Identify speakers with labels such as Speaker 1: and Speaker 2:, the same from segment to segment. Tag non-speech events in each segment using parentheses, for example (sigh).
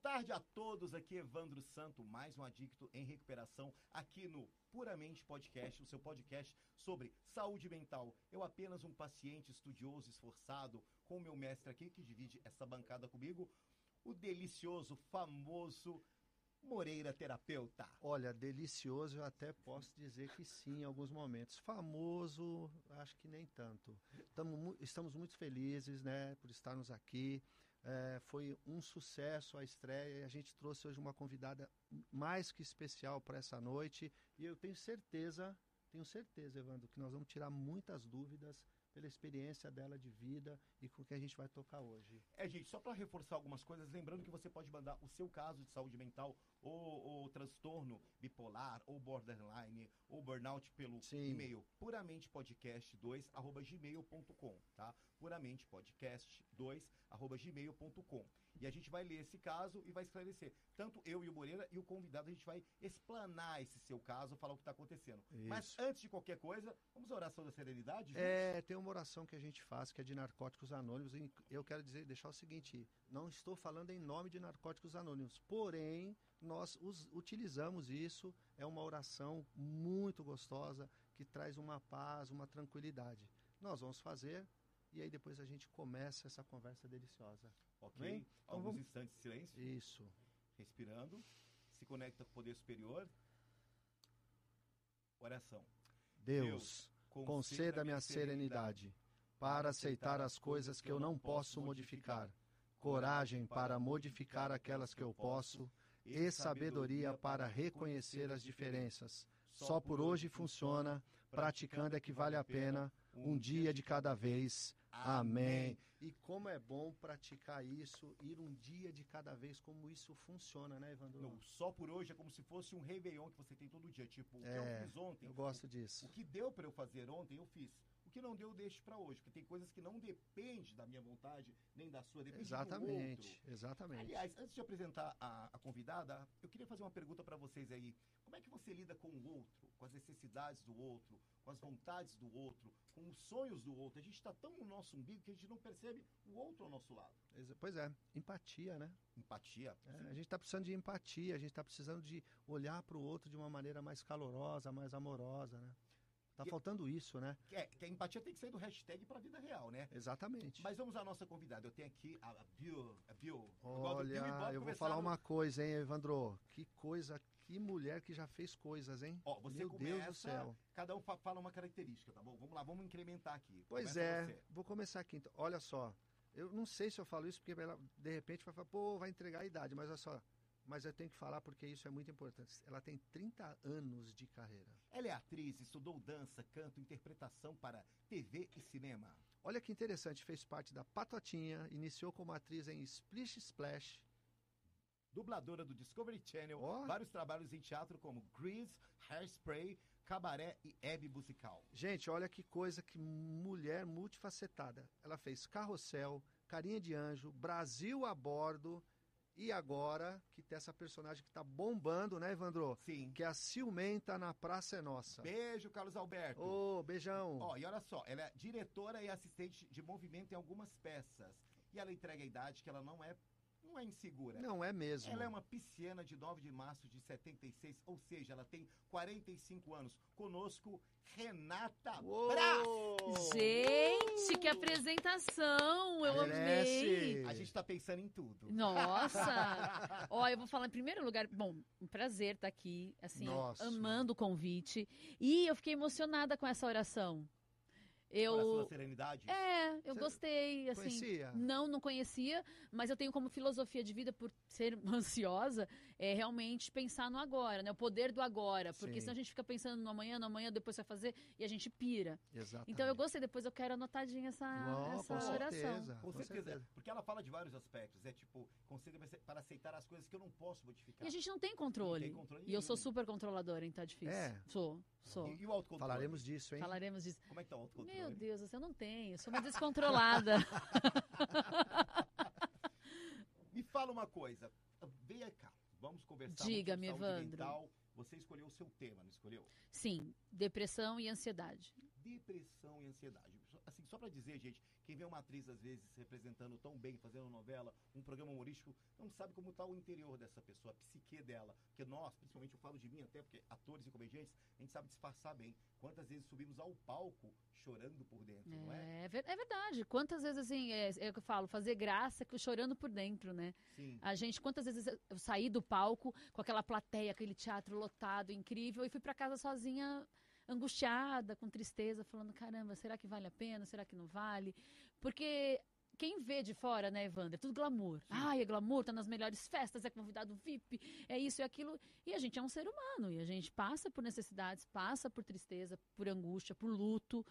Speaker 1: tarde a todos. Aqui é Evandro Santo, mais um adicto em recuperação aqui no Puramente Podcast, o seu podcast sobre saúde mental. Eu apenas um paciente estudioso, esforçado, com o meu mestre aqui que divide essa bancada comigo, o delicioso, famoso Moreira Terapeuta.
Speaker 2: Olha, delicioso, eu até posso dizer que sim, em alguns momentos. Famoso, acho que nem tanto. Tamo, mu- estamos muito felizes, né, por estarmos aqui. É, foi um sucesso a estreia e a gente trouxe hoje uma convidada mais que especial para essa noite. E eu tenho certeza, tenho certeza, Evandro, que nós vamos tirar muitas dúvidas pela experiência dela de vida e com o que a gente vai tocar hoje.
Speaker 1: É, gente, só para reforçar algumas coisas, lembrando que você pode mandar o seu caso de saúde mental ou, ou transtorno bipolar ou borderline ou burnout pelo
Speaker 2: Sim.
Speaker 1: e-mail puramentepodcast2@gmail.com, tá? puramentepodcast2@gmail.com. E a gente vai ler esse caso e vai esclarecer. Tanto eu e o Moreira e o convidado a gente vai explanar esse seu caso, falar o que está acontecendo. Mas
Speaker 2: Isso.
Speaker 1: antes de qualquer coisa, vamos à oração da serenidade? gente?
Speaker 2: É, tem uma oração que a gente faz, que é de Narcóticos Anônimos, e eu quero dizer, deixar o seguinte, não estou falando em nome de Narcóticos Anônimos, porém, nós us- utilizamos isso, é uma oração muito gostosa, que traz uma paz, uma tranquilidade. Nós vamos fazer, e aí depois a gente começa essa conversa deliciosa.
Speaker 1: OK?
Speaker 2: Bem, então
Speaker 1: Alguns
Speaker 2: vamos-
Speaker 1: instantes de silêncio.
Speaker 2: Isso.
Speaker 1: respirando, se conecta com o poder superior. Oração.
Speaker 2: Deus, conceda-me a serenidade, para aceitar as coisas que eu não posso modificar, coragem para modificar aquelas que eu posso, e sabedoria para reconhecer as diferenças. Só por hoje funciona, praticando é que vale a pena, um dia de cada vez. Amém. E como é bom praticar isso, ir um dia de cada vez, como isso funciona, né,
Speaker 1: Não,
Speaker 2: Evandro?
Speaker 1: só por hoje é como se fosse um Réveillon que você tem todo dia. Tipo, o que eu
Speaker 2: É,
Speaker 1: fiz ontem.
Speaker 2: Eu gosto
Speaker 1: O
Speaker 2: disso.
Speaker 1: que deu para eu fazer ontem, eu fiz. O que não deu, eu deixo para hoje. Porque tem coisas que não depende da minha vontade, nem da sua, depende do um outro.
Speaker 2: Exatamente, exatamente.
Speaker 1: Aliás, antes de apresentar a, a convidada, eu queria fazer uma pergunta para vocês aí. Como é que você lida com o outro, com as necessidades do outro, com as vontades do outro, com os sonhos do outro? A gente está tão no nosso umbigo que a gente não percebe o outro ao nosso lado.
Speaker 2: Exa- Pois é, empatia, né?
Speaker 1: Empatia.
Speaker 2: É, a gente está precisando de empatia, a gente está precisando de olhar para o outro de uma maneira mais calorosa, mais amorosa, né? Tá
Speaker 1: E-
Speaker 2: faltando isso, né?
Speaker 1: Que, é- que a empatia tem que sair do hashtag para a vida real, né?
Speaker 2: Exatamente.
Speaker 1: Mas vamos à nossa convidada. Eu tenho aqui a, a Bill. A Bill. gosto do Bill e Bob
Speaker 2: Olha, eu vou
Speaker 1: conversando.
Speaker 2: falar uma coisa, hein, Evandro? Que coisa, que mulher que já fez coisas, hein?
Speaker 1: Ó, você
Speaker 2: Meu
Speaker 1: começa,
Speaker 2: Deus do céu.
Speaker 1: cada um fa- fala uma característica, tá bom? Vamos lá, vamos incrementar aqui.
Speaker 2: Pois
Speaker 1: Começa
Speaker 2: é,
Speaker 1: você.
Speaker 2: vou começar aqui. Então. Olha só, eu não sei se eu falo isso, porque ela, de repente vai falar, pô, vai entregar a idade, mas olha só. Mas eu tenho que falar porque isso é muito importante. Ela tem 30 anos de carreira.
Speaker 1: Ela é atriz, estudou dança, canto, interpretação para TV e cinema.
Speaker 2: Olha que interessante, fez parte da Patotinha, iniciou como atriz em Splish Splash.
Speaker 1: Dubladora do Discovery Channel,
Speaker 2: Ó.
Speaker 1: vários trabalhos em teatro como Grease, Hairspray, Cabaré e Hebe Musical.
Speaker 2: Gente, olha que coisa, que mulher multifacetada. Ela fez Carrossel, Carinha de Anjo, Brasil a Bordo e agora que tem essa personagem que tá bombando, né, Evandro?
Speaker 1: Sim.
Speaker 2: Que é a Ciumenta na Praça é Nossa.
Speaker 1: Beijo, Carlos Alberto.
Speaker 2: Ô, beijão.
Speaker 1: Ó, e olha só, ela é diretora e assistente de movimento em algumas peças. E ela entrega a idade que ela não é, não é insegura.
Speaker 2: Não é mesmo.
Speaker 1: Ela é uma pisciana de 9 de março de 76, ou seja, ela tem 45 anos. Conosco, Renata
Speaker 2: Uou!
Speaker 1: Braz.
Speaker 3: Gente, que apresentação! Eu amei!
Speaker 2: Merece.
Speaker 1: A gente tá pensando em tudo. (laughs)
Speaker 3: Nossa! Ó, eu vou falar em primeiro lugar. Bom, um prazer estar aqui, assim,
Speaker 2: Nossa.
Speaker 3: amando o convite. E eu fiquei emocionada com essa oração.
Speaker 1: Coração da
Speaker 3: Eu.
Speaker 1: serenidade.
Speaker 3: É, eu
Speaker 2: Você
Speaker 3: gostei, assim.
Speaker 2: conhecia?
Speaker 3: Não, não conhecia, mas eu tenho como filosofia de vida, por ser (laughs) ansiosa, é realmente pensar no agora, né? O poder do agora. Porque
Speaker 2: Sim.
Speaker 3: senão a gente fica pensando no amanhã, no amanhã, depois vai fazer, e a gente pira.
Speaker 2: Exatamente.
Speaker 3: Então eu gostei, depois eu quero anotadinha essa,
Speaker 2: Ó,
Speaker 3: essa
Speaker 2: com
Speaker 3: oração.
Speaker 2: certeza.
Speaker 1: Com certeza. Porque ela fala de vários aspectos. É tipo, conselho vai ser para aceitar as coisas que eu não posso modificar.
Speaker 3: E a gente não tem controle.
Speaker 1: Não tem controle
Speaker 3: e eu sou
Speaker 1: nenhum.
Speaker 3: super controladora, então é difícil.
Speaker 2: É.
Speaker 3: Sou, sou.
Speaker 1: E, e o autocontrole?
Speaker 2: Falaremos disso, hein?
Speaker 3: Falaremos disso.
Speaker 1: Como é que tá o autocontrole?
Speaker 3: Meu Deus, do céu, eu não tenho, eu sou uma descontrolada.
Speaker 1: Me fala uma coisa. Venha cá. Vamos conversar
Speaker 3: Diga-me,
Speaker 1: sobre saúde
Speaker 3: Evandro.
Speaker 1: mental. Você escolheu o seu tema, não escolheu?
Speaker 3: Sim, depressão e ansiedade.
Speaker 1: Depressão e ansiedade. Só- assim, só para dizer, gente, quem vê uma atriz às vezes se representando tão bem, fazendo novela, um programa humorístico, não sabe como está o interior dessa pessoa, a psique dela. Porque nós, principalmente eu falo de mim até, porque atores e comediantes, a gente sabe disfarçar bem. Quantas vezes subimos ao palco chorando por dentro, não é?
Speaker 3: É, ver- é verdade. Quantas vezes, assim, é, é o que eu falo, fazer graça que chorando por dentro, né?
Speaker 1: Sim.
Speaker 3: A gente, quantas vezes eu- eu saí do palco com aquela plateia, aquele teatro lotado, incrível, e fui pra casa sozinha, angustiada, com tristeza, falando: caramba, será que vale a pena? Será que não vale? Porque. Quem vê de fora, né, Evandro? É tudo glamour. Ai, é glamour, tá nas melhores festas, é convidado VIP, é isso e aquilo. E a gente é um ser humano, e a gente passa por necessidades, passa por tristeza, por angústia, por luto.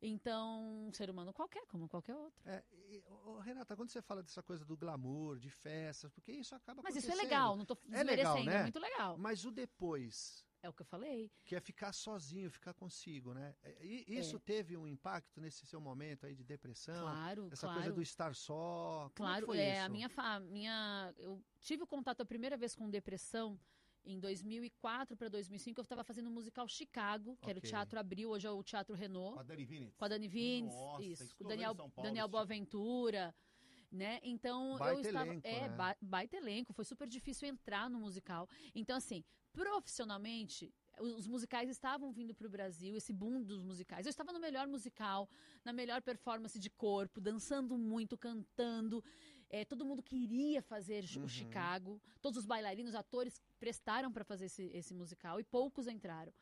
Speaker 3: Então, um ser humano qualquer, como qualquer outro.
Speaker 2: É, e, ô, ô, Renata, quando você fala dessa coisa do glamour, de festas, porque isso acaba
Speaker 3: Mas isso é
Speaker 2: acontecendo.
Speaker 3: legal, não tô
Speaker 2: legal,
Speaker 3: desmerecendo, é
Speaker 2: né?
Speaker 3: muito legal.
Speaker 2: Mas o depois,
Speaker 3: É o que eu falei.
Speaker 2: que é ficar sozinho, ficar consigo, né? E e isso teve um impacto nesse seu momento aí de depressão?
Speaker 3: É. Claro,
Speaker 2: Essa
Speaker 3: claro.
Speaker 2: coisa do estar só. Como é, que
Speaker 3: Claro,
Speaker 2: foi
Speaker 3: é,
Speaker 2: isso?
Speaker 3: a minha, fa- a minha. Eu tive o contato a primeira vez com depressão em 2004 para 2005. Eu estava fazendo o musical Chicago, que era o
Speaker 2: Ok.
Speaker 3: Teatro Abril, hoje é o Teatro Renault.
Speaker 1: Com a Dani Vinitz.
Speaker 3: Com a Dani Vins,
Speaker 1: Nossa,
Speaker 3: isso. Com o
Speaker 1: estourou em
Speaker 3: Daniel,
Speaker 1: São Paulo,
Speaker 3: Daniel
Speaker 1: esse-
Speaker 3: Boaventura, né? Então eu
Speaker 2: Baita
Speaker 3: estava.
Speaker 2: elenco,
Speaker 3: é,
Speaker 2: né?
Speaker 3: ba- baita elenco, foi super difícil entrar no musical. Então, assim, profissionalmente. o- Os musicais estavam vindo para o Brasil, esse boom dos musicais. Eu estava no melhor musical, na melhor performance de corpo, dançando muito, cantando. É, todo mundo queria fazer chi-
Speaker 2: Uhum.
Speaker 3: o Chicago. Todos os bailarinos, atores prestaram para fazer esse, esse musical e poucos entraram.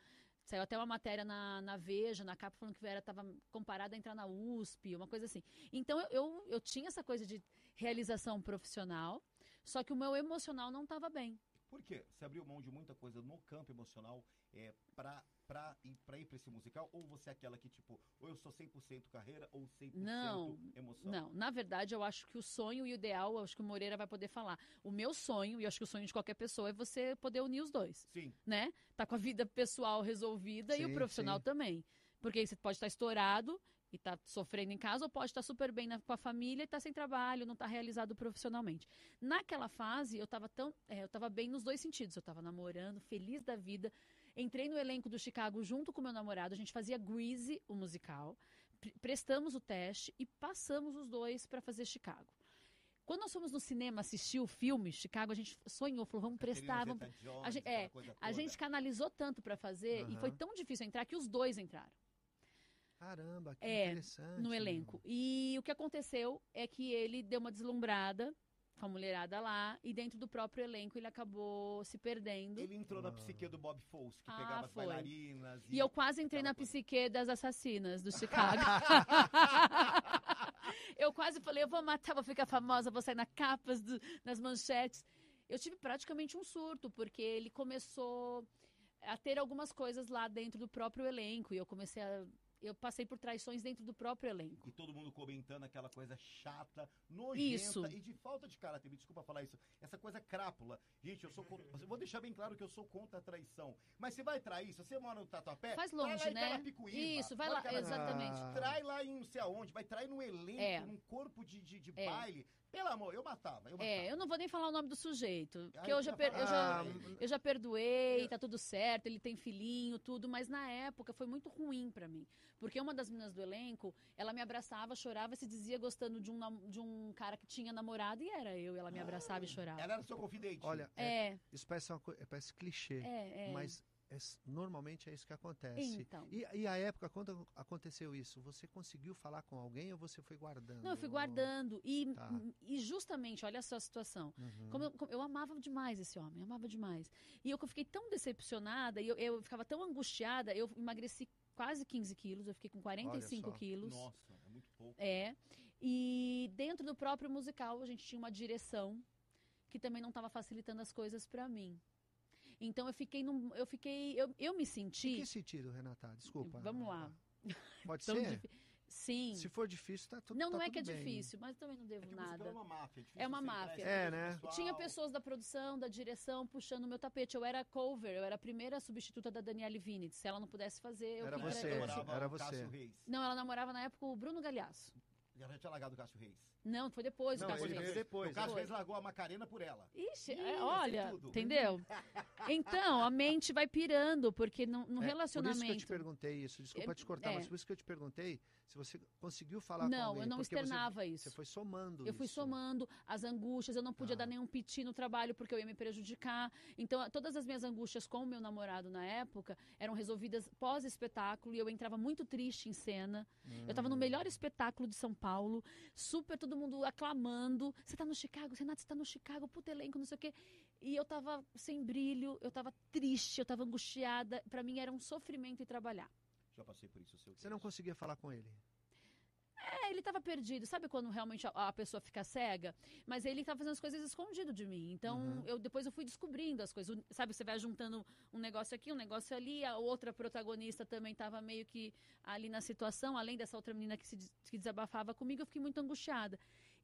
Speaker 3: Saiu até uma matéria na, na Veja, na capa, falando que Vera estava comparada a entrar na USP, uma coisa assim. Então eu, eu, eu tinha essa coisa de realização profissional, só que o meu emocional não estava bem.
Speaker 1: Por quê? Você abriu mão de muita coisa no campo emocional é, pra, pra, ir, pra ir pra esse musical? Ou você é aquela que, tipo, ou eu sou 100% carreira ou 100%
Speaker 3: Não,
Speaker 1: emoção?
Speaker 3: Não, na verdade, eu acho que o sonho e o ideal, eu acho que o Moreira vai poder falar. O meu sonho, e eu acho que o sonho de qualquer pessoa, é você poder unir os dois.
Speaker 1: Sim,
Speaker 3: né? Tá com a vida pessoal resolvida
Speaker 2: Sim,
Speaker 3: e o profissional
Speaker 2: sim.
Speaker 3: também. Porque aí você pode estar estourado e tá sofrendo em casa, ou pode estar super bem na- com a família e tá sem trabalho, não tá realizado profissionalmente. Naquela fase, eu tava tão. é, eu tava bem nos dois sentidos. Eu tava namorando, feliz da vida. Entrei no elenco do Chicago junto com meu namorado, a gente fazia Greasy, o musical. Pre- Prestamos o teste e passamos os dois para fazer Chicago. Quando nós fomos no cinema assistir o filme Chicago, a gente sonhou, falou, vamos prestar, vamos
Speaker 1: prestavam.
Speaker 3: a gente- é, a gente canalizou tanto pra fazer e foi
Speaker 2: Aham.
Speaker 3: tão difícil entrar que os dois entraram
Speaker 2: Caramba, que
Speaker 3: É,
Speaker 2: interessante.
Speaker 3: no
Speaker 2: meu.
Speaker 3: elenco. E o que aconteceu é que ele deu uma deslumbrada com a mulherada lá e dentro do próprio elenco ele acabou se perdendo.
Speaker 1: Ele entrou na
Speaker 2: Ah.
Speaker 1: psique do Bob Fosse, que
Speaker 3: Ah,
Speaker 1: pegava as
Speaker 3: foi.
Speaker 1: bailarinas.
Speaker 3: E eu quase entrei
Speaker 1: aquela
Speaker 3: na
Speaker 1: coisa.
Speaker 3: psique das assassinas do Chicago. eu quase falei, eu vou matar, vou ficar famosa, vou sair na capas, do- nas manchetes. Eu tive praticamente um surto, porque ele começou a ter algumas coisas lá dentro do próprio elenco. E eu comecei a. Eu passei por traições dentro do próprio elenco.
Speaker 1: E todo mundo comentando aquela coisa chata, nojenta
Speaker 3: Isso.
Speaker 1: e de falta de caráter. Me desculpa falar isso. Essa coisa crápula. Gente, eu sou contra. eu Vou deixar bem claro que eu sou contra a traição. Mas você vai trair, se você mora no Tatuapé,
Speaker 3: Faz
Speaker 1: vai lá
Speaker 3: longe,
Speaker 1: em
Speaker 3: né?
Speaker 1: Carapicuíba,
Speaker 3: Isso, vai
Speaker 1: mora
Speaker 3: lá,
Speaker 1: em Carapicuíba.
Speaker 3: exatamente.
Speaker 2: Ah.
Speaker 1: Trai lá em não sei aonde, vai trair num elenco,
Speaker 3: É.
Speaker 1: num corpo de, de, de
Speaker 3: É.
Speaker 1: baile. Pelo amor, eu matava, eu matava.
Speaker 3: É, eu não vou nem falar o nome do sujeito,
Speaker 1: Aí
Speaker 3: porque eu
Speaker 1: você
Speaker 3: já,
Speaker 1: vai
Speaker 3: per- eu já-
Speaker 1: falar,
Speaker 2: Ah,
Speaker 1: "Ah,
Speaker 3: Eu já
Speaker 2: É.
Speaker 3: perdoei, tá tudo certo, ele tem filhinho, tudo, mas na época foi muito ruim pra mim. Porque uma das meninas do elenco, ela me abraçava, chorava e se dizia gostando de um, nam- de um cara que tinha namorado e era eu, e ela me abraçava e chorava.
Speaker 1: Ela era seu confidente.
Speaker 2: Olha, Ah, é,
Speaker 3: É,
Speaker 2: isso parece, uma, co- é, parece clichê,
Speaker 3: é, é.
Speaker 2: mas é s- normalmente é isso que acontece.
Speaker 3: então.
Speaker 2: E, e a época, quando aconteceu isso, você conseguiu falar com alguém ou você foi guardando?
Speaker 3: Não, eu fui guardando. E,
Speaker 2: Tá.
Speaker 3: e justamente, olha só a situação.
Speaker 2: Uhum.
Speaker 3: Como eu, como- eu amava demais esse homem, eu amava demais. E eu fiquei tão decepcionada, e eu, eu ficava tão angustiada, eu emagreci quase 15 quilos, eu fiquei com 45
Speaker 2: só.
Speaker 3: quilos.
Speaker 1: Nossa, é muito pouco.
Speaker 3: É. E dentro do próprio musical, a gente tinha uma direção que também não estava facilitando as coisas para mim. Então eu fiquei num, eu fiquei, eu, eu
Speaker 2: Em
Speaker 3: me
Speaker 2: É que
Speaker 3: senti
Speaker 2: sentido, Renata? Desculpa.
Speaker 3: Vamos lá.
Speaker 2: Pode
Speaker 3: (laughs) tão
Speaker 2: ser?
Speaker 3: difi- Sim.
Speaker 2: Se for difícil, tá tudo
Speaker 3: não,
Speaker 2: tá
Speaker 3: não é
Speaker 2: tudo
Speaker 3: que é
Speaker 2: bem.
Speaker 3: difícil, mas também não
Speaker 1: É
Speaker 3: devo
Speaker 1: que o musical
Speaker 3: nada.
Speaker 1: é uma máfia. difícil
Speaker 3: É uma
Speaker 1: você entrar,
Speaker 3: máfia.
Speaker 1: é
Speaker 2: É, né?
Speaker 1: pessoal.
Speaker 3: Tinha pessoas da produção, da direção, puxando o meu tapete. Eu era cover, eu era a primeira substituta da Daniele Vinitz. Se ela não pudesse fazer, eu
Speaker 2: Era
Speaker 3: que
Speaker 1: Quem
Speaker 2: você,
Speaker 3: entreguei.
Speaker 1: namorava
Speaker 2: era
Speaker 1: o Cássio
Speaker 2: você.
Speaker 1: Reis.
Speaker 3: Não, ela namorava na época o Bruno Galhaço.
Speaker 1: Já já tinha largado o Cássio Reis.
Speaker 3: Não, foi depois
Speaker 2: Não,
Speaker 3: o Cássio
Speaker 2: ele
Speaker 3: Reis.
Speaker 2: veio
Speaker 1: o
Speaker 2: depois.
Speaker 1: Cássio
Speaker 3: Foi.
Speaker 1: Reis largou a Macarena por ela.
Speaker 3: Ixi, é,
Speaker 1: Ih, eu sei
Speaker 3: olha,
Speaker 1: tudo.
Speaker 3: entendeu? Então, a mente vai pirando, porque no, no
Speaker 2: É, Por isso que eu te
Speaker 3: Um relacionamento.
Speaker 2: perguntei isso. Desculpa
Speaker 3: É,
Speaker 2: te cortar,
Speaker 3: é.
Speaker 2: mas por isso que eu te perguntei se você conseguiu falar com
Speaker 3: Não,
Speaker 2: alguém.
Speaker 3: eu não
Speaker 2: porque você-
Speaker 3: externava isso.
Speaker 2: Você foi somando
Speaker 3: Eu fui
Speaker 2: isso.
Speaker 3: somando as angústias, eu não podia
Speaker 2: Tá.
Speaker 3: dar nenhum piti no trabalho porque eu ia me prejudicar. Então, a- todas as minhas angústias com o meu namorado na época eram resolvidas pós-espetáculo e eu entrava muito triste em cena. Eu tava no
Speaker 2: Hum.
Speaker 3: melhor espetáculo de São Paulo, super todo mundo aclamando. Você tá no Chicago, Renato, você tá no Chicago, puta elenco, não sei o quê. E eu tava sem brilho, eu tava triste, eu tava angustiada. Pra mim era um sofrimento ir trabalhar.
Speaker 1: Já passei por isso, eu sei o que
Speaker 2: Você
Speaker 1: é
Speaker 2: não
Speaker 1: isso.
Speaker 2: conseguia falar com ele.
Speaker 3: É, ele tava perdido. Sabe quando realmente a, a pessoa fica cega? Mas ele tava fazendo as coisas escondido de mim. Então,
Speaker 2: Uhum.
Speaker 3: eu depois eu fui descobrindo as coisas. O- Sabe, você vai juntando um negócio aqui, um negócio ali. A outra protagonista também tava meio que ali na situação. Além dessa outra menina que se des- que desabafava comigo, eu fiquei muito angustiada.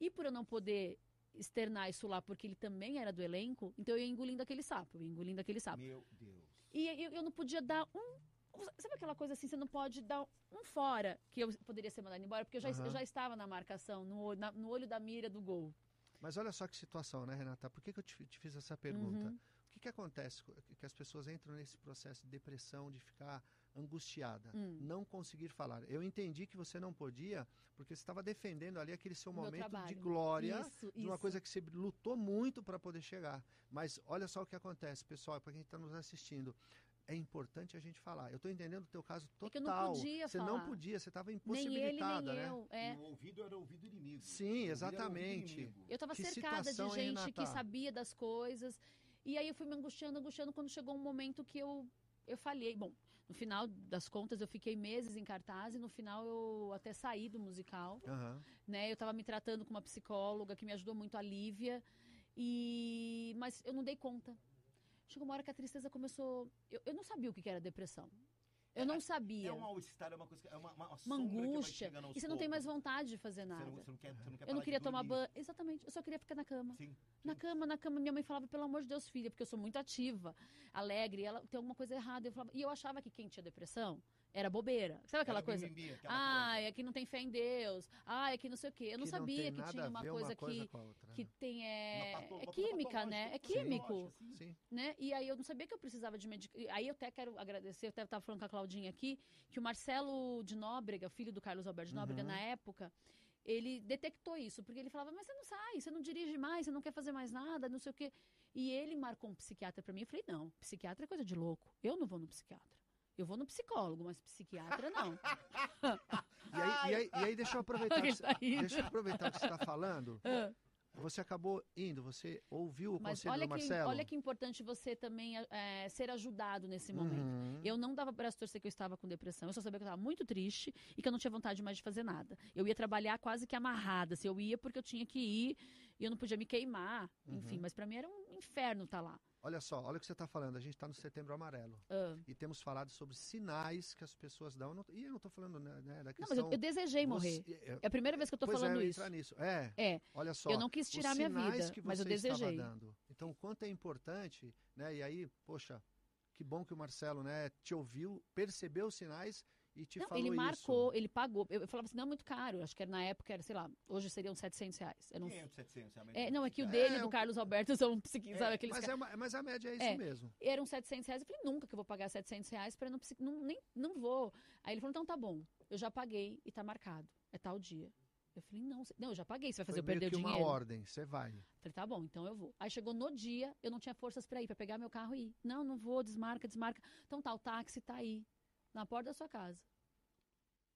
Speaker 3: E por eu não poder externar isso lá, porque ele também era do elenco, então eu ia engolindo aquele sapo, eu ia engolindo aquele sapo.
Speaker 1: Meu Deus.
Speaker 3: E eu, eu não podia dar um. Sabe aquela coisa assim, você não pode dar um fora que eu poderia ser mandado embora, porque eu já,
Speaker 2: Aham.
Speaker 3: eu já estava na marcação, no, olho- na- no olho da mira do gol.
Speaker 2: Mas olha só que situação, né, Renata? Por que, que eu te, te fiz essa pergunta?
Speaker 3: Uhum.
Speaker 2: O que, que acontece? co- Que as pessoas entram nesse processo de depressão, de ficar angustiada,
Speaker 3: Hum.
Speaker 2: não conseguir falar. Eu entendi que você não podia, porque você estava defendendo ali aquele seu
Speaker 3: Meu
Speaker 2: momento de
Speaker 3: trabalho.
Speaker 2: glória.
Speaker 3: isso,
Speaker 2: de uma
Speaker 3: isso.
Speaker 2: coisa que você lutou muito para poder chegar. Mas olha só o que acontece, pessoal, para quem está nos assistindo. É importante a gente falar. Eu estou entendendo o teu caso total.
Speaker 3: É que eu não podia
Speaker 2: você não
Speaker 3: falar.
Speaker 2: podia, você estava
Speaker 3: Nem ele, nem
Speaker 2: impossibilitada, né?
Speaker 3: eu. É.
Speaker 1: E o ouvido era ouvido inimigo.
Speaker 2: Sim,
Speaker 1: O ouvido era
Speaker 2: exatamente.
Speaker 1: ouvido inimigo.
Speaker 3: Eu estava
Speaker 2: Que
Speaker 3: cercada de
Speaker 2: situação, hein,
Speaker 3: gente que
Speaker 2: Renata?
Speaker 3: sabia das coisas. E aí eu fui me angustiando, angustiando, quando chegou um momento que eu, eu falhei. Bom, no final das contas, eu fiquei meses em cartaz e no final eu até saí do musical.
Speaker 2: Aham.
Speaker 3: né? Eu tava me tratando com uma psicóloga que me ajudou muito, a Lívia. E... Mas eu não dei conta. Chegou uma hora que a tristeza começou... Eu, eu não sabia o que que era depressão. Eu não sabia.
Speaker 1: É um mal-estar, é uma coisa. que- É uma, uma,
Speaker 3: Uma
Speaker 1: sombra que vai
Speaker 3: angústia.
Speaker 1: chegando aos
Speaker 3: E você não tem mais
Speaker 1: poucos.
Speaker 3: vontade de fazer
Speaker 1: Você
Speaker 3: nada.
Speaker 1: não, você não quer, você não quer
Speaker 3: Eu não
Speaker 1: parar de
Speaker 3: queria tomar
Speaker 1: dormir.
Speaker 3: banho. Exatamente. Eu só queria ficar na cama.
Speaker 1: Sim.
Speaker 3: Na
Speaker 1: Sim.
Speaker 3: cama, na cama. Minha mãe falava, pelo amor de Deus, filha, porque eu sou muito ativa, alegre. Ela tem alguma coisa errada. Eu falava... E eu achava que quem tinha depressão era bobeira. Sabe aquela
Speaker 1: Era
Speaker 3: coisa?
Speaker 1: mimimi, aquela
Speaker 3: Ah,
Speaker 1: coisa.
Speaker 3: é que não tem fé em Deus. Ah, é que não sei o quê. Eu não
Speaker 2: Que
Speaker 3: sabia
Speaker 2: tem
Speaker 3: que
Speaker 2: nada
Speaker 3: tinha
Speaker 2: a
Speaker 3: uma
Speaker 2: ver
Speaker 3: coisa,
Speaker 2: coisa
Speaker 3: que,
Speaker 2: com a outra,
Speaker 3: que
Speaker 2: né?
Speaker 3: tem. É,
Speaker 1: Uma pato-
Speaker 3: é
Speaker 2: tá
Speaker 1: uma
Speaker 3: química,
Speaker 1: patológica, assim,
Speaker 3: né? É
Speaker 1: sim,
Speaker 3: químico,
Speaker 1: patológica, sim.
Speaker 2: Sim.
Speaker 3: né? E aí eu não sabia que eu precisava de medicamento. Aí eu até quero agradecer, eu até estava falando com a Claudinha aqui, que o Marcelo de Nóbrega, filho do Carlos Alberto de Nóbrega,
Speaker 2: Uhum.
Speaker 3: na época. Ele detectou isso, porque ele falava, mas você não sai, você não dirige mais, você não quer fazer mais nada, não sei o quê. E ele marcou um psiquiatra pra mim. Eu falei, não, psiquiatra é coisa de louco. Eu não vou no psiquiatra. Eu vou no psicólogo, mas psiquiatra não.
Speaker 2: (laughs) E aí, e aí- e aí deixa eu
Speaker 3: (laughs)
Speaker 2: aproveitar, que
Speaker 3: Ele
Speaker 2: você-
Speaker 3: tá rindo.
Speaker 2: deixa eu aproveitar o que você está falando.
Speaker 3: Ah.
Speaker 2: Você acabou indo, você ouviu o
Speaker 3: Mas
Speaker 2: conselho
Speaker 3: olha
Speaker 2: do
Speaker 3: que,
Speaker 2: Marcelo?
Speaker 3: olha que importante você também eh, ser ajudado nesse momento.
Speaker 2: Uhum.
Speaker 3: Eu não dava braço torcer que eu estava com depressão. Eu só sabia que eu estava muito triste e que eu não tinha vontade mais de fazer nada. Eu ia trabalhar quase que amarrada. Assim, eu ia porque eu tinha que ir e eu não podia me queimar. Enfim,
Speaker 2: Uhum.
Speaker 3: mas para mim era um inferno estar lá.
Speaker 2: Olha só, olha o que você está falando. A gente está no setembro amarelo.
Speaker 3: Ah.
Speaker 2: E temos falado sobre sinais que as pessoas dão. Eu não- E eu não estou falando né, né, da
Speaker 3: Não,
Speaker 2: questão...
Speaker 3: mas eu, eu desejei morrer.
Speaker 2: Você- eu-
Speaker 3: É a primeira vez que eu tô
Speaker 2: pois é, eu
Speaker 3: falando
Speaker 2: ia
Speaker 3: isso.
Speaker 2: entrar nisso. É,
Speaker 3: É,
Speaker 2: olha só.
Speaker 3: eu não quis tirar
Speaker 2: os
Speaker 3: minha
Speaker 2: sinais
Speaker 3: vida,
Speaker 2: que
Speaker 3: mas eu
Speaker 2: você estava
Speaker 3: desejei.
Speaker 2: dando. Então, o quanto é importante, né? E aí, poxa, que bom que o Marcelo, né, te ouviu, percebeu os sinais e te
Speaker 3: Não,
Speaker 2: falou
Speaker 3: ele
Speaker 2: isso.
Speaker 3: marcou, ele pagou. Eu, eu falava assim, não é muito caro. Acho que era, na época era, sei lá, hoje seriam 700 reais. Era um uns-
Speaker 1: 500, 700, a média
Speaker 3: É,
Speaker 1: do
Speaker 3: não, é que o
Speaker 1: psiquiatra.
Speaker 3: dele e
Speaker 2: É,
Speaker 3: do
Speaker 2: um-
Speaker 3: Carlos Alberto são psiquiatras, sabe aqueles
Speaker 2: Mas, é, ma- mas a média é isso
Speaker 3: É.
Speaker 2: mesmo.
Speaker 3: eram 700 reais. Eu falei, nunca que eu vou pagar 700 reais para não, precis- não, nem, não vou. Aí ele falou, então tá bom, eu já paguei e tá marcado, é tal dia. Eu falei, não, cê- não, eu já paguei, você vai fazer
Speaker 2: Foi
Speaker 3: eu
Speaker 2: meio
Speaker 3: perder o
Speaker 2: que uma
Speaker 3: dinheiro?
Speaker 2: ordem, você vai.
Speaker 3: Falei, tá bom, então eu vou. Aí chegou no dia, eu não tinha forças para ir, para pegar meu carro e ir. Não, não vou, desmarca, desmarca. Então tá, o táxi tá aí, na porta da sua casa.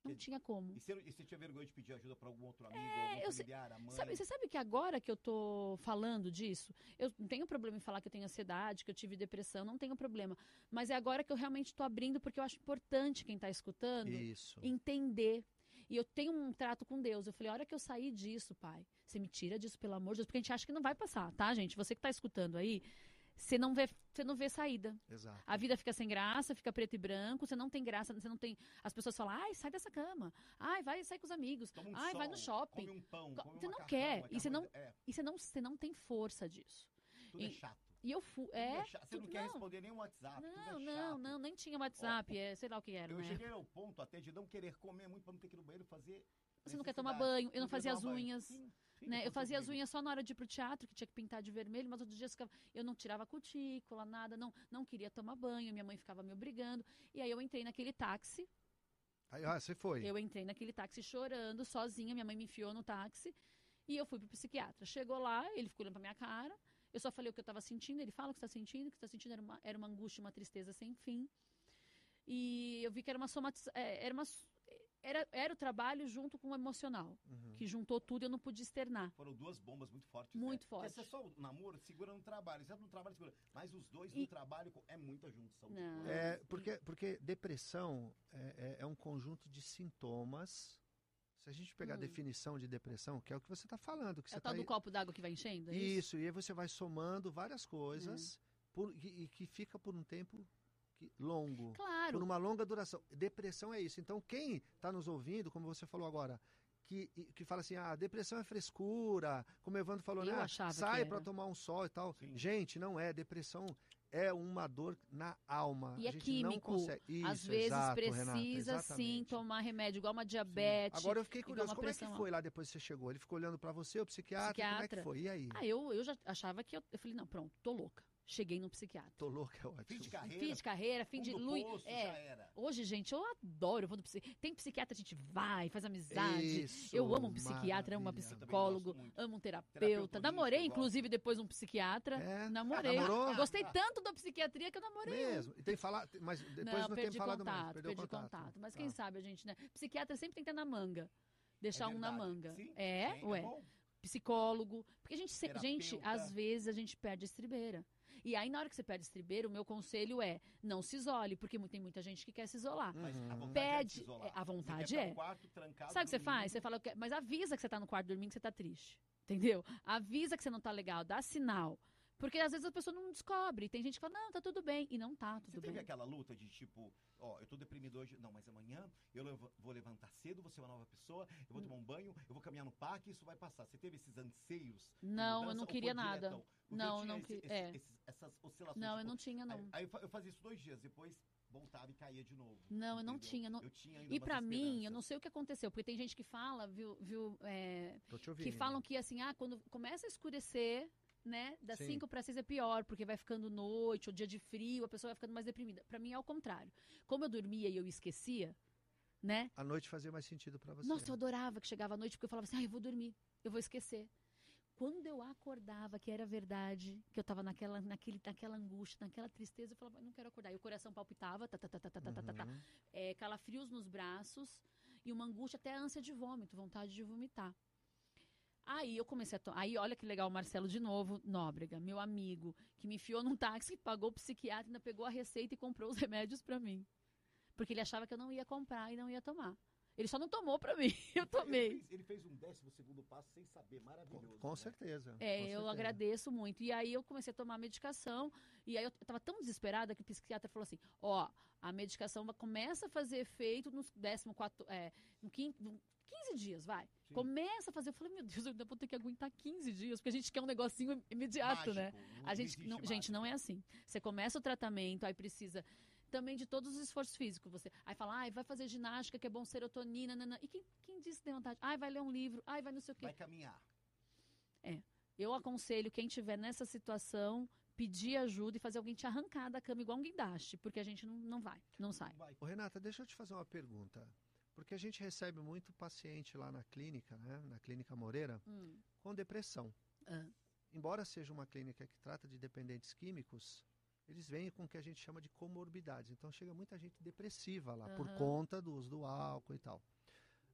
Speaker 3: Não
Speaker 1: Quer-
Speaker 3: tinha como.
Speaker 1: E você, e você tinha vergonha de pedir ajuda pra algum outro amigo, algum
Speaker 3: É, eu sei-
Speaker 1: familiar, a mãe?
Speaker 3: Sabe, você sabe que agora que eu tô falando disso, eu não tenho problema em falar que eu tenho ansiedade, que eu tive depressão, não tenho problema. Mas é agora que eu realmente tô abrindo, porque eu acho importante quem tá escutando
Speaker 2: Isso.
Speaker 3: entender. E eu tenho um trato com Deus. Eu falei, a hora que eu sair disso, pai, você me tira disso, pelo amor de Deus, porque a gente acha que não vai passar, tá, gente? Você que tá escutando aí, você não vê, você não vê saída.
Speaker 2: Exato.
Speaker 3: A vida fica sem graça, fica preto e branco, você não tem graça, você não tem. As pessoas falam, ai, sai dessa cama, ai, vai sair com os amigos.
Speaker 1: Toma um
Speaker 3: Ai, vai no
Speaker 1: sol,
Speaker 3: shopping.
Speaker 1: Come um pão,
Speaker 3: Co-
Speaker 1: come um
Speaker 3: você não
Speaker 1: macarrão,
Speaker 3: quer,
Speaker 1: aquela
Speaker 3: e você não-
Speaker 1: coisa- É,
Speaker 3: E você não, você não tem força disso.
Speaker 1: tudo é
Speaker 3: e-
Speaker 1: chato.
Speaker 3: E eu fui.
Speaker 1: Tudo
Speaker 3: É.
Speaker 1: chato. Você não
Speaker 3: tudo-
Speaker 1: quer
Speaker 3: não.
Speaker 1: responder nem um WhatsApp. tudo é
Speaker 3: Não,
Speaker 1: chato.
Speaker 3: não, não, nem tinha WhatsApp, é, sei lá o que era,
Speaker 1: Eu
Speaker 3: né?
Speaker 1: cheguei ao ponto até de não querer comer muito pra não ter que ir no banheiro fazer
Speaker 3: Você não quer tomar banho. Eu não fazia as unhas. Né? Eu fazia as unhas só na hora de ir pro teatro, que tinha que pintar de vermelho, mas outros dias ficava, eu não tirava cutícula, nada, não, não queria tomar banho, minha mãe ficava me obrigando. E aí eu entrei naquele táxi,
Speaker 2: Aí, ah, você foi.
Speaker 3: eu entrei naquele táxi chorando, sozinha, minha mãe me enfiou no táxi e eu fui pro psiquiatra. Chegou lá, ele ficou olhando pra minha cara, eu só falei o que eu tava sentindo, ele fala o que você tá sentindo, o que você tá sentindo era uma, era uma angústia, uma tristeza sem fim. E eu vi que era uma somatização, era uma... s- Era, era o trabalho junto com o emocional,
Speaker 2: Uhum.
Speaker 3: que juntou tudo e eu não pude externar.
Speaker 1: Foram duas bombas muito fortes.
Speaker 3: Muito
Speaker 1: né?
Speaker 3: forte.
Speaker 1: Esse é só o namoro, segura no trabalho. Isso é no trabalho, segura. Mas os dois no
Speaker 3: E-
Speaker 1: trabalho co- é muita junção. né? de
Speaker 3: Não.
Speaker 1: coisas.
Speaker 2: É, porque, porque depressão é, é- é um conjunto de sintomas. Se a gente pegar a
Speaker 3: Uhum.
Speaker 2: definição de depressão, que é o que você está falando, que
Speaker 3: É
Speaker 2: você
Speaker 3: o tal
Speaker 2: tá
Speaker 3: do
Speaker 2: aí-
Speaker 3: copo d'água que vai enchendo? é Hum.
Speaker 2: Isso, e aí você vai somando várias coisas por- e, e que fica por um tempo que- longo.
Speaker 3: Claro.
Speaker 2: Por um- uma longa duração. Depressão é isso. Então, quem está nos ouvindo, como você falou agora, que, e- que fala assim, ah, depressão é frescura, como o Evandro falou,
Speaker 3: Eu
Speaker 2: né? ah,
Speaker 3: achava que
Speaker 2: Sai para
Speaker 3: era.
Speaker 2: tomar um sol e tal.
Speaker 1: Sim.
Speaker 2: Gente, não é. Depressão é uma dor na alma.
Speaker 3: E
Speaker 2: a
Speaker 3: é
Speaker 2: gente Não
Speaker 3: químico.
Speaker 2: consegue... Isso,
Speaker 3: Às vezes
Speaker 2: exato, Renata,
Speaker 3: precisa sim
Speaker 2: exatamente.
Speaker 3: tomar um remédio, igual uma
Speaker 2: Sim.
Speaker 3: diabetes.
Speaker 2: Agora eu fiquei
Speaker 3: igual
Speaker 2: curioso,
Speaker 3: uma
Speaker 2: como é que
Speaker 3: pressão
Speaker 2: foi lá depois que você chegou? Ele ficou olhando para você, o psiquiatra, como é que
Speaker 3: Psiquiatra.
Speaker 2: foi? E aí?
Speaker 3: Ah, eu, eu já achava que eu, eu falei, não, pronto, tô louca. Cheguei num psiquiatra.
Speaker 2: Tô louco, é ótimo.
Speaker 1: Fim de
Speaker 3: Fim
Speaker 1: carreira.
Speaker 3: de carreira, fim
Speaker 1: fundo
Speaker 3: de
Speaker 1: do
Speaker 3: luz.
Speaker 1: poço, já
Speaker 3: É.
Speaker 1: era.
Speaker 3: Hoje, gente, eu adoro. Quando psi- Tem psiquiatra, a gente vai, faz amizade.
Speaker 2: Isso,
Speaker 3: eu amo um psiquiatra, amo uma
Speaker 2: maravilha.
Speaker 1: psico-
Speaker 3: psicólogo,
Speaker 1: gosto muito.
Speaker 3: amo um
Speaker 1: Terapeuta
Speaker 3: terapeuta.
Speaker 1: holístico,
Speaker 3: Namorei,
Speaker 1: eu gosto. Ah,
Speaker 3: inclusive, depois um psiquiatra.
Speaker 2: É?
Speaker 1: Tá
Speaker 3: Namorei.
Speaker 2: Namorou?
Speaker 3: Gostei tanto da psiquiatria que eu namorei. um.
Speaker 2: Mesmo. E tem falar, mas depois não,
Speaker 3: não,
Speaker 2: tem
Speaker 3: perdi
Speaker 2: falado
Speaker 3: contato,
Speaker 2: mais. Perdeu
Speaker 3: perdi contato. Mas quem
Speaker 2: Tá.
Speaker 3: sabe a gente, né? Psiquiatra sempre tem que estar na manga. Deixar
Speaker 1: É
Speaker 3: um na
Speaker 1: verdade.
Speaker 3: manga.
Speaker 1: Sim,
Speaker 3: é,
Speaker 1: sim,
Speaker 3: ué.
Speaker 1: bom.
Speaker 3: Psicólogo. Porque a gente, se- gente,
Speaker 1: Terapeuta.
Speaker 3: às vezes a gente perde a estribeira. E aí, na hora que você perde a estribeira, o meu conselho é não se isole, porque mu- tem muita gente que quer se isolar.
Speaker 1: Mas a
Speaker 2: Uhum.
Speaker 1: vontade é de se
Speaker 3: Pede.
Speaker 1: isolar.
Speaker 3: é, a
Speaker 1: Você quer
Speaker 3: vontade
Speaker 1: ficar no
Speaker 3: é.
Speaker 1: quarto, trancado,
Speaker 3: Sabe o que você
Speaker 1: dormindo.
Speaker 3: faz? Você fala, que- mas avisa que você tá no quarto dormindo, que você tá triste. Entendeu? Avisa que você não tá legal, dá sinal. Porque às vezes a pessoa não descobre. Tem gente que fala, não, tá tudo bem. E não tá
Speaker 1: Você
Speaker 3: tudo
Speaker 1: teve
Speaker 3: bem.
Speaker 1: aquela luta de tipo, ó, eu tô deprimido hoje, não, mas amanhã eu levo- vou levantar cedo, vou ser uma nova pessoa, eu vou
Speaker 3: Hum.
Speaker 1: tomar um banho, eu vou caminhar no parque, isso vai passar. Você teve esses anseios? de
Speaker 3: Não, eu
Speaker 1: mudança tá um
Speaker 3: não
Speaker 1: ou foi
Speaker 3: queria nada.
Speaker 1: diretão? Porque eu
Speaker 3: Não,
Speaker 1: tinha
Speaker 3: não
Speaker 1: esse-
Speaker 3: que- é.
Speaker 1: esses- essas oscilações.
Speaker 3: Não, eu
Speaker 1: tipo,
Speaker 3: não tinha, não.
Speaker 1: Aí, aí eu fa- eu fazia isso dois dias, depois voltava e caía de novo.
Speaker 3: Não, eu não
Speaker 1: entendeu?
Speaker 3: tinha, não-
Speaker 1: Eu tinha ainda
Speaker 3: E
Speaker 1: umas
Speaker 3: pra mim, eu
Speaker 1: esperanças.
Speaker 3: não sei o que aconteceu, porque tem gente que fala, viu, viu é,
Speaker 2: Tô te
Speaker 3: que
Speaker 2: ouvindo.
Speaker 3: falam que assim, ah, quando começa a escurecer, né, das
Speaker 2: Sim.
Speaker 3: 5 para 6 é pior, porque vai ficando noite, ou dia de frio, a pessoa vai ficando mais deprimida. Pra mim é ao contrário. Como eu dormia e eu esquecia, né?
Speaker 2: A noite fazia mais sentido pra você.
Speaker 3: Nossa, eu adorava que chegava a noite, porque eu falava assim, ah, eu vou dormir, eu vou esquecer. Quando eu acordava, que era verdade, que eu tava naquela, naquele, naquela angústia, naquela tristeza, eu falava, não quero acordar. E o coração palpitava, tá, tá, tá, tá, tá, tá, tá, tá, tá
Speaker 2: Uhum.
Speaker 3: é, calafrios nos braços e uma angústia, até ânsia de vômito, vontade de vomitar. Aí eu comecei a to- Aí olha que legal o Marcelo de novo, Nóbrega, meu amigo, que me enfiou num táxi, pagou o psiquiatra, ainda pegou a receita e comprou os remédios pra mim. Porque ele achava que eu não ia comprar e não ia tomar. Ele só não tomou pra mim, (laughs) eu
Speaker 1: Ele
Speaker 3: tomei.
Speaker 1: fez, ele fez um décimo segundo passo sem saber, maravilhoso.
Speaker 2: Com, com
Speaker 1: né?
Speaker 2: certeza.
Speaker 3: É,
Speaker 2: com
Speaker 3: eu
Speaker 2: certeza.
Speaker 3: agradeço muito. E aí eu comecei a tomar medicação, e aí eu t- tava tão desesperada que o psiquiatra falou assim: ó, a medicação va- começa a fazer efeito nos 14, é, no quin- no 15 dias, vai.
Speaker 1: Sim.
Speaker 3: Começa a fazer. Eu falei, meu Deus, eu ainda vou ter que aguentar 15 dias, porque a gente quer um negocinho imediato, né?
Speaker 1: Mágico,
Speaker 3: A gente,
Speaker 1: existe
Speaker 3: não, gente,
Speaker 1: mágica.
Speaker 3: não é assim. Você começa o tratamento, aí precisa também de todos os esforços físicos. Você, aí fala, ai, vai fazer ginástica, que é bom serotonina, nanã. E quem, quem disse que tem vontade? Ai, vai ler um livro, ai, vai não sei o quê.
Speaker 1: Vai caminhar.
Speaker 3: Eu aconselho quem tiver nessa situação pedir ajuda e fazer alguém te arrancar da cama igual um guindaste, porque a gente não, não vai, não sai.
Speaker 1: Vai.
Speaker 2: Ô, Renata, deixa eu te fazer uma pergunta. Porque a gente recebe muito paciente lá na clínica, né? Na clínica Moreira,
Speaker 3: Hum.
Speaker 2: com depressão.
Speaker 3: Ah.
Speaker 2: Embora seja uma clínica que trata de dependentes químicos, eles vêm com o que a gente chama de comorbidades. Então chega muita gente depressiva lá por
Speaker 3: Aham.
Speaker 2: conta do uso do álcool e tal.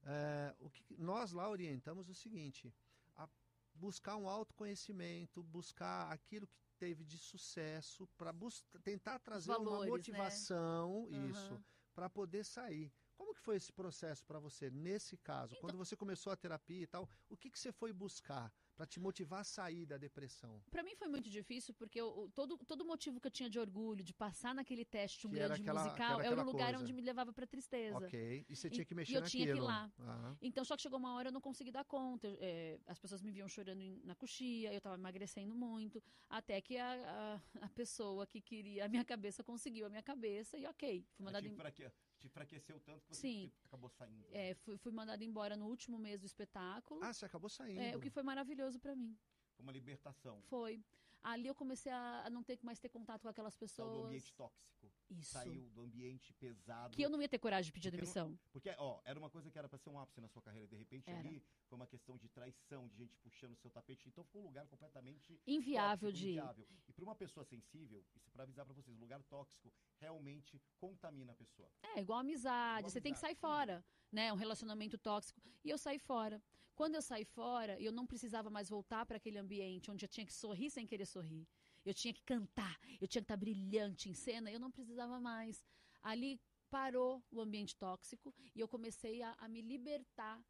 Speaker 2: É, o que nós lá orientamos o seguinte: a buscar um autoconhecimento, buscar aquilo que teve de sucesso para tentar trazer uma
Speaker 3: valores, né?
Speaker 2: motivação isso
Speaker 3: Aham.
Speaker 2: para poder sair. Como que foi esse processo para você nesse caso?
Speaker 3: Então-
Speaker 2: Quando você começou a terapia e tal, o que que você foi buscar para te motivar a sair da depressão?
Speaker 3: Pra mim foi muito difícil, porque eu- o- todo, todo motivo que eu tinha de orgulho, de passar naquele teste um
Speaker 2: Que era
Speaker 3: grande
Speaker 2: aquela-
Speaker 3: musical,
Speaker 2: que era
Speaker 3: era o
Speaker 2: aquela
Speaker 3: lugar
Speaker 2: coisa.
Speaker 3: onde me levava pra tristeza.
Speaker 2: Ok. E você
Speaker 3: E-
Speaker 2: tinha que
Speaker 3: e
Speaker 2: mexer
Speaker 3: eu
Speaker 2: naquilo.
Speaker 3: tinha que ir lá.
Speaker 2: Aham.
Speaker 3: Então, só que chegou uma hora eu não consegui dar conta. eu, eh, as pessoas me viam chorando em- na coxia, eu tava emagrecendo muito, até que a, a- a pessoa que queria a minha cabeça conseguiu a minha cabeça e ok, fui
Speaker 1: Ah,
Speaker 2: Tá
Speaker 3: mandada
Speaker 1: tipo,
Speaker 3: em...
Speaker 1: pra quê? te enfraqueceu tanto que você
Speaker 3: Sim.
Speaker 1: te- acabou saindo. né?
Speaker 3: É, fui, fui mandada embora no último mês do espetáculo.
Speaker 2: Ah, você acabou saindo.
Speaker 3: é, o que foi maravilhoso pra mim.
Speaker 1: Foi uma libertação. É
Speaker 3: Foi. Ali eu comecei a, a não ter mais ter contato com aquelas
Speaker 1: Saiu do
Speaker 3: pessoas.
Speaker 1: ambiente tóxico.
Speaker 3: Isso.
Speaker 1: Saiu um do ambiente pesado.
Speaker 3: Que eu não ia ter coragem de pedir
Speaker 1: Porque não-
Speaker 3: demissão.
Speaker 1: Porque, ó, era uma coisa que era pra ser um ápice na sua carreira. De repente,
Speaker 3: Era.
Speaker 1: ali foi uma questão de traição, de gente puxando o seu tapete. Então ficou um lugar completamente
Speaker 3: Inviável
Speaker 1: tóxico,
Speaker 3: de ir.
Speaker 1: inviável. E pra uma pessoa sensível, isso é pra avisar pra vocês, lugar tóxico realmente contamina a pessoa.
Speaker 3: É, igual amizade,
Speaker 1: Igual
Speaker 3: você tem que sair
Speaker 1: amizade,
Speaker 3: fora, né? Um relacionamento tóxico. E eu saí fora. Quando eu saí fora, eu não precisava mais voltar para aquele ambiente onde eu tinha que sorrir sem querer sorrir. Eu tinha que cantar, eu tinha que estar brilhante em cena, eu não precisava mais. Ali parou o ambiente tóxico e eu comecei a, a me libertar.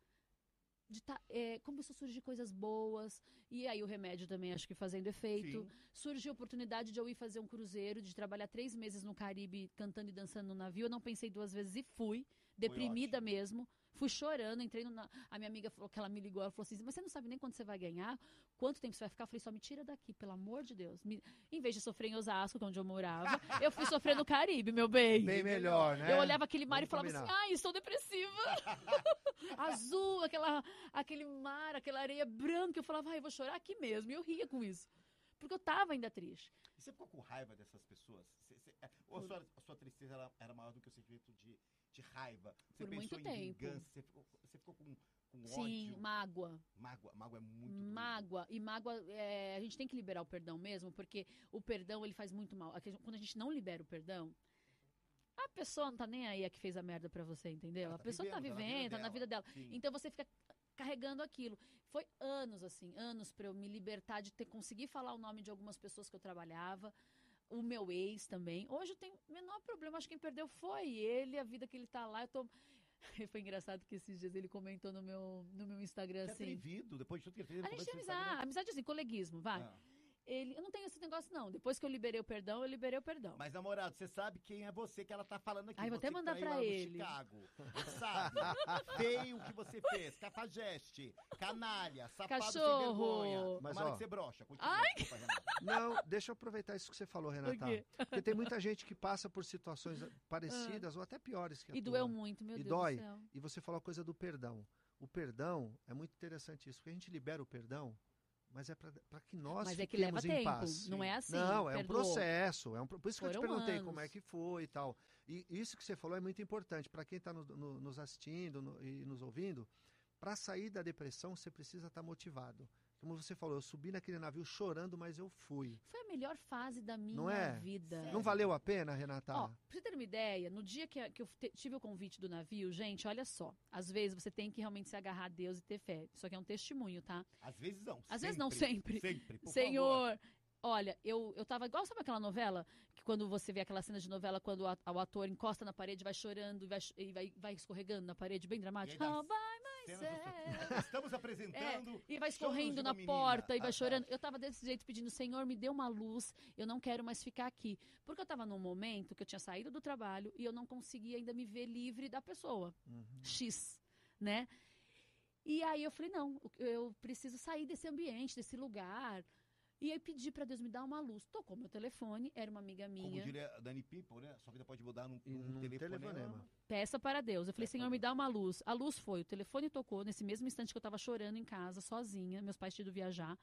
Speaker 3: De tá, é, começou a surgir coisas boas, e aí o remédio também acho que fazendo efeito.
Speaker 1: Sim.
Speaker 3: Surgiu a oportunidade de eu ir fazer um cruzeiro, de trabalhar três meses no Caribe cantando e dançando no navio. Eu não pensei duas vezes e fui, deprimida
Speaker 1: ótimo.
Speaker 3: mesmo. Fui chorando, entrei no. na- A minha amiga falou que ela me ligou, ela falou assim: Mas você não sabe nem quanto você vai ganhar, quanto tempo você vai ficar? Eu falei: Só me tira daqui, pelo amor de Deus. Me- Em vez de sofrer em Osasco, que é onde eu morava, eu fui sofrer no Caribe, meu bem.
Speaker 2: Bem melhor,
Speaker 1: É,
Speaker 2: né?
Speaker 3: Eu olhava aquele mar e
Speaker 2: Vamos
Speaker 3: falava assim:
Speaker 2: combinar.
Speaker 3: Ai, estou depressiva. (laughs) Azul, aquela, aquele mar, aquela areia branca. Eu falava: Ai, eu vou chorar aqui mesmo. E eu ria com isso. Porque eu tava ainda triste.
Speaker 1: E você ficou com raiva dessas pessoas? Você- você- é, ou a
Speaker 3: Por-
Speaker 1: sua, a sua tristeza era, era maior do que o sentimento de, de raiva? Você
Speaker 3: Por
Speaker 1: pensou
Speaker 3: muito
Speaker 1: em
Speaker 3: tempo.
Speaker 1: vingança? Você ficou, você ficou com, com
Speaker 3: Sim,
Speaker 1: Um ódio?
Speaker 3: mágoa.
Speaker 1: Mágoa. Mágoa é muito doido.
Speaker 3: Mágoa. E mágoa, é, a gente tem que liberar o perdão mesmo, porque o perdão ele faz muito mal. A que- Quando a gente não libera o perdão, a pessoa não tá nem aí a que fez a merda pra você, entendeu?
Speaker 1: Ela
Speaker 3: a
Speaker 1: tá
Speaker 3: pessoa tá
Speaker 1: vivendo, tá na vida
Speaker 3: vivendo, tá na
Speaker 1: dela.
Speaker 3: vida dela.
Speaker 1: Sim.
Speaker 3: Então você fica carregando aquilo. Foi anos, assim, anos pra eu me libertar de ter conseguir falar o nome de algumas pessoas que eu trabalhava. O meu ex também. Hoje eu tenho o menor problema. Acho que quem perdeu foi ele, a vida que ele tá lá. Eu tô. (laughs) Foi engraçado que esses dias ele comentou no meu, no meu Instagram
Speaker 1: Você é
Speaker 3: assim.
Speaker 1: atrevido, depois de tudo que ele fez, ele
Speaker 3: A gente
Speaker 1: começa
Speaker 3: tem
Speaker 1: a
Speaker 3: amizade, amizade assim, coleguismo, vai.
Speaker 1: Ah.
Speaker 3: Ele, eu não tenho esse negócio, não. Depois que eu liberei o perdão, eu liberei o perdão.
Speaker 1: Mas, namorado, você sabe quem é você que ela tá falando aqui.
Speaker 3: Ai, vou
Speaker 1: você
Speaker 3: até mandar
Speaker 1: que traiu
Speaker 3: pra
Speaker 1: ela no
Speaker 3: ele.
Speaker 1: Chicago.
Speaker 3: (laughs)
Speaker 1: Sabe? Feio o que você fez. Cafajeste, canalha, safado sem
Speaker 3: Cachorro.
Speaker 1: vergonha.
Speaker 2: Mas,
Speaker 1: Tomara
Speaker 2: ó.
Speaker 1: que você brocha. Continua,
Speaker 3: Ai.
Speaker 1: desculpa, Renata.
Speaker 2: Não, deixa eu aproveitar isso que você falou,
Speaker 3: Por
Speaker 2: Renata.
Speaker 3: quê? Ah.
Speaker 2: Porque tem muita gente que passa por
Speaker 3: (laughs)
Speaker 2: situações parecidas ou até piores que a
Speaker 3: E
Speaker 2: tua.
Speaker 3: doeu muito, meu
Speaker 2: E
Speaker 3: Deus
Speaker 2: dói.
Speaker 3: do céu.
Speaker 2: E você falou a coisa do perdão. O perdão é muito interessante isso, porque a gente libera o perdão, mas é para que nós
Speaker 3: Mas é que leva
Speaker 2: fiquemos em
Speaker 3: tempo.
Speaker 2: paz.
Speaker 3: Não é assim.
Speaker 2: Não, é um
Speaker 3: perdoou.
Speaker 2: processo. É um, pro- por isso que eu te
Speaker 3: Foram
Speaker 2: perguntei como é
Speaker 3: anos.
Speaker 2: que foi e tal. E isso que você falou é muito importante. Para quem está nos assistindo no- e nos ouvindo, para sair da depressão, você precisa estar motivado. Como você falou, eu subi naquele navio chorando, mas eu fui.
Speaker 3: Foi a melhor fase da minha
Speaker 2: Não é?
Speaker 3: vida.
Speaker 1: Sério?
Speaker 2: Não valeu a pena, Renata?
Speaker 1: Tá.
Speaker 3: Ó, pra você ter uma ideia, no dia que, que eu te- tive o convite do navio, gente, olha só. Às vezes você tem que realmente se agarrar a Deus e ter fé. Isso aqui é um testemunho, tá?
Speaker 1: Às vezes não.
Speaker 3: Às vezes não, sempre.
Speaker 1: Sempre, por favor.
Speaker 3: Senhor, olha, eu, eu tava igual, sabe aquela novela? Que quando você vê aquela cena de novela, quando o a- o ator encosta na parede, vai chorando e vai, ch- e vai, vai escorregando na parede, bem
Speaker 1: E aí
Speaker 3: dramático.
Speaker 1: dá
Speaker 3: Ah, vai-
Speaker 1: Cenas
Speaker 3: myself.
Speaker 1: do- Estamos apresentando.
Speaker 3: E vai
Speaker 1: Choros de
Speaker 3: escorrendo
Speaker 1: uma
Speaker 3: na
Speaker 1: menina.
Speaker 3: porta e
Speaker 1: Ah, tá.
Speaker 3: vai chorando. Eu tava desse jeito pedindo, Senhor, me dê uma luz, eu não quero mais ficar aqui. Porque eu tava num momento que eu tinha saído do trabalho e eu não conseguia ainda me ver livre da pessoa.
Speaker 1: Hum.
Speaker 2: Uhum.
Speaker 3: X, né? E aí eu falei, não, eu- eu preciso sair desse ambiente, desse lugar. E aí pedi pra Deus me dar uma luz. Tocou meu telefone, era uma amiga
Speaker 1: Como
Speaker 3: minha.
Speaker 1: diria a Dani People, né? Sua vida pode mudar num,
Speaker 2: E num
Speaker 1: telefonema.
Speaker 2: telefonema.
Speaker 3: Peça para Deus. Eu falei,
Speaker 1: Peça a
Speaker 3: Senhor, me dá uma luz. A luz foi, o telefone tocou nesse mesmo instante que eu estava chorando em casa, sozinha, meus pais tinham ido viajar.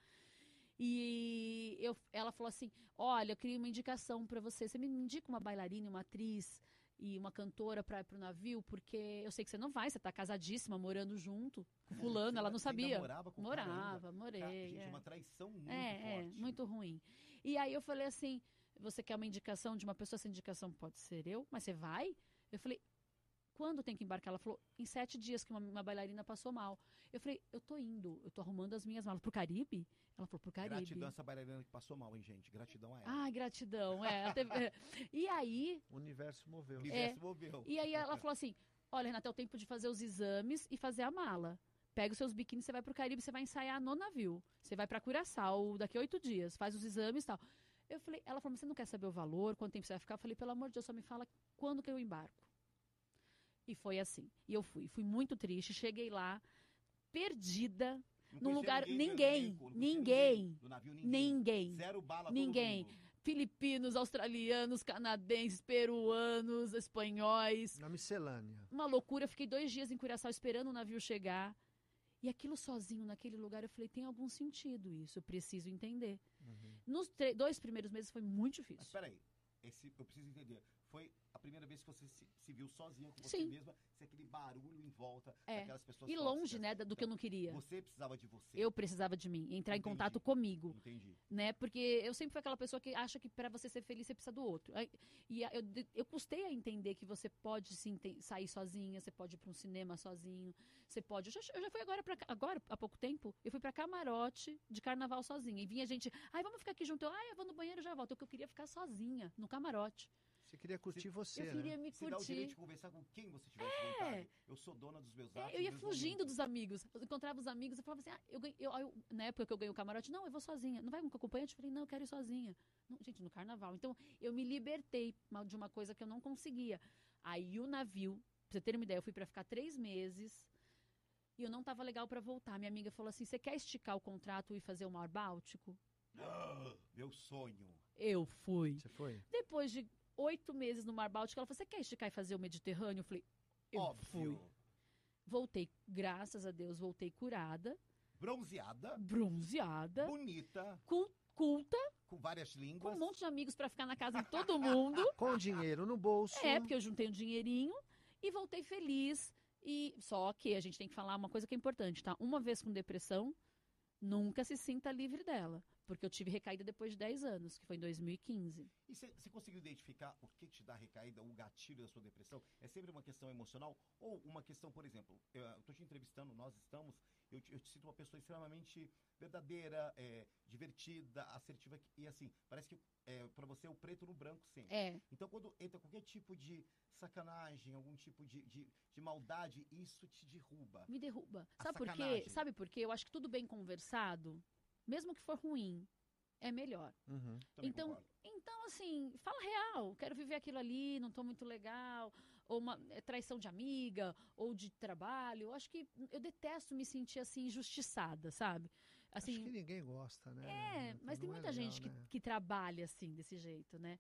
Speaker 3: E eu, ela falou assim: Olha, eu queria uma indicação para você. Você me indica uma bailarina, uma atriz e uma cantora para ir pro navio? Porque eu sei que você não vai, você tá casadíssima, morando junto com
Speaker 1: Né?
Speaker 3: fulano,
Speaker 1: Você
Speaker 3: ela
Speaker 1: ainda-
Speaker 3: não
Speaker 1: você ainda
Speaker 3: sabia.
Speaker 1: morava com o cara ainda?
Speaker 3: Morava, morei.
Speaker 1: Cara, gente, é
Speaker 3: é.
Speaker 1: uma traição muito
Speaker 3: É, é,
Speaker 1: forte.
Speaker 3: muito ruim. E aí eu falei assim: você quer uma indicação de uma pessoa? Essa indicação pode ser eu, mas você vai? Eu falei: quando tem que embarcar? Ela falou: em sete dias que uma, uma bailarina passou mal. Eu falei: eu tô indo, eu tô arrumando as minhas malas pro Caribe? Ela falou: pro Caribe.
Speaker 1: Gratidão a essa bailarina que passou mal, hein, gente? Gratidão a ela.
Speaker 3: Ai, gratidão. É, ela teve- (laughs) é. E aí,
Speaker 2: O universo moveu.
Speaker 1: o
Speaker 3: É.
Speaker 1: universo moveu.
Speaker 3: e aí ela falou assim: olha, Renata, é o tempo de fazer os exames e fazer a mala. Pega os seus biquínis, você vai pro Caribe, você vai ensaiar no navio. Você vai pra Curaçao daqui a oito dias, faz os exames e tal. Eu falei, ela falou, mas você não quer saber o valor, quanto tempo você vai ficar? Eu falei, pelo amor de Deus, só me fala quando que eu embarco. E foi assim. E eu fui. Fui muito triste. Cheguei lá, perdida.
Speaker 1: Não
Speaker 3: num
Speaker 1: conhecia
Speaker 3: lugar-
Speaker 1: ninguém, do
Speaker 3: ninguém,
Speaker 1: elenco, não conhecia Do
Speaker 3: ninguém,
Speaker 1: navio, ninguém.
Speaker 3: Ninguém.
Speaker 1: Zero bala, todo
Speaker 3: Ninguém.
Speaker 1: mundo.
Speaker 3: filipinos, australianos, canadenses, peruanos, espanhóis.
Speaker 2: Na miscelânea.
Speaker 3: Uma loucura. Eu fiquei dois dias em Curaçao esperando o navio chegar. E aquilo sozinho naquele lugar, eu falei, tem algum sentido isso, eu preciso entender.
Speaker 2: Uhum.
Speaker 3: Nos tre- dois primeiros meses foi muito
Speaker 1: Mas
Speaker 3: difícil.
Speaker 1: peraí, esse, eu preciso entender. Foi a primeira vez que você se, se viu sozinha com você
Speaker 3: Sim.
Speaker 1: mesma, sem aquele barulho em volta
Speaker 3: É.
Speaker 1: daquelas pessoas
Speaker 3: E longe,
Speaker 1: tóxicas.
Speaker 3: né, da- do que eu não queria.
Speaker 1: Você precisava de você.
Speaker 3: Eu precisava de mim, entrar em
Speaker 1: Entendi.
Speaker 3: contato comigo.
Speaker 1: Entendi.
Speaker 3: né? Porque eu sempre fui aquela pessoa que acha que para você ser feliz você precisa do outro. Aí- E a- eu, de- eu custei a entender que você pode se enten- sair sozinha, você pode ir para um cinema sozinho, você pode. Eu já, che- eu já fui agora para agora há pouco tempo, eu fui para camarote de carnaval sozinha e vinha gente, ai, vamos ficar aqui junto. Eu, ai, eu vou no banheiro, já volto. Eu que eu queria ficar sozinha no camarote.
Speaker 2: Você queria curtir você,
Speaker 3: eu
Speaker 2: né?
Speaker 3: queria me
Speaker 1: Você dá o direito de
Speaker 3: curtir.
Speaker 1: conversar com quem você tiver vontade. Eu sou dona dos meus atos.
Speaker 3: É, eu ia
Speaker 1: meus
Speaker 3: fugindo
Speaker 1: momentos.
Speaker 3: dos amigos. Eu encontrava os amigos e falava assim: ah, eu ganhei. eu- eu- na época que eu ganhei o camarote, não, eu vou sozinha. Não vai com acompanhante? Eu falei: não, eu quero ir sozinha. Não, gente, no carnaval. Então, eu me libertei ma- de uma coisa que eu não conseguia. Aí o navio, pra você ter uma ideia, eu fui pra ficar três meses e eu não tava legal pra voltar. Minha amiga falou assim: você quer esticar o contrato e fazer o mar Báltico?
Speaker 1: (gasps) Ah, Meu sonho.
Speaker 3: Eu fui.
Speaker 2: Você foi?
Speaker 3: Depois de oito meses no mar Báltico, ela falou: você quer esticar e fazer o Mediterrâneo? Eu falei: eu
Speaker 1: Óbvio.
Speaker 3: fui. Voltei, graças a Deus, voltei curada,
Speaker 1: Bronzeada,
Speaker 3: bronzeada,
Speaker 1: bonita,
Speaker 3: cul- culta,
Speaker 1: com várias
Speaker 3: com
Speaker 1: línguas.
Speaker 3: um monte de amigos pra ficar na casa de todo
Speaker 1: (laughs)
Speaker 3: mundo.
Speaker 2: Com dinheiro no bolso.
Speaker 3: Ah, tá. É, porque eu juntei um dinheirinho e voltei feliz. E só que a gente tem que falar uma coisa que é importante, tá? Uma vez com depressão, nunca se sinta livre dela. Porque eu tive recaída depois de 10 anos, que foi em 2015.
Speaker 1: E você conseguiu identificar o que te dá recaída, o gatilho da sua depressão? É sempre uma questão emocional ou uma questão, por exemplo, eu estou te entrevistando, nós estamos, eu te, eu te sinto uma pessoa extremamente verdadeira, é, divertida, assertiva e assim, parece que é, para você é o preto no branco sempre.
Speaker 3: É,
Speaker 1: Então, quando entra qualquer tipo de sacanagem, algum tipo de, de, de maldade, isso te derruba.
Speaker 3: me derruba.
Speaker 1: A
Speaker 3: Sabe por quê?
Speaker 1: sacanagem.
Speaker 3: Sabe por quê? Eu acho que tudo bem conversado, mesmo que for ruim, é melhor.
Speaker 2: Uhum.
Speaker 1: Também
Speaker 3: Então,
Speaker 1: concordo.
Speaker 3: Então, assim, fala real, quero viver aquilo ali, não tô muito legal, ou uma eh, traição de amiga, ou de trabalho. Eu acho que eu detesto me sentir assim, injustiçada, sabe?
Speaker 2: Acho que
Speaker 3: Assim,
Speaker 2: ninguém gosta, né?
Speaker 3: é,
Speaker 2: Não-
Speaker 3: mas tem
Speaker 2: não é
Speaker 3: muita
Speaker 2: legal,
Speaker 3: gente que,
Speaker 2: né?
Speaker 3: que trabalha assim, desse jeito, né?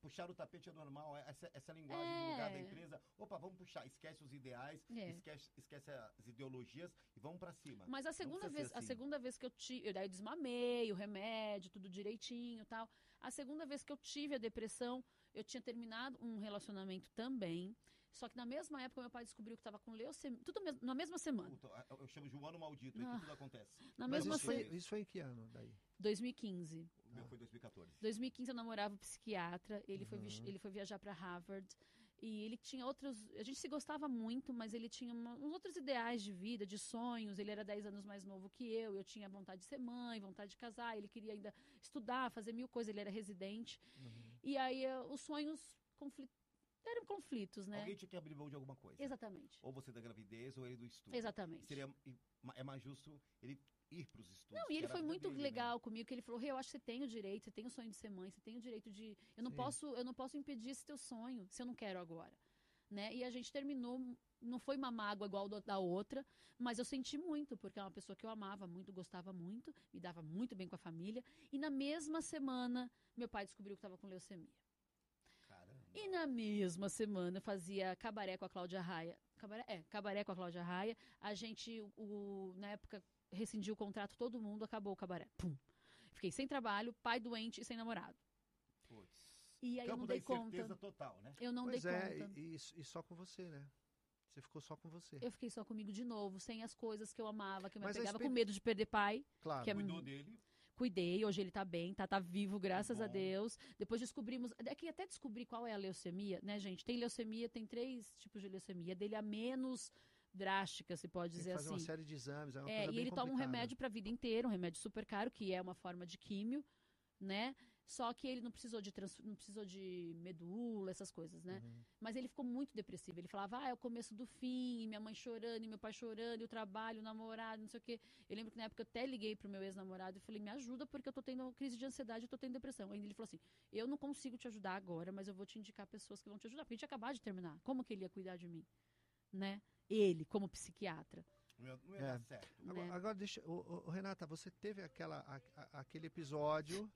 Speaker 1: Puxar o tapete é normal, é essa, essa linguagem do
Speaker 3: É.
Speaker 1: lugar da empresa. Opa, vamos puxar, esquece os ideais,
Speaker 3: É.
Speaker 1: esquece, esquece as ideologias e vamos pra cima.
Speaker 3: Mas a segunda
Speaker 1: precisa ser
Speaker 3: vez, a
Speaker 1: assim.
Speaker 3: segunda vez que eu tive, eu, daí eu desmamei o remédio, tudo direitinho, e tal. A segunda vez que eu tive a depressão, eu tinha terminado um relacionamento também. Só que na mesma época meu pai descobriu que estava com leucemia, tudo mes- na mesma semana.
Speaker 1: Puta, eu- eu chamo de um ano maldito, é
Speaker 3: Ah.
Speaker 1: que tudo acontece.
Speaker 3: Na
Speaker 2: Mas
Speaker 3: mesma
Speaker 2: isso foi,
Speaker 1: se-
Speaker 2: isso foi em que ano daí?
Speaker 3: 2015.
Speaker 1: O meu
Speaker 2: Ah.
Speaker 1: foi 2014.
Speaker 3: 2015 eu namorava um psiquiatra, ele, foi, vi-
Speaker 2: Uhum.
Speaker 3: ele foi viajar para Harvard e ele tinha outros. A gente se gostava muito, mas ele tinha uma- uns outros ideais de vida, de sonhos. Ele era 10 anos mais novo que eu, eu tinha vontade de ser mãe, vontade de casar, ele queria ainda estudar, fazer mil coisas, ele era residente.
Speaker 2: Uhum.
Speaker 3: E aí eh, os sonhos confli- eram conflitos, né?
Speaker 1: Alguém tinha que abrir mão de alguma coisa.
Speaker 3: Exatamente.
Speaker 1: Ou você da gravidez ou ele do estudo.
Speaker 3: Exatamente.
Speaker 1: Seria e ma- é mais justo ele ir pros estudos.
Speaker 3: Não, e
Speaker 1: que
Speaker 3: ele
Speaker 1: era a
Speaker 3: foi
Speaker 1: vida
Speaker 3: muito
Speaker 1: dele, né?
Speaker 3: legal comigo, que ele falou, Rê, eu acho que você tem o direito, você tem o sonho de ser mãe, você tem o direito de. Eu não
Speaker 2: Sim.
Speaker 3: posso, eu não posso impedir esse teu sonho, se eu não quero agora. Né? E a gente terminou, não foi uma mágoa igual do- da outra, mas eu senti muito, porque é uma pessoa que eu amava muito, gostava muito, me dava muito bem com a família. E na mesma semana, meu pai descobriu que estava com leucemia.
Speaker 1: Caramba.
Speaker 3: E na mesma semana eu fazia cabaré com a Cláudia Raia. Cabaré, é, cabaré com a Cláudia Raia. A gente, o- o- na época, rescindiu o contrato, todo mundo, acabou o cabaré. Pum. Fiquei sem trabalho, pai doente e sem namorado.
Speaker 1: Puts.
Speaker 3: E aí eu
Speaker 1: Campo
Speaker 3: não
Speaker 1: da
Speaker 3: dei
Speaker 1: incerteza
Speaker 3: conta.
Speaker 1: total, né?
Speaker 3: Eu não
Speaker 2: Pois
Speaker 3: dei
Speaker 2: é,
Speaker 3: conta.
Speaker 2: e, e s- e só com você, né? Você ficou só com você.
Speaker 3: Eu fiquei só comigo de novo, sem as coisas que eu amava, que eu me
Speaker 2: Mas a
Speaker 3: pegava
Speaker 2: experi-
Speaker 3: com medo de perder pai.
Speaker 2: Claro.
Speaker 3: que é
Speaker 1: Cuidou
Speaker 3: hum.
Speaker 1: dele.
Speaker 3: Cuidei, hoje ele tá bem, tá, tá vivo, graças a
Speaker 1: bom.
Speaker 3: Deus. Depois descobrimos, é que até descobri qual é a leucemia, né, gente? Tem leucemia, tem três tipos de leucemia. A Dele é a menos drástica, se pode
Speaker 2: Tem que
Speaker 3: dizer
Speaker 2: fazer
Speaker 3: assim.
Speaker 2: uma série de exames, é uma
Speaker 3: É,
Speaker 2: coisa
Speaker 3: e
Speaker 2: bem
Speaker 3: ele toma um
Speaker 2: complicada.
Speaker 3: remédio pra vida inteira, um remédio super caro, que é uma forma de químio, né? Só que ele não precisou de trans- não precisou de medula, essas coisas, né?
Speaker 2: Uhum.
Speaker 3: Mas ele ficou muito depressivo. Ele falava, ah, é o começo do fim, e minha mãe chorando, e meu pai chorando, e o trabalho, o namorado, não sei o quê. Eu lembro que na época eu até liguei pro meu ex-namorado e falei, me ajuda, porque eu tô tendo uma crise de ansiedade, eu tô tendo depressão. Aí ele falou assim, eu não consigo te ajudar agora, mas eu vou te indicar pessoas que vão te ajudar, porque a gente acabou de terminar. Como que ele ia cuidar de mim? Né? Ele, como psiquiatra.
Speaker 1: Não ia, não ia
Speaker 2: É.
Speaker 1: dar certo.
Speaker 2: Agora,
Speaker 3: né?
Speaker 2: agora deixa. ô, ô, ô, Renata, você teve aquela, a- a- aquele episódio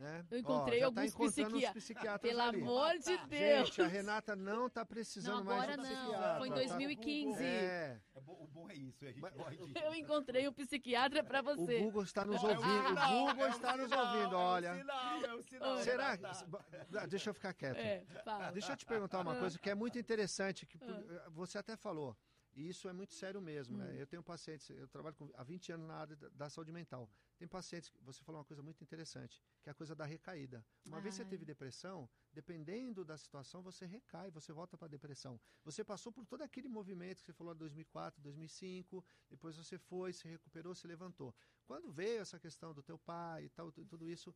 Speaker 2: né?
Speaker 3: Eu encontrei
Speaker 2: Ó, já
Speaker 3: alguns
Speaker 2: tá encontrando
Speaker 3: psiquia-
Speaker 2: uns psiquiatras
Speaker 3: Pelo
Speaker 2: ali.
Speaker 3: amor de Deus.
Speaker 2: Ah, tá. Gente, a Renata não está precisando
Speaker 3: Não,
Speaker 2: mais
Speaker 3: agora
Speaker 2: de um
Speaker 3: não.
Speaker 2: psiquiatra.
Speaker 3: Foi em
Speaker 1: tá?
Speaker 3: 2015.
Speaker 2: É,
Speaker 1: É bo- o bom é isso, é a gente
Speaker 2: Mas-
Speaker 1: corre de-
Speaker 3: Eu encontrei um psiquiatra pra
Speaker 2: o
Speaker 3: você.
Speaker 2: Google está (laughs) nos
Speaker 1: Não, é um
Speaker 2: ouvindo.
Speaker 1: sinal,
Speaker 2: O Google
Speaker 1: é um
Speaker 2: está nos
Speaker 1: sinal,
Speaker 2: ouvindo,
Speaker 1: É um
Speaker 2: olha.
Speaker 1: sinal, é um sinal.
Speaker 2: Será?
Speaker 3: tá.
Speaker 1: Renata.
Speaker 2: que- Deixa eu ficar quieto.
Speaker 3: É, fala.
Speaker 2: Deixa eu te perguntar uma
Speaker 3: Ah.
Speaker 2: coisa que é muito interessante, que por-
Speaker 1: Ah.
Speaker 2: eh, você até falou, e isso é muito sério mesmo,
Speaker 1: Hum.
Speaker 2: né? Eu tenho pacientes, eu trabalho com- há 20 anos na área da, da saúde mental. Tem pacientes, que- você falou uma coisa muito interessante, que é a coisa da recaída. Uma
Speaker 1: Ah.
Speaker 2: vez você
Speaker 3: Ai.
Speaker 2: teve depressão, dependendo da situação, você recai, você volta para depressão. Você passou por todo aquele movimento que você falou em 2004, 2005, depois você foi, se recuperou, se levantou. Quando veio essa questão do teu pai e tal, tu- tudo isso,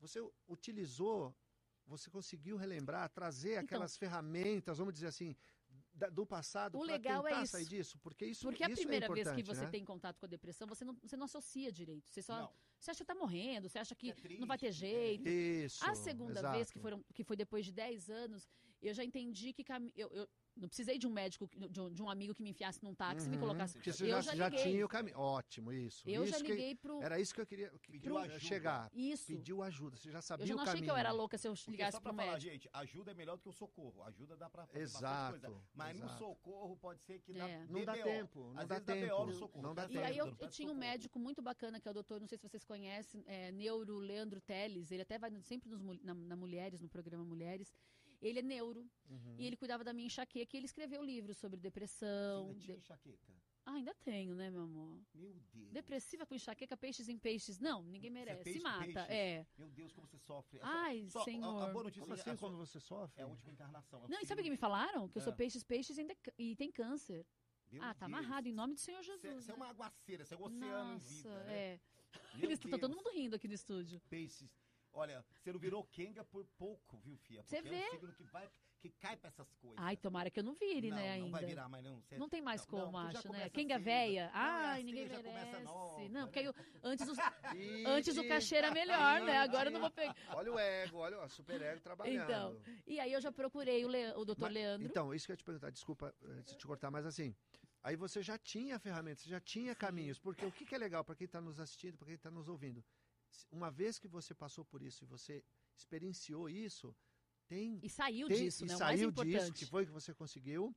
Speaker 2: você u- utilizou, você conseguiu relembrar, trazer
Speaker 3: Então.
Speaker 2: aquelas ferramentas, vamos dizer assim, da- do passado
Speaker 3: O
Speaker 2: para
Speaker 3: legal é
Speaker 2: tentar
Speaker 3: isso.
Speaker 2: sair disso? Porque isso,
Speaker 3: Porque a
Speaker 2: isso é
Speaker 3: primeira vez que
Speaker 2: importante,
Speaker 3: você
Speaker 2: né?
Speaker 3: tem contato com a depressão, você não, você não associa direito. Você só
Speaker 1: Não,
Speaker 3: você acha que tá morrendo, você acha que
Speaker 1: é triste,
Speaker 3: não vai ter
Speaker 1: é.
Speaker 3: jeito.
Speaker 2: Isso.
Speaker 3: A segunda
Speaker 2: exato.
Speaker 3: vez, que, foram, que foi depois de 10 anos, eu já entendi que cami- eu, eu não precisei de um médico, que- de um, de um amigo que me enfiasse num táxi e me
Speaker 2: Uhum,
Speaker 3: colocasse. assim,
Speaker 2: Porque você
Speaker 3: Eu
Speaker 2: já,
Speaker 3: já
Speaker 2: já
Speaker 3: liguei.
Speaker 2: tinha o caminho. Ótimo, isso.
Speaker 3: Eu
Speaker 2: isso
Speaker 3: já
Speaker 2: que-
Speaker 3: liguei pro.
Speaker 2: Era isso que eu queria que-
Speaker 1: Pediu ajuda.
Speaker 2: chegar.
Speaker 3: Isso.
Speaker 2: Pediu ajuda. Você já sabia
Speaker 3: eu já
Speaker 2: o
Speaker 3: não
Speaker 2: caminho.
Speaker 3: achei que eu era louca se eu
Speaker 1: Porque
Speaker 3: ligasse
Speaker 1: só pra
Speaker 3: pro
Speaker 1: falar,
Speaker 3: médico.
Speaker 1: gente, ajuda é melhor do que o socorro. Ajuda dá pra fazer bastante coisa.
Speaker 2: Exato.
Speaker 1: Mas no
Speaker 2: exato.
Speaker 1: socorro pode ser que dá
Speaker 3: É.
Speaker 2: Não dá
Speaker 1: BBO.
Speaker 2: tempo. Não
Speaker 1: Às
Speaker 2: dá
Speaker 1: vezes dá
Speaker 2: tempo.
Speaker 1: BO no socorro.
Speaker 2: Não dá
Speaker 1: E
Speaker 3: E
Speaker 2: tempo.
Speaker 3: aí eu,
Speaker 1: Pedro,
Speaker 3: eu tinha um
Speaker 1: socorro.
Speaker 3: médico muito bacana, que é o doutor, não sei se vocês conhecem, é, neuro Leandro Teles, ele até vai no- sempre nos, mul- na, na Mulheres, no programa Mulheres. Ele é neuro
Speaker 2: Uhum.
Speaker 3: e ele cuidava da minha enxaqueca e ele escreveu livros sobre
Speaker 1: Você
Speaker 3: depressão.
Speaker 1: ainda
Speaker 3: de-
Speaker 1: tinha enxaqueca.
Speaker 3: Ah, ainda tenho, né, meu amor?
Speaker 1: Meu Deus.
Speaker 3: Depressiva com enxaqueca, peixes em peixes. Não, ninguém
Speaker 1: Você é
Speaker 3: merece.
Speaker 1: peixe,
Speaker 3: Se mata,
Speaker 1: peixes?
Speaker 3: é.
Speaker 1: Meu Deus, como você sofre. A sua-
Speaker 3: Ai,
Speaker 1: só, a- A, boa notícia
Speaker 3: senhor.
Speaker 2: Como
Speaker 1: é que a
Speaker 2: assim
Speaker 1: sua-
Speaker 2: quando você sofre?
Speaker 1: é a última encarnação. é o
Speaker 3: Não, e sabe o
Speaker 1: fim.
Speaker 3: que me falaram? Que eu sou
Speaker 1: Ah.
Speaker 3: peixes, peixes e ainda c- e tem câncer.
Speaker 1: Meu
Speaker 3: ah, tá
Speaker 1: Deus.
Speaker 3: amarrado, em nome do Senhor
Speaker 1: Você-
Speaker 3: Jesus.
Speaker 1: Você é
Speaker 3: né?
Speaker 1: uma aguaceira, você é um oceano
Speaker 3: Nossa,
Speaker 1: em vida. né?
Speaker 3: é.
Speaker 1: Meu
Speaker 3: Eles tá todo
Speaker 1: Deus,
Speaker 3: mundo rindo aqui no estúdio.
Speaker 1: Peixes. Olha, você não virou Kenga por pouco, viu, Fia?
Speaker 3: Você
Speaker 1: Porque é um signo que, vai, que cai pra essas coisas.
Speaker 2: é.
Speaker 3: Ai, tomara que eu não vire,
Speaker 1: não,
Speaker 3: né,
Speaker 1: Não
Speaker 3: ainda.
Speaker 1: vai virar mais, não. Você
Speaker 3: Não tem mais
Speaker 1: Não,
Speaker 3: como,
Speaker 1: não, tu já
Speaker 3: acho, né?
Speaker 1: começa
Speaker 3: Quem é
Speaker 1: cedo.
Speaker 3: véia?
Speaker 1: Não, é
Speaker 3: Ai,
Speaker 1: assim,
Speaker 3: ninguém
Speaker 1: já começa
Speaker 3: merece.
Speaker 1: nova,
Speaker 3: não, porque
Speaker 1: né?
Speaker 3: aí eu- antes,
Speaker 2: (laughs)
Speaker 3: os-
Speaker 2: E-
Speaker 3: antes o cachê era melhor, né? Agora eu não vou pegar.
Speaker 2: Olha o ego, olha o super ego trabalhando.
Speaker 3: Então, E aí eu já procurei o, Lea- o doutor
Speaker 2: Mas-
Speaker 3: Leandro.
Speaker 2: Então, isso que eu ia te perguntar, desculpa eh, se te cortar, mas assim, aí você já tinha ferramentas, você já tinha caminhos, porque o que, que é legal para quem está nos assistindo, para quem está nos ouvindo, se- uma vez que você passou por isso e você experienciou isso, tem,
Speaker 3: E saiu
Speaker 2: tem
Speaker 3: disso,
Speaker 2: e
Speaker 3: né? O mais
Speaker 2: saiu disso,
Speaker 3: importante.
Speaker 2: que foi que você conseguiu,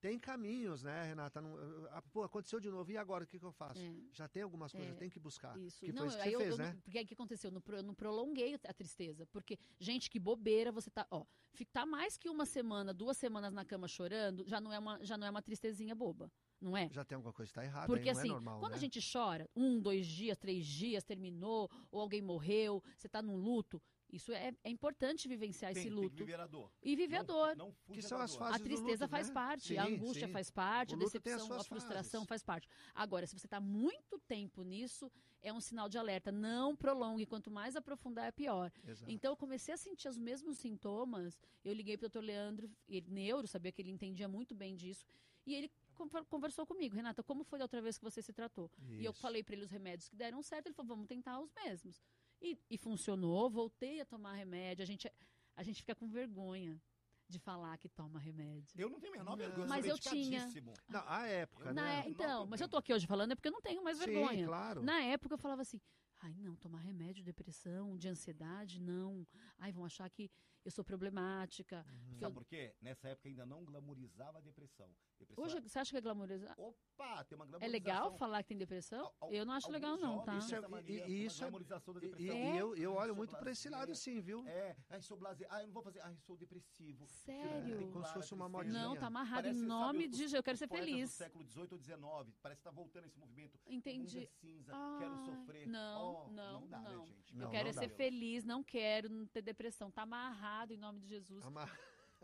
Speaker 2: tem caminhos, né, Renata? Não, eh, ah, pô, aconteceu de novo, e agora o que, que eu faço?
Speaker 3: É,
Speaker 2: Já tem algumas coisas,
Speaker 3: É,
Speaker 2: tem que buscar.
Speaker 3: isso.
Speaker 2: Ah, Que foi
Speaker 3: não,
Speaker 2: isso que
Speaker 3: aí
Speaker 2: você
Speaker 3: eu,
Speaker 2: fez,
Speaker 3: eu não-
Speaker 2: né?
Speaker 3: porque aí o que aconteceu? Eu não, pro- eu não prolonguei a tristeza. Porque, gente, que bobeira você tá. Ó, ficar mais que uma semana, duas semanas na cama chorando, já não é uma, já não é uma tristezinha boba, não é?
Speaker 2: Já tem alguma coisa que está errada,
Speaker 3: Porque
Speaker 2: aí não
Speaker 3: assim,
Speaker 2: é normal,
Speaker 3: quando
Speaker 2: né?
Speaker 3: a gente chora, um, dois dias, três dias, terminou, ou alguém morreu, você tá num luto, isso é, é importante vivenciar
Speaker 1: tem,
Speaker 3: esse
Speaker 1: tem que
Speaker 3: luto.
Speaker 1: viver a dor.
Speaker 3: E viver a
Speaker 1: Não-
Speaker 3: dor.
Speaker 1: Não fuja
Speaker 2: Que são
Speaker 1: da
Speaker 2: as
Speaker 1: dor.
Speaker 2: fases
Speaker 3: A
Speaker 2: do
Speaker 3: tristeza
Speaker 2: luto,
Speaker 3: faz
Speaker 2: né?
Speaker 3: parte, a
Speaker 2: Sim,
Speaker 3: angústia
Speaker 2: sim.
Speaker 3: faz parte,
Speaker 2: O
Speaker 3: a
Speaker 2: luto tem as
Speaker 3: decepção, a
Speaker 2: suas
Speaker 3: frustração
Speaker 2: fases.
Speaker 3: faz parte. Agora, se você está muito tempo nisso, é um sinal de alerta. Não prolongue, quanto mais aprofundar é pior.
Speaker 2: Exato.
Speaker 3: Então eu comecei a sentir os mesmos sintomas. Eu liguei pro Dr. Leandro, ele neuro, sabia que ele entendia muito bem disso, e ele con- conversou comigo, Renata, como foi da outra vez que você se tratou? E eu
Speaker 2: Isso.
Speaker 3: falei pra ele os remédios que deram certo, ele falou, vamos tentar os mesmos. E, e funcionou, voltei a tomar remédio. A gente, a gente fica com vergonha de falar que toma remédio.
Speaker 1: Eu não tenho a menor vergonha,
Speaker 3: Mas
Speaker 1: sou
Speaker 3: eu tinha.
Speaker 1: dedicadíssimo.
Speaker 2: Não, a época,
Speaker 3: Na
Speaker 2: né?
Speaker 3: é-
Speaker 1: não,
Speaker 3: então,
Speaker 1: não,
Speaker 3: mas eu tô aqui hoje falando é porque eu não tenho mais
Speaker 2: Sim,
Speaker 3: vergonha.
Speaker 2: claro.
Speaker 3: Na época eu falava assim, ai não, tomar remédio, depressão, de ansiedade, não. Ai, vão achar que eu sou problemática.
Speaker 2: Uhum.
Speaker 1: Sabe por quê? Nessa época ainda não glamorizava a depressão. depressão
Speaker 3: Hoje,
Speaker 1: era-
Speaker 3: você acha que é glamouroso?
Speaker 1: Opa, tem uma
Speaker 3: É
Speaker 1: glamorização.
Speaker 3: legal falar que tem depressão?
Speaker 1: um Al- al-
Speaker 3: Eu não acho
Speaker 1: alguns
Speaker 3: legal não, tá?
Speaker 1: jovens um
Speaker 2: Isso é-
Speaker 1: dessa
Speaker 2: e-
Speaker 1: mania,
Speaker 2: e
Speaker 1: tem uma
Speaker 2: isso é-
Speaker 1: glamorização da
Speaker 2: E, e-
Speaker 3: É.
Speaker 1: depressão.
Speaker 2: e eu, eu olho
Speaker 1: Sou
Speaker 2: muito para esse lado,
Speaker 1: brasileiro.
Speaker 2: sim, viu?
Speaker 1: É, ai, sou blazer. Ah, eu não vou fazer. Ah, eu sou depressivo.
Speaker 2: Tem
Speaker 3: Sério?
Speaker 2: É, como se fosse uma
Speaker 1: Claro,
Speaker 2: modinha.
Speaker 3: Não, tá amarrado
Speaker 1: Parece,
Speaker 3: em
Speaker 1: sabe,
Speaker 3: nome
Speaker 1: os-
Speaker 3: de Jesus. Eu quero
Speaker 1: Os
Speaker 3: ser
Speaker 1: poetas Do
Speaker 3: feliz.
Speaker 1: século 18 ou 19, parece que tá voltando esse movimento.
Speaker 3: Entendi.
Speaker 1: Mundo é cinza, quero
Speaker 3: Ai,
Speaker 1: sofrer.
Speaker 3: não,
Speaker 1: Oh,
Speaker 3: não,
Speaker 1: dá, né,
Speaker 3: não.
Speaker 1: gente?
Speaker 2: Eu
Speaker 3: Eu
Speaker 2: Não,
Speaker 3: quero é
Speaker 2: dá.
Speaker 3: ser feliz, não quero não ter depressão. Tá amarrado em nome de Jesus.
Speaker 2: Amar-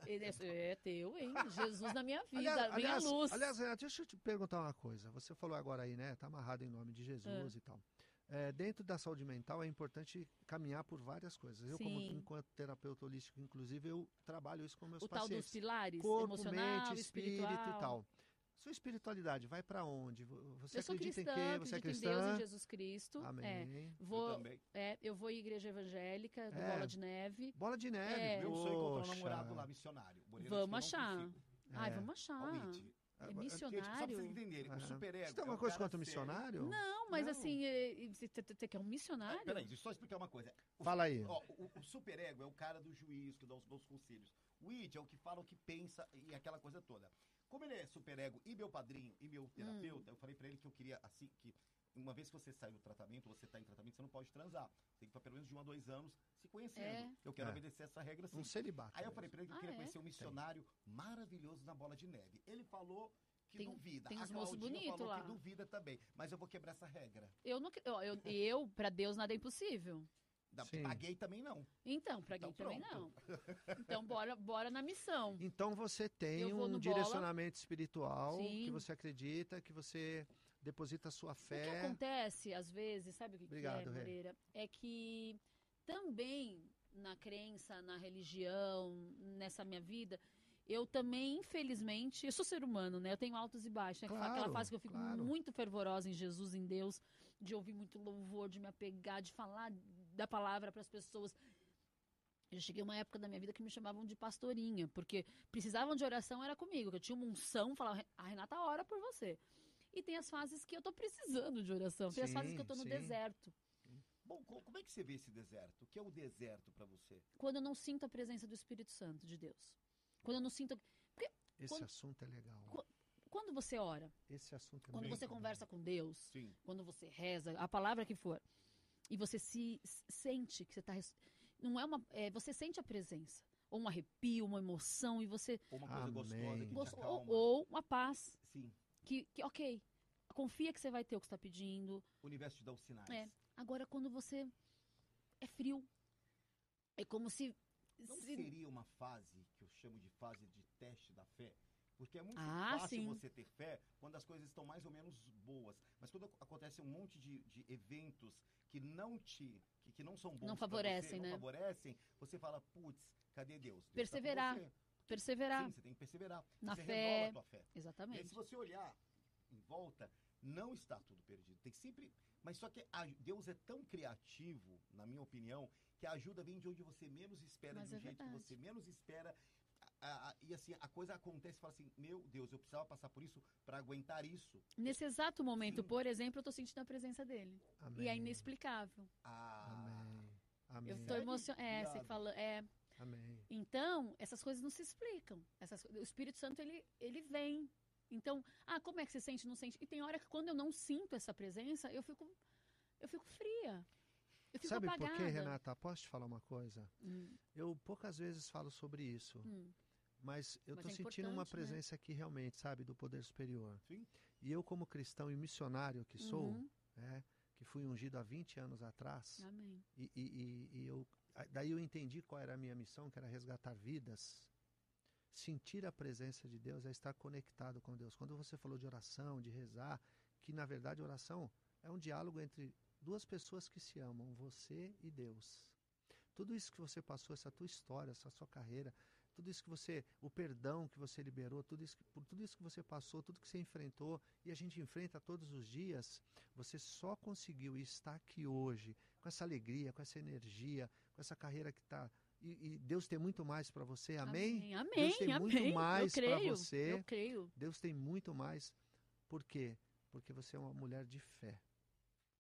Speaker 3: Ele é, é teu, hein? Jesus na minha vida,
Speaker 2: Aliás,
Speaker 3: vem
Speaker 2: aliás,
Speaker 3: a luz.
Speaker 2: aliás, Renato, deixa eu te perguntar uma coisa. Você falou agora aí, né? Tá amarrado em nome de
Speaker 3: Ah.
Speaker 2: Jesus e tal. É, dentro da saúde mental é importante caminhar por várias coisas. Eu, como
Speaker 3: Sim.
Speaker 2: enquanto terapeuta holístico, inclusive, eu trabalho isso com meus
Speaker 3: o tal dos
Speaker 2: pacientes.
Speaker 3: pilares,
Speaker 2: Corpo,
Speaker 3: emocional,
Speaker 2: mente, espírito
Speaker 3: espiritual.
Speaker 2: e tal. Sua espiritualidade vai para onde? Vo- Você
Speaker 3: eu sou
Speaker 2: acredita
Speaker 3: cristã,
Speaker 2: em quê? Você é
Speaker 3: acredito
Speaker 2: cristã?
Speaker 3: em Deus, em Jesus Cristo. É,
Speaker 2: Amém.
Speaker 1: Eu
Speaker 3: vou,
Speaker 1: também.
Speaker 3: é, eu vou à igreja evangélica, do
Speaker 2: É.
Speaker 3: Bola de Neve.
Speaker 2: Bola de neve.
Speaker 3: É.
Speaker 1: Meu sonho é encontrar um
Speaker 2: poxa.
Speaker 1: namorado lá, missionário. Moreira
Speaker 3: Vamos
Speaker 1: disse que eu não
Speaker 3: achar.
Speaker 1: consigo.
Speaker 3: Ai,
Speaker 2: É.
Speaker 3: vamos achar.
Speaker 1: Ó, o It.
Speaker 3: É
Speaker 1: Gente, só pra vocês
Speaker 3: missionário?
Speaker 1: entenderem,
Speaker 2: Aham.
Speaker 1: o superego.
Speaker 2: Você tem
Speaker 1: é
Speaker 2: alguma
Speaker 1: um
Speaker 2: coisa
Speaker 1: cara
Speaker 2: contra o
Speaker 1: sério.
Speaker 2: missionário?
Speaker 3: Não, mas
Speaker 1: Não.
Speaker 3: assim, é- é- você te- te- que é um missionário?
Speaker 1: Ah, Peraí, deixa eu só explicar uma coisa. O
Speaker 2: Fala aí.
Speaker 1: Ó, o, o superego é o cara do juiz que dá os bons conselhos. O id é o que fala, o que pensa e aquela coisa toda. Como ele é superego e meu padrinho e meu terapeuta,
Speaker 3: Hum.
Speaker 1: eu falei pra ele que eu queria, assim, que uma vez que você sai do tratamento, você tá em tratamento, você não pode transar. Tem que estar pelo menos de um a dois anos se conhecendo.
Speaker 3: É.
Speaker 1: Eu quero
Speaker 2: É.
Speaker 1: obedecer essa regra, sim.
Speaker 2: Um celibato.
Speaker 1: Aí eu falei pra ele que eu
Speaker 3: Ah,
Speaker 1: queria
Speaker 3: é?
Speaker 1: conhecer um missionário maravilhoso na bola de neve. Ele falou que
Speaker 3: Tem-
Speaker 1: duvida.
Speaker 3: tem
Speaker 1: a
Speaker 3: uns moços
Speaker 1: Claudinha
Speaker 3: bonito
Speaker 1: falou
Speaker 3: lá.
Speaker 1: que duvida também. Mas eu vou quebrar essa regra.
Speaker 3: Eu, não, ac- ó, eu, eu para Deus, nada é impossível.
Speaker 1: Da,
Speaker 2: Sim.
Speaker 1: pra gay também não.
Speaker 3: Então, pra
Speaker 1: Então,
Speaker 3: quem também não. Então, bora, bora na missão.
Speaker 2: Então você tem
Speaker 3: Eu vou
Speaker 2: um
Speaker 3: no
Speaker 2: direcionamento espiritual que
Speaker 3: Sim.
Speaker 2: você acredita, que você deposita a sua
Speaker 3: O que
Speaker 2: fé.
Speaker 3: acontece, às vezes, sabe o que, que
Speaker 2: Obrigado,
Speaker 3: é,
Speaker 2: Rê.
Speaker 3: Moreira? É que também na crença, na religião, nessa minha vida, eu também, infelizmente, eu sou ser humano, né? Eu tenho altos e baixos. Né? Aquela-
Speaker 2: Claro,
Speaker 3: Aquela fase que eu fico
Speaker 2: claro.
Speaker 3: muito fervorosa em Jesus, em Deus, de ouvir muito louvor, de me apegar, de falar da palavra para as pessoas. Eu cheguei a uma época da minha vida que me chamavam de pastorinha, porque precisavam de oração, era comigo. que Eu tinha uma unção, falava, a Renata ora por você. E tem as fases que eu tô precisando de oração, tem as fases que eu tô no
Speaker 2: Sim, sim.
Speaker 3: deserto.
Speaker 1: Bom, co- como é que você vê esse deserto? O que é o deserto pra você?
Speaker 3: Quando eu não sinto a presença do Espírito Santo de Deus. Quando eu não sinto.
Speaker 2: Esse
Speaker 3: Quando-
Speaker 2: assunto é legal.
Speaker 3: Qu- Quando você ora,
Speaker 2: Esse assunto é
Speaker 3: quando
Speaker 2: muito
Speaker 3: você
Speaker 2: bom.
Speaker 3: conversa com Deus,
Speaker 1: Sim.
Speaker 3: quando você reza, a palavra que for, e você se s- sente que você tá. res- Não é uma. é, você sente a presença. Ou um arrepio, uma emoção, e você.
Speaker 1: Ou uma coisa
Speaker 2: Amém.
Speaker 1: gostosa que
Speaker 3: gosto-
Speaker 1: te
Speaker 3: ou,
Speaker 1: acalma.
Speaker 3: ou uma paz.
Speaker 1: Sim.
Speaker 3: Que, que, ok. Confia que você vai ter o que você tá pedindo.
Speaker 1: O universo te dá os sinais.
Speaker 3: É. Agora, quando você é frio, é como se.
Speaker 1: Não
Speaker 3: se-
Speaker 1: seria uma fase que eu chamo de fase de teste da fé? Porque é muito
Speaker 3: Ah,
Speaker 1: fácil
Speaker 3: sim.
Speaker 1: você ter fé quando as coisas estão mais ou menos boas. Mas quando ac- acontece um monte de, de eventos que não te. que, que não são bons. pra
Speaker 3: favorecem,
Speaker 1: você,
Speaker 3: né?
Speaker 1: Não favorecem, você fala, putz, cadê Deus? Deus tá com
Speaker 3: Perseverar.
Speaker 1: você.
Speaker 3: Perseverar.
Speaker 1: Sim, você tem que perseverar.
Speaker 3: Na
Speaker 1: você
Speaker 3: fé.
Speaker 1: renova a tua fé. E aí,
Speaker 3: Exatamente.
Speaker 1: se você olhar em volta, não está tudo perdido. Tem sempre. Mas só que a- Deus é tão criativo, na minha opinião, que a ajuda vem de onde você menos espera,
Speaker 3: Mas
Speaker 1: de um
Speaker 3: é
Speaker 1: jeito
Speaker 3: verdade.
Speaker 1: que você menos espera. A- a- e assim, a coisa acontece e fala assim: Meu Deus, eu precisava passar por isso para aguentar isso.
Speaker 3: Nesse exato momento,
Speaker 1: Sim.
Speaker 3: por exemplo, eu tô sentindo a presença dele.
Speaker 2: Amém.
Speaker 3: E é inexplicável.
Speaker 1: Ah,
Speaker 2: Amém. Amém.
Speaker 3: Eu tô
Speaker 1: Sério?
Speaker 3: emocionada. É, você
Speaker 1: Viado.
Speaker 3: fala. É.
Speaker 2: Amém.
Speaker 3: Então, essas coisas não se explicam. Essas, o Espírito Santo, ele, ele vem. Então, ah, como é que você sente, não sente? E tem hora que quando eu não sinto essa presença, eu fico. Eu fico fria. Eu fico
Speaker 2: Sabe
Speaker 3: apagada.
Speaker 2: por quê, Renata? Posso te falar uma coisa?
Speaker 3: Hum,
Speaker 2: Eu poucas vezes falo sobre isso,
Speaker 3: hum.
Speaker 2: mas eu
Speaker 3: Mas
Speaker 2: tô
Speaker 3: é
Speaker 2: sentindo uma
Speaker 3: importante, né?
Speaker 2: presença aqui realmente, sabe, do poder superior.
Speaker 1: Sim.
Speaker 2: E eu, como cristão e missionário que sou,
Speaker 3: Uhum. Ah.
Speaker 2: né, que fui ungido há 20 anos atrás,
Speaker 3: Amém.
Speaker 2: e, e- e- e eu, a- daí eu entendi qual era a minha missão, que era resgatar vidas. Sentir a presença de Deus é estar conectado com Deus. Quando você falou de oração, de rezar, que na verdade oração é um diálogo entre duas pessoas que se amam, você e Deus. Tudo isso que você passou, essa tua história, essa sua carreira, tudo isso que você, o perdão que você liberou, tudo isso que, por tudo isso que você passou, tudo que você enfrentou e a gente enfrenta todos os dias, você só conseguiu estar aqui hoje com essa alegria, com essa energia, com essa carreira que está. E, e Deus tem muito mais para você, amém?
Speaker 3: Amém, amém.
Speaker 2: Deus tem muito
Speaker 3: amém.
Speaker 2: mais
Speaker 3: eu
Speaker 2: pra
Speaker 3: creio,
Speaker 2: você.
Speaker 3: Eu creio.
Speaker 2: Deus tem muito mais. Por quê? Porque você é uma mulher de fé.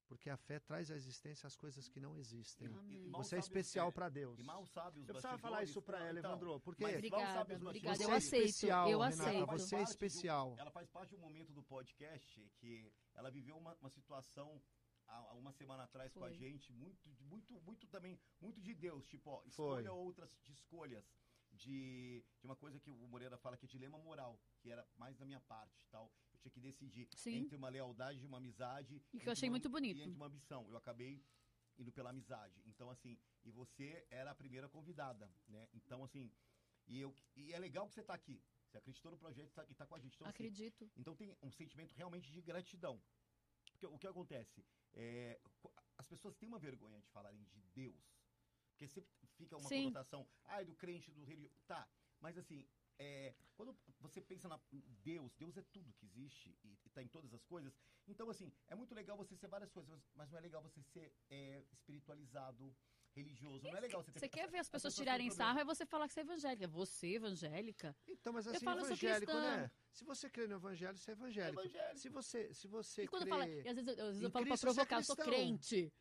Speaker 2: Porque a fé traz à existência as coisas que não existem.
Speaker 3: Amém.
Speaker 1: mal
Speaker 2: Você é
Speaker 1: sabe-
Speaker 2: especial
Speaker 1: é,
Speaker 2: para Deus.
Speaker 1: E mal
Speaker 2: Eu
Speaker 1: sabe os
Speaker 2: precisava falar
Speaker 1: bastidores,
Speaker 2: isso para
Speaker 1: não,
Speaker 2: ela,
Speaker 1: então.
Speaker 2: Evandro, porque
Speaker 1: mas-
Speaker 3: Obrigada,
Speaker 1: sabe os
Speaker 3: obrigada.
Speaker 1: bastidores.
Speaker 2: você
Speaker 3: Eu
Speaker 2: é
Speaker 3: aceito,
Speaker 2: especial,
Speaker 3: eu
Speaker 2: Renata,
Speaker 1: Faz
Speaker 2: você é
Speaker 3: aceito.
Speaker 1: parte de um-
Speaker 2: especial.
Speaker 1: Ela faz parte de um momento do podcast que ela viveu uma, uma situação há, há uma semana atrás com a
Speaker 3: Foi.
Speaker 1: gente, muito, de- muito, muito também, muito de Deus, tipo, ó,
Speaker 2: Foi.
Speaker 1: escolha outras de escolhas. De, de uma coisa que o Moreira fala que é dilema moral, que era mais da minha parte e tal. Eu tinha que decidir
Speaker 3: Sim.
Speaker 1: entre uma lealdade e uma amizade.
Speaker 3: E que
Speaker 1: entre
Speaker 3: eu achei
Speaker 1: uma-
Speaker 3: muito bonito.
Speaker 1: E é entre uma ambição. Eu acabei indo pela amizade. Então, assim, e você era a primeira convidada, né? Então, assim, e, eu, e é legal que você tá aqui. Você acreditou no projeto e tá, e tá com a gente. Então, assim,
Speaker 3: Acredito.
Speaker 1: então tem um sentimento realmente de gratidão. Porque o que acontece? É, co- as pessoas têm uma vergonha de falarem de Deus. Porque sempre fica uma
Speaker 3: Sim.
Speaker 1: conotação, ai, do crente, do religioso. Tá, mas assim, é, quando você pensa na em Deus, Deus é tudo que existe e está em todas as coisas. Então, assim, é muito legal você ser várias coisas, mas, mas não é legal você ser é, espiritualizado, religioso. Não é legal você ter
Speaker 3: Você quer ver as
Speaker 1: pessoas
Speaker 3: pessoas
Speaker 1: têm um
Speaker 3: tirarem
Speaker 1: problema.
Speaker 3: sarro, é você falar que você é evangélica. Você, evangélica?
Speaker 2: Então, mas assim,
Speaker 3: falo, eu sou
Speaker 2: evangélico,
Speaker 3: cristã.
Speaker 2: né? Se você crê no evangelho, você é evangélico.
Speaker 1: Evangélico.
Speaker 2: Se você, se você
Speaker 3: e quando
Speaker 2: crê...
Speaker 3: fala. E às vezes eu, às vezes eu
Speaker 2: em
Speaker 3: falo
Speaker 2: Cristo, você é
Speaker 3: pra provocar, eu sou
Speaker 2: cristão.
Speaker 3: crente.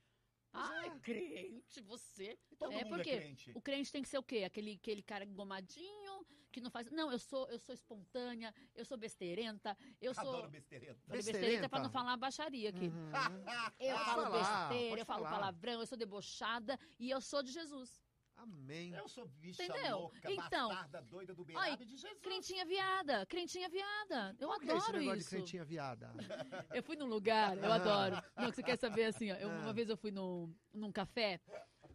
Speaker 2: Pois
Speaker 3: Ah,
Speaker 2: é.
Speaker 3: crente, você.
Speaker 1: Todo
Speaker 3: é
Speaker 1: mundo
Speaker 3: porque
Speaker 1: é crente.
Speaker 3: O crente tem que ser o quê? Aquele, aquele cara engomadinho, que não faz. Não, eu sou, eu sou espontânea, eu sou besteirenta, eu sou.
Speaker 1: Adoro besteirento.
Speaker 3: Falei besteirenta pra não
Speaker 2: Besteirenta.
Speaker 3: falar baixaria aqui.
Speaker 2: Uhum.
Speaker 3: (laughs) Eu
Speaker 2: Pode
Speaker 3: falo
Speaker 2: falar,
Speaker 3: besteira,
Speaker 2: pode
Speaker 3: eu falo
Speaker 2: falar.
Speaker 3: palavrão, eu sou debochada e eu sou de Jesus.
Speaker 2: Amém.
Speaker 1: Eu sou bicha
Speaker 3: Entendeu?
Speaker 1: louca,
Speaker 3: Então,
Speaker 1: bastarda, doida do beirado
Speaker 3: ai,
Speaker 1: de Jesus.
Speaker 3: Crentinha viada, crentinha viada. Eu
Speaker 2: Qual que é esse
Speaker 3: adoro
Speaker 2: negócio de
Speaker 3: isso.
Speaker 2: crentinha viada?
Speaker 3: Eu fui num lugar, eu
Speaker 2: Ah.
Speaker 3: adoro. Não, que você quer saber assim, ó. Eu,
Speaker 2: Ah.
Speaker 3: uma vez eu fui num, num café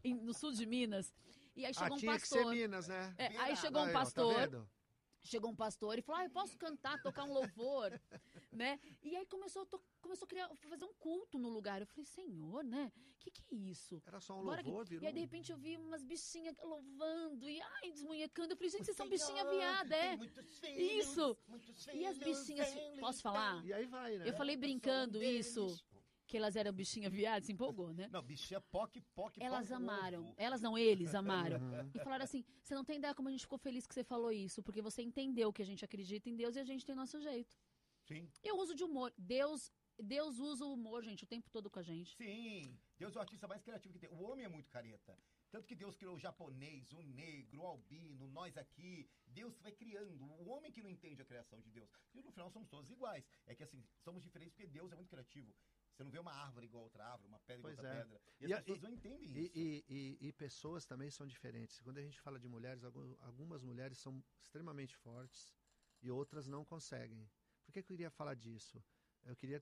Speaker 3: em- no sul de Minas e aí
Speaker 2: Ah,
Speaker 3: chegou um
Speaker 2: tinha que ser
Speaker 3: pastor.
Speaker 2: Minas, né?
Speaker 3: É,
Speaker 1: Beirada.
Speaker 3: aí chegou
Speaker 2: Aí,
Speaker 3: um
Speaker 2: ó, tá
Speaker 3: pastor,
Speaker 2: vendo?
Speaker 3: chegou um pastor e falou: ah, eu posso cantar, tocar um louvor,
Speaker 2: (laughs)
Speaker 3: né? E aí começou a, to- começou a criar, fazer um culto no lugar. Eu falei, senhor, né? Que que é isso?
Speaker 2: Era só um
Speaker 3: Bora que-
Speaker 2: louvor, virou...
Speaker 3: E aí, de repente, eu vi umas bichinhas louvando e ai, desmunhecando. Eu falei, gente, vocês são bichinha viada, é? Isso. E as bichinhas, assim, posso falar?
Speaker 2: E aí vai, né?
Speaker 3: Eu
Speaker 1: um
Speaker 3: falei brincando isso, (laughs) que elas eram bichinha viada, se empolgou, né?
Speaker 1: Não, bichinha poc, poc,
Speaker 3: Elas
Speaker 1: poc,
Speaker 3: amaram,
Speaker 1: ovo.
Speaker 3: elas não, eles amaram.
Speaker 2: Uhum.
Speaker 3: (laughs) E falaram assim: você não tem ideia como a gente ficou feliz que você falou isso, porque você entendeu que a gente acredita em Deus e a gente tem nosso jeito.
Speaker 1: Sim.
Speaker 3: Eu uso de humor. Deus, Deus usa o humor, gente, o tempo todo com a gente.
Speaker 1: Sim. Deus é o artista mais criativo que tem. O homem é muito careta. Tanto que Deus criou o japonês, o negro, o albino, nós aqui. Deus vai criando. O homem que não entende a criação de Deus. E no final somos todos iguais. É que assim, somos diferentes porque Deus é muito criativo. Você não vê uma árvore igual a outra árvore, uma pedra igual a
Speaker 2: Pois
Speaker 1: outra
Speaker 2: é.
Speaker 1: pedra. E,
Speaker 2: E
Speaker 1: as
Speaker 2: a-
Speaker 1: pessoas não entendem
Speaker 2: E,
Speaker 1: isso.
Speaker 2: e- e- e pessoas também são diferentes. Quando a gente fala de mulheres, algu- algumas mulheres são extremamente fortes e outras não conseguem. Por que, que eu queria falar disso? Eu queria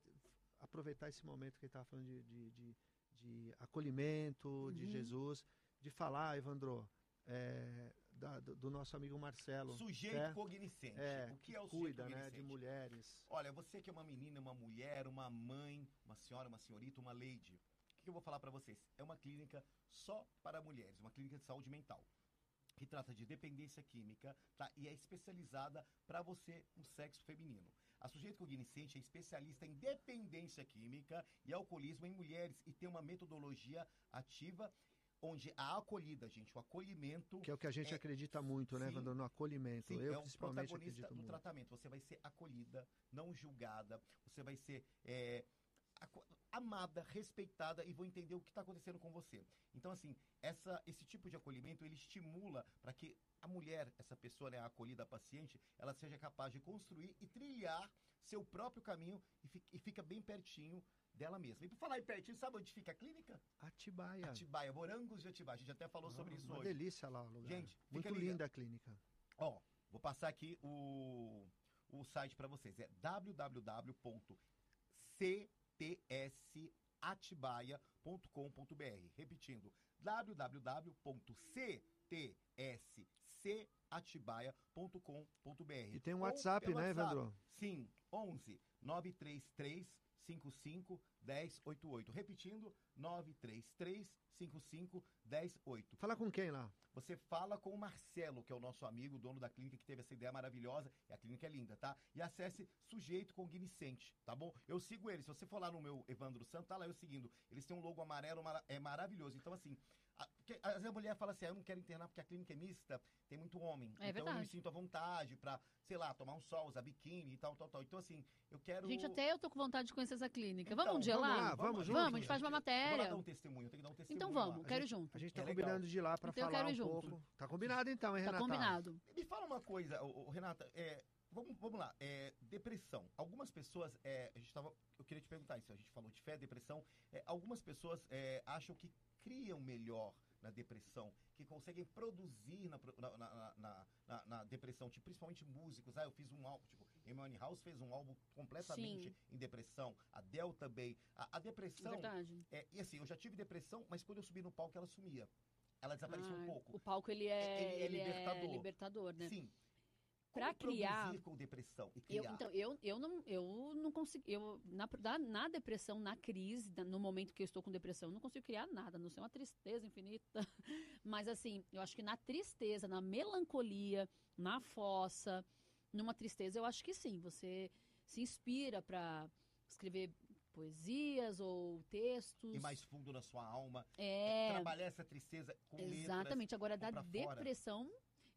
Speaker 2: aproveitar esse momento que ele estava falando de, de- de- de acolhimento, de
Speaker 3: Uhum.
Speaker 2: Jesus, de falar, "Ah, Evandro, é, da- do, do nosso amigo Marcelo,
Speaker 1: Sujeito
Speaker 2: é.
Speaker 1: cognicente.
Speaker 2: É,
Speaker 1: o que é o sujeito
Speaker 2: cuida né,
Speaker 1: cognicente?
Speaker 2: de mulheres.
Speaker 1: Olha, você que é uma menina, uma mulher, uma mãe, uma senhora, uma senhorita, uma lady. O que eu vou falar pra vocês? É uma clínica só para mulheres, uma clínica de saúde mental. Que trata de dependência química, tá? E é especializada pra você, um sexo feminino. A sujeito cognicente é especialista em dependência química e alcoolismo em mulheres e tem uma metodologia ativa onde a acolhida, gente, o acolhimento
Speaker 2: Que é o que a gente
Speaker 1: É,
Speaker 2: acredita muito, né,
Speaker 1: sim.
Speaker 2: Evandro, no acolhimento.
Speaker 1: Sim,
Speaker 2: Então, eu,
Speaker 1: é um
Speaker 2: principalmente,
Speaker 1: protagonista
Speaker 2: acredito
Speaker 1: do
Speaker 2: muito.
Speaker 1: tratamento. Você vai ser acolhida, não julgada, você vai ser é, aco- amada, respeitada e vou entender o que está acontecendo com você. Então, assim, essa, esse tipo de acolhimento ele estimula para que a mulher, essa pessoa, né, a acolhida, a paciente, ela seja capaz de construir e trilhar seu próprio caminho e, fi- e fica bem pertinho dela mesma. E por falar em pertinho, sabe onde fica a clínica?
Speaker 2: Atibaia.
Speaker 1: Atibaia, né? Morangos de Atibaia. A gente até falou sobre
Speaker 2: É. Ah,
Speaker 1: isso
Speaker 2: uma
Speaker 1: hoje.
Speaker 2: delícia lá o lugar.
Speaker 1: Gente,
Speaker 2: muito
Speaker 1: fica ligado.
Speaker 2: linda a clínica.
Speaker 1: Ó, vou passar aqui o, o site para vocês. É www.ctsatibaia.com.br. Repetindo, www.ctscatibaia.com.br.
Speaker 2: E tem um
Speaker 1: Ou
Speaker 2: WhatsApp,
Speaker 1: pelo
Speaker 2: né,
Speaker 1: É WhatsApp.
Speaker 2: Evandro?
Speaker 1: Sim, 11 933 55 1088. Repetindo, 933 55 1088.
Speaker 2: Fala com quem lá?
Speaker 1: Você fala com o Marcelo, que é o nosso amigo, dono da clínica, que teve essa ideia maravilhosa. E a clínica é linda, tá? E acesse Sujeito Cognicente, tá bom? Eu sigo ele. Se você for lá no meu Evandro Santos, tá lá eu seguindo. Eles têm um logo amarelo, mara- é maravilhoso. Então, assim, a, porque às vezes a mulher fala assim, ah, eu não quero internar porque a clínica é mista, tem muito homem. então eu me
Speaker 3: É verdade.
Speaker 1: sinto à vontade pra, sei lá, tomar um sol, usar biquíni e tal, tal, tal. Então, assim, eu quero...
Speaker 3: Gente, até eu tô com vontade de conhecer essa clínica.
Speaker 1: Então,
Speaker 3: vamos um dia
Speaker 2: vamos
Speaker 3: lá?
Speaker 2: lá, vamos junto.
Speaker 3: Vamos, a gente faz uma
Speaker 1: Vou lá
Speaker 3: matéria.
Speaker 1: dar um testemunho, eu tenho que dar um testemunho
Speaker 3: Então
Speaker 1: lá.
Speaker 3: vamos, quero ir junto.
Speaker 2: A gente tá
Speaker 1: É legal.
Speaker 2: combinando de ir lá pra
Speaker 3: Então eu
Speaker 2: falar
Speaker 3: quero
Speaker 2: um
Speaker 3: ir junto.
Speaker 2: pouco. Tá combinado então, hein,
Speaker 3: Tá
Speaker 2: Renata?
Speaker 3: combinado.
Speaker 1: Me fala uma coisa, ô- ô, Renata. é, vamos, vamos lá. é, depressão. Algumas pessoas. é, a gente tava, eu queria te perguntar isso. A gente falou de fé, depressão. é, algumas pessoas é, acham que criam melhor na depressão, que conseguem produzir na, pro- na- na- na- na- na depressão, tipo, principalmente músicos. Ah, eu fiz um álbum. Tipo, Amy House fez um álbum completamente em depressão. A Del também. A, a
Speaker 3: Então,
Speaker 1: depressão.
Speaker 3: Verdade.
Speaker 1: é, e assim, eu já tive depressão, mas quando eu subi no palco, ela sumia. Ela desapareceu um
Speaker 3: Ah,
Speaker 1: pouco.
Speaker 3: O palco, ele é,
Speaker 1: Ele- ele é
Speaker 3: ele é
Speaker 1: libertador.
Speaker 3: libertador, né?
Speaker 1: Sim.
Speaker 3: Pra
Speaker 1: Como
Speaker 3: criar-
Speaker 1: produzir com depressão e
Speaker 3: Eu,
Speaker 1: criar.
Speaker 3: então, eu, eu não, eu não consigo. Eu, na, da- na depressão, na crise, da- no momento que eu estou com depressão, eu não consigo criar nada, a não ser uma tristeza infinita. (laughs) Mas, assim, eu acho que na tristeza, na melancolia, na fossa, numa tristeza, eu acho que sim. Você se inspira para escrever poesias ou textos.
Speaker 1: E mais fundo na sua alma.
Speaker 3: É,
Speaker 1: Trabalhar essa tristeza com letras.
Speaker 3: exatamente. Agora, da
Speaker 1: pra fora.
Speaker 3: depressão,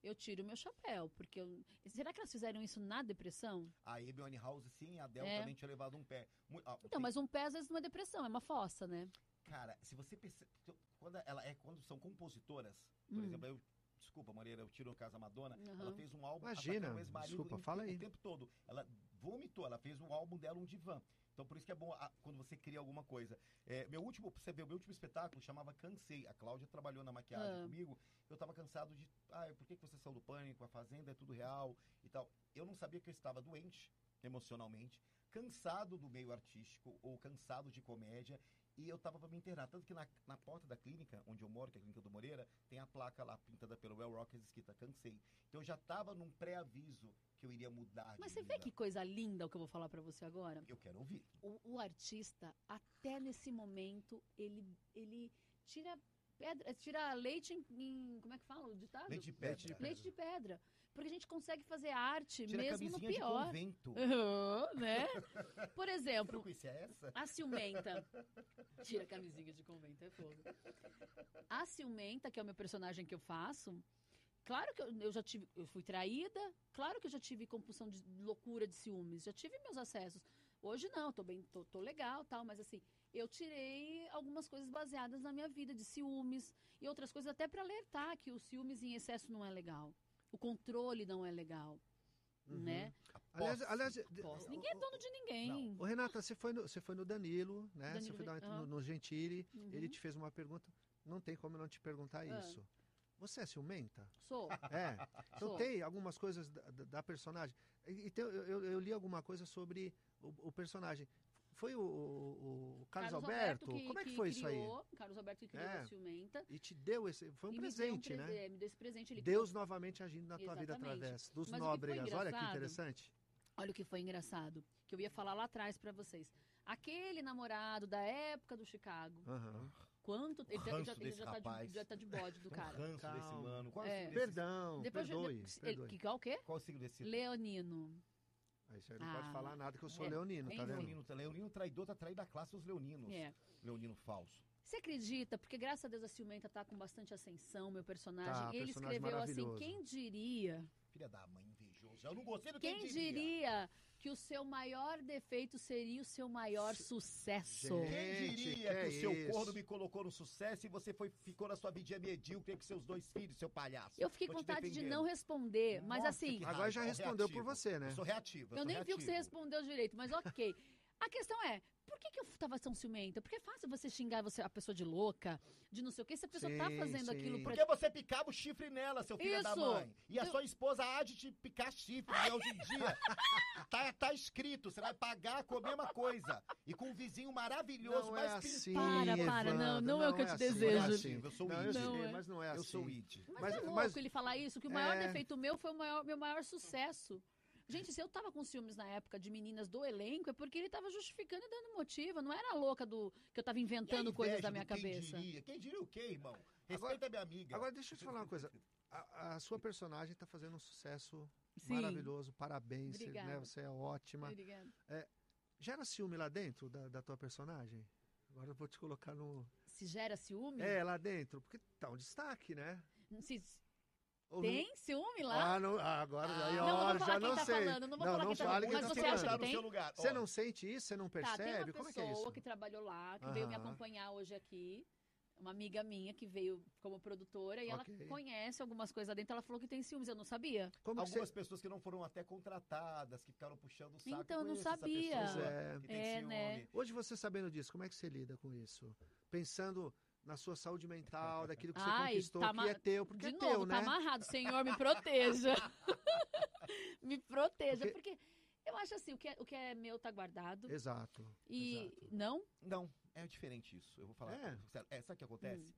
Speaker 3: eu tiro meu chapéu, porque eu- será que elas fizeram isso na depressão?
Speaker 1: A Ebione House, sim, a Adele
Speaker 3: É.
Speaker 1: também tinha levado um pé. Mu- ah,
Speaker 3: Então,
Speaker 1: tem-
Speaker 3: mas um pé às vezes não é depressão, é uma fossa, né?
Speaker 1: Cara, se você percebe. Quando, ela é, quando são compositoras, por
Speaker 3: Hum.
Speaker 1: exemplo, eu. Desculpa, Moreira, eu tiro o caso da Madonna. Ela
Speaker 3: Aham.
Speaker 1: fez um álbum.
Speaker 2: Imagina,
Speaker 1: atacando o ex-marido
Speaker 2: desculpa,
Speaker 1: em-
Speaker 2: fala aí.
Speaker 1: O tempo todo. Ela vomitou, ela fez um álbum dela, um divã. Então por isso que é bom a- quando você cria alguma coisa. É, meu último, pra você vê, meu último espetáculo chamava Cansei. A Cláudia trabalhou na maquiagem
Speaker 3: Ah.
Speaker 1: comigo. Eu tava cansado de. Ah, por que, que você saiu do pânico? A fazenda é tudo real e tal. Eu não sabia que eu estava doente emocionalmente, cansado do meio artístico ou cansado de comédia. E eu tava pra me internar. Tanto que na, na porta da clínica, onde eu moro, que é a clínica do Moreira, tem a placa lá pintada pelo Well Rockers escrita Cansei. Então eu já tava num pré-aviso que eu iria mudar de
Speaker 3: Mas você
Speaker 1: vida.
Speaker 3: vê que coisa linda o que eu vou falar pra você agora?
Speaker 1: Eu quero ouvir.
Speaker 3: O, o artista, até nesse momento, ele, ele tira pedra, tira leite em, em- como é que fala o ditado?
Speaker 1: Leite de pedra.
Speaker 2: Leite de pedra.
Speaker 3: Leite de pedra. Porque a gente consegue fazer arte
Speaker 1: Tira a
Speaker 3: mesmo no
Speaker 1: camisinha de
Speaker 3: pior.
Speaker 1: convento.
Speaker 3: (laughs) Aham, né? Por
Speaker 1: Que
Speaker 3: exemplo,
Speaker 1: frequência é essa?
Speaker 3: a ciumenta. Tira a camisinha de convento, é fogo. A ciumenta, que é o meu personagem que eu faço, claro que eu, eu já tive. Eu fui traída, claro que eu já tive compulsão de loucura de ciúmes, já tive meus acessos. Hoje não, tô bem, tô, tô legal tal, mas assim, eu tirei algumas coisas baseadas na minha vida, de ciúmes e outras coisas, até pra alertar que o ciúmes em excesso não é legal. O controle não é legal,
Speaker 2: Uhum.
Speaker 3: né?
Speaker 2: Aliás,
Speaker 1: Posse.
Speaker 2: aliás, de-
Speaker 3: Posso.
Speaker 2: o-
Speaker 3: Ninguém é
Speaker 2: o-
Speaker 3: dono de ninguém.
Speaker 2: Ô, Renata, você foi no, você foi no Danilo, né? você
Speaker 3: Danilo
Speaker 2: foi
Speaker 3: Gen-
Speaker 2: dar uma-
Speaker 3: ah.
Speaker 2: no, no Gentili.
Speaker 3: Uhum.
Speaker 2: Ele te fez uma pergunta. Não tem como eu não te perguntar
Speaker 3: Ah.
Speaker 2: isso. Você é ciumenta?
Speaker 3: Sou.
Speaker 2: É. Então
Speaker 3: Sou.
Speaker 2: tem algumas coisas da, da- da personagem. E, e tem- eu, eu- eu li alguma coisa sobre o, o personagem. Foi o, o- o Carlos, Alberto? como é que, foi isso aí?
Speaker 3: criou- Carlos Alberto que criou
Speaker 2: É.
Speaker 3: a ciumenta.
Speaker 2: E te deu esse. Foi um
Speaker 3: e me deu
Speaker 2: presente,
Speaker 3: prese-
Speaker 2: né?
Speaker 3: é, Me deu esse presente. Ele
Speaker 2: Deus novamente agindo na tua vida
Speaker 3: Exatamente.
Speaker 2: através dos
Speaker 3: Mas o que foi
Speaker 2: nóbregas. Olha que
Speaker 3: engraçado-
Speaker 2: interessante.
Speaker 3: Olha o que foi engraçado, que eu ia falar lá atrás pra vocês. Aquele namorado da época do Chicago,
Speaker 2: Aham.
Speaker 3: quanto ele, tá- ele já,
Speaker 1: ranço
Speaker 3: ele
Speaker 1: desse
Speaker 3: já, tá de,
Speaker 1: rapaz.
Speaker 3: já tá de bode
Speaker 2: (laughs)
Speaker 3: do
Speaker 1: Um
Speaker 3: cara.
Speaker 1: ranço desse
Speaker 2: Calma.
Speaker 1: mano. Qual,
Speaker 3: É.
Speaker 1: o signo desse,
Speaker 2: Perdão,
Speaker 3: Depois
Speaker 2: perdoe.
Speaker 3: ele,
Speaker 2: perdoe.
Speaker 3: que, qual o quê?
Speaker 1: qual é o signo desse?
Speaker 3: Leonino.
Speaker 2: Aí você não pode
Speaker 3: Ah,
Speaker 2: falar nada que eu sou
Speaker 3: é,
Speaker 2: leonino, tá
Speaker 3: enfim.
Speaker 2: vendo?
Speaker 1: Leonino, Leonino traidor tá traído da classe dos leoninos.
Speaker 3: É.
Speaker 1: Leonino falso.
Speaker 3: Você acredita? Porque graças a Deus a ciumenta tá com bastante ascensão, meu personagem.
Speaker 2: Tá,
Speaker 3: ele
Speaker 2: personagem
Speaker 3: escreveu assim:
Speaker 2: maravilhoso.
Speaker 3: quem diria
Speaker 1: Filha da mãe invejoso. Eu não gostei do que
Speaker 3: Quem
Speaker 1: ele diria.
Speaker 3: diria que o seu maior defeito seria o seu maior sucesso?
Speaker 1: Quem
Speaker 2: Gente,
Speaker 1: diria
Speaker 2: que
Speaker 1: que,
Speaker 2: é
Speaker 1: o seu
Speaker 2: isso?
Speaker 1: corno me colocou no sucesso e você foi, ficou na sua vidinha medíocre com seus dois filhos, seu palhaço?
Speaker 3: Eu fiquei
Speaker 1: Tô
Speaker 3: com
Speaker 1: te
Speaker 3: vontade de
Speaker 1: defendendo.
Speaker 3: não responder, mas
Speaker 1: Nossa,
Speaker 3: assim,
Speaker 1: que raiva,
Speaker 2: Agora já
Speaker 1: ó,
Speaker 2: respondeu por
Speaker 1: reativo.
Speaker 2: você, né?
Speaker 1: Eu sou reativo.
Speaker 3: eu
Speaker 1: sou
Speaker 3: nem vi o que você
Speaker 1: reativo.
Speaker 3: respondeu direito, mas
Speaker 1: (laughs)
Speaker 3: ok. A questão é, por que, que eu tava tão ciumenta? Porque é fácil você xingar você, a pessoa de louca, de não sei o quê, se a pessoa tá
Speaker 2: Sim, sim.
Speaker 3: fazendo aquilo pra
Speaker 1: Porque você picava o chifre nela, seu filho da
Speaker 3: Isso.
Speaker 1: mãe. E a
Speaker 3: Eu-
Speaker 1: sua esposa há de te picar chifre, né? Hoje em dia. (laughs) Tá, tá escrito, você vai pagar com a mesma coisa. E com um vizinho maravilhoso,
Speaker 2: Não
Speaker 1: mas
Speaker 2: é assim,
Speaker 3: Para, para, não,
Speaker 2: Evandro,
Speaker 3: não é o que eu te Ah, desejo.
Speaker 2: não é assim.
Speaker 1: Sim, eu sou o
Speaker 2: Não,
Speaker 1: id.
Speaker 2: eu
Speaker 3: Não
Speaker 2: sei,
Speaker 3: é.
Speaker 2: mas não é assim.
Speaker 1: Eu sou o id.
Speaker 3: Mas,
Speaker 2: Mas-
Speaker 3: é louco
Speaker 2: mas-
Speaker 3: ele falar isso, que o maior
Speaker 2: É.
Speaker 3: defeito meu foi o maior, meu maior sucesso. Gente, se eu tava com ciúmes na época de meninas do elenco, é porque ele tava justificando e dando motivo. Não era a louca do que eu tava
Speaker 1: E a
Speaker 3: inventando
Speaker 1: inveja
Speaker 3: coisas da
Speaker 1: do
Speaker 3: minha
Speaker 1: quem
Speaker 3: cabeça.
Speaker 1: Diria. Quem diria o quê, irmão? Respeita
Speaker 2: Agora-
Speaker 1: a minha amiga.
Speaker 2: Agora, deixa eu te falar uma coisa. A, a sua personagem tá fazendo um sucesso
Speaker 3: Sim.
Speaker 2: maravilhoso. Parabéns, você, né?
Speaker 3: Obrigada.
Speaker 2: Você é ótima.
Speaker 3: Obrigada.
Speaker 2: Gera ciúme lá dentro da, da tua personagem? Agora eu vou te colocar no...
Speaker 3: Se gera ciúme?
Speaker 2: É, lá dentro. Porque tá um destaque, né?
Speaker 3: Se-
Speaker 2: Ou não-
Speaker 3: tem ciúme lá?
Speaker 2: Ah, não, ah, agora
Speaker 1: Ah.
Speaker 2: aí,
Speaker 1: Não,
Speaker 2: ó,
Speaker 1: não
Speaker 3: vou falar
Speaker 2: já
Speaker 3: quem
Speaker 2: não
Speaker 3: tá
Speaker 2: sei.
Speaker 3: falando, não vou falar
Speaker 2: não
Speaker 3: quem tá
Speaker 2: fale
Speaker 3: falando,
Speaker 2: quem
Speaker 3: mas
Speaker 2: tá
Speaker 3: você
Speaker 1: tem
Speaker 3: acha
Speaker 2: falando.
Speaker 1: lugar
Speaker 3: que
Speaker 1: no seu
Speaker 3: tem?
Speaker 1: lugar.
Speaker 2: Você
Speaker 1: Ó,
Speaker 2: não sente isso? Você não
Speaker 3: tá, tem uma
Speaker 2: percebe? Como é que é
Speaker 3: pessoa
Speaker 2: isso?
Speaker 3: que trabalhou lá, que veio me
Speaker 2: Aham.
Speaker 3: acompanhar hoje aqui. Uma amiga minha que veio como produtora e
Speaker 2: Ok.
Speaker 3: ela conhece algumas coisas lá dentro. Ela falou que tem ciúmes, eu não sabia.
Speaker 2: Como que você-
Speaker 1: Algumas pessoas que não foram até contratadas, que ficaram puxando o saco.
Speaker 3: Então, eu não
Speaker 1: "Conheço essa
Speaker 3: sabia."
Speaker 2: Pois
Speaker 1: pessoa
Speaker 2: é.
Speaker 1: que tem
Speaker 3: É,
Speaker 1: ciúme.
Speaker 3: né?
Speaker 2: Hoje você sabendo disso, como é que você lida com isso? Pensando na sua saúde mental, daquilo que você
Speaker 3: Ai,
Speaker 2: conquistou,
Speaker 3: tá
Speaker 2: que
Speaker 3: ma-
Speaker 2: é teu, porque
Speaker 3: De
Speaker 2: é
Speaker 3: novo,
Speaker 2: teu,
Speaker 3: tá
Speaker 2: né?
Speaker 3: amarrado. Senhor, me proteja. me proteja, porque eu acho assim, o que é, o que é meu tá guardado. (laughs)
Speaker 2: Exato.
Speaker 3: e
Speaker 2: exato.
Speaker 3: não?
Speaker 1: Não, é diferente isso. Eu vou falar.
Speaker 2: É?
Speaker 1: sério. É, sabe o que
Speaker 3: Hum.
Speaker 1: acontece?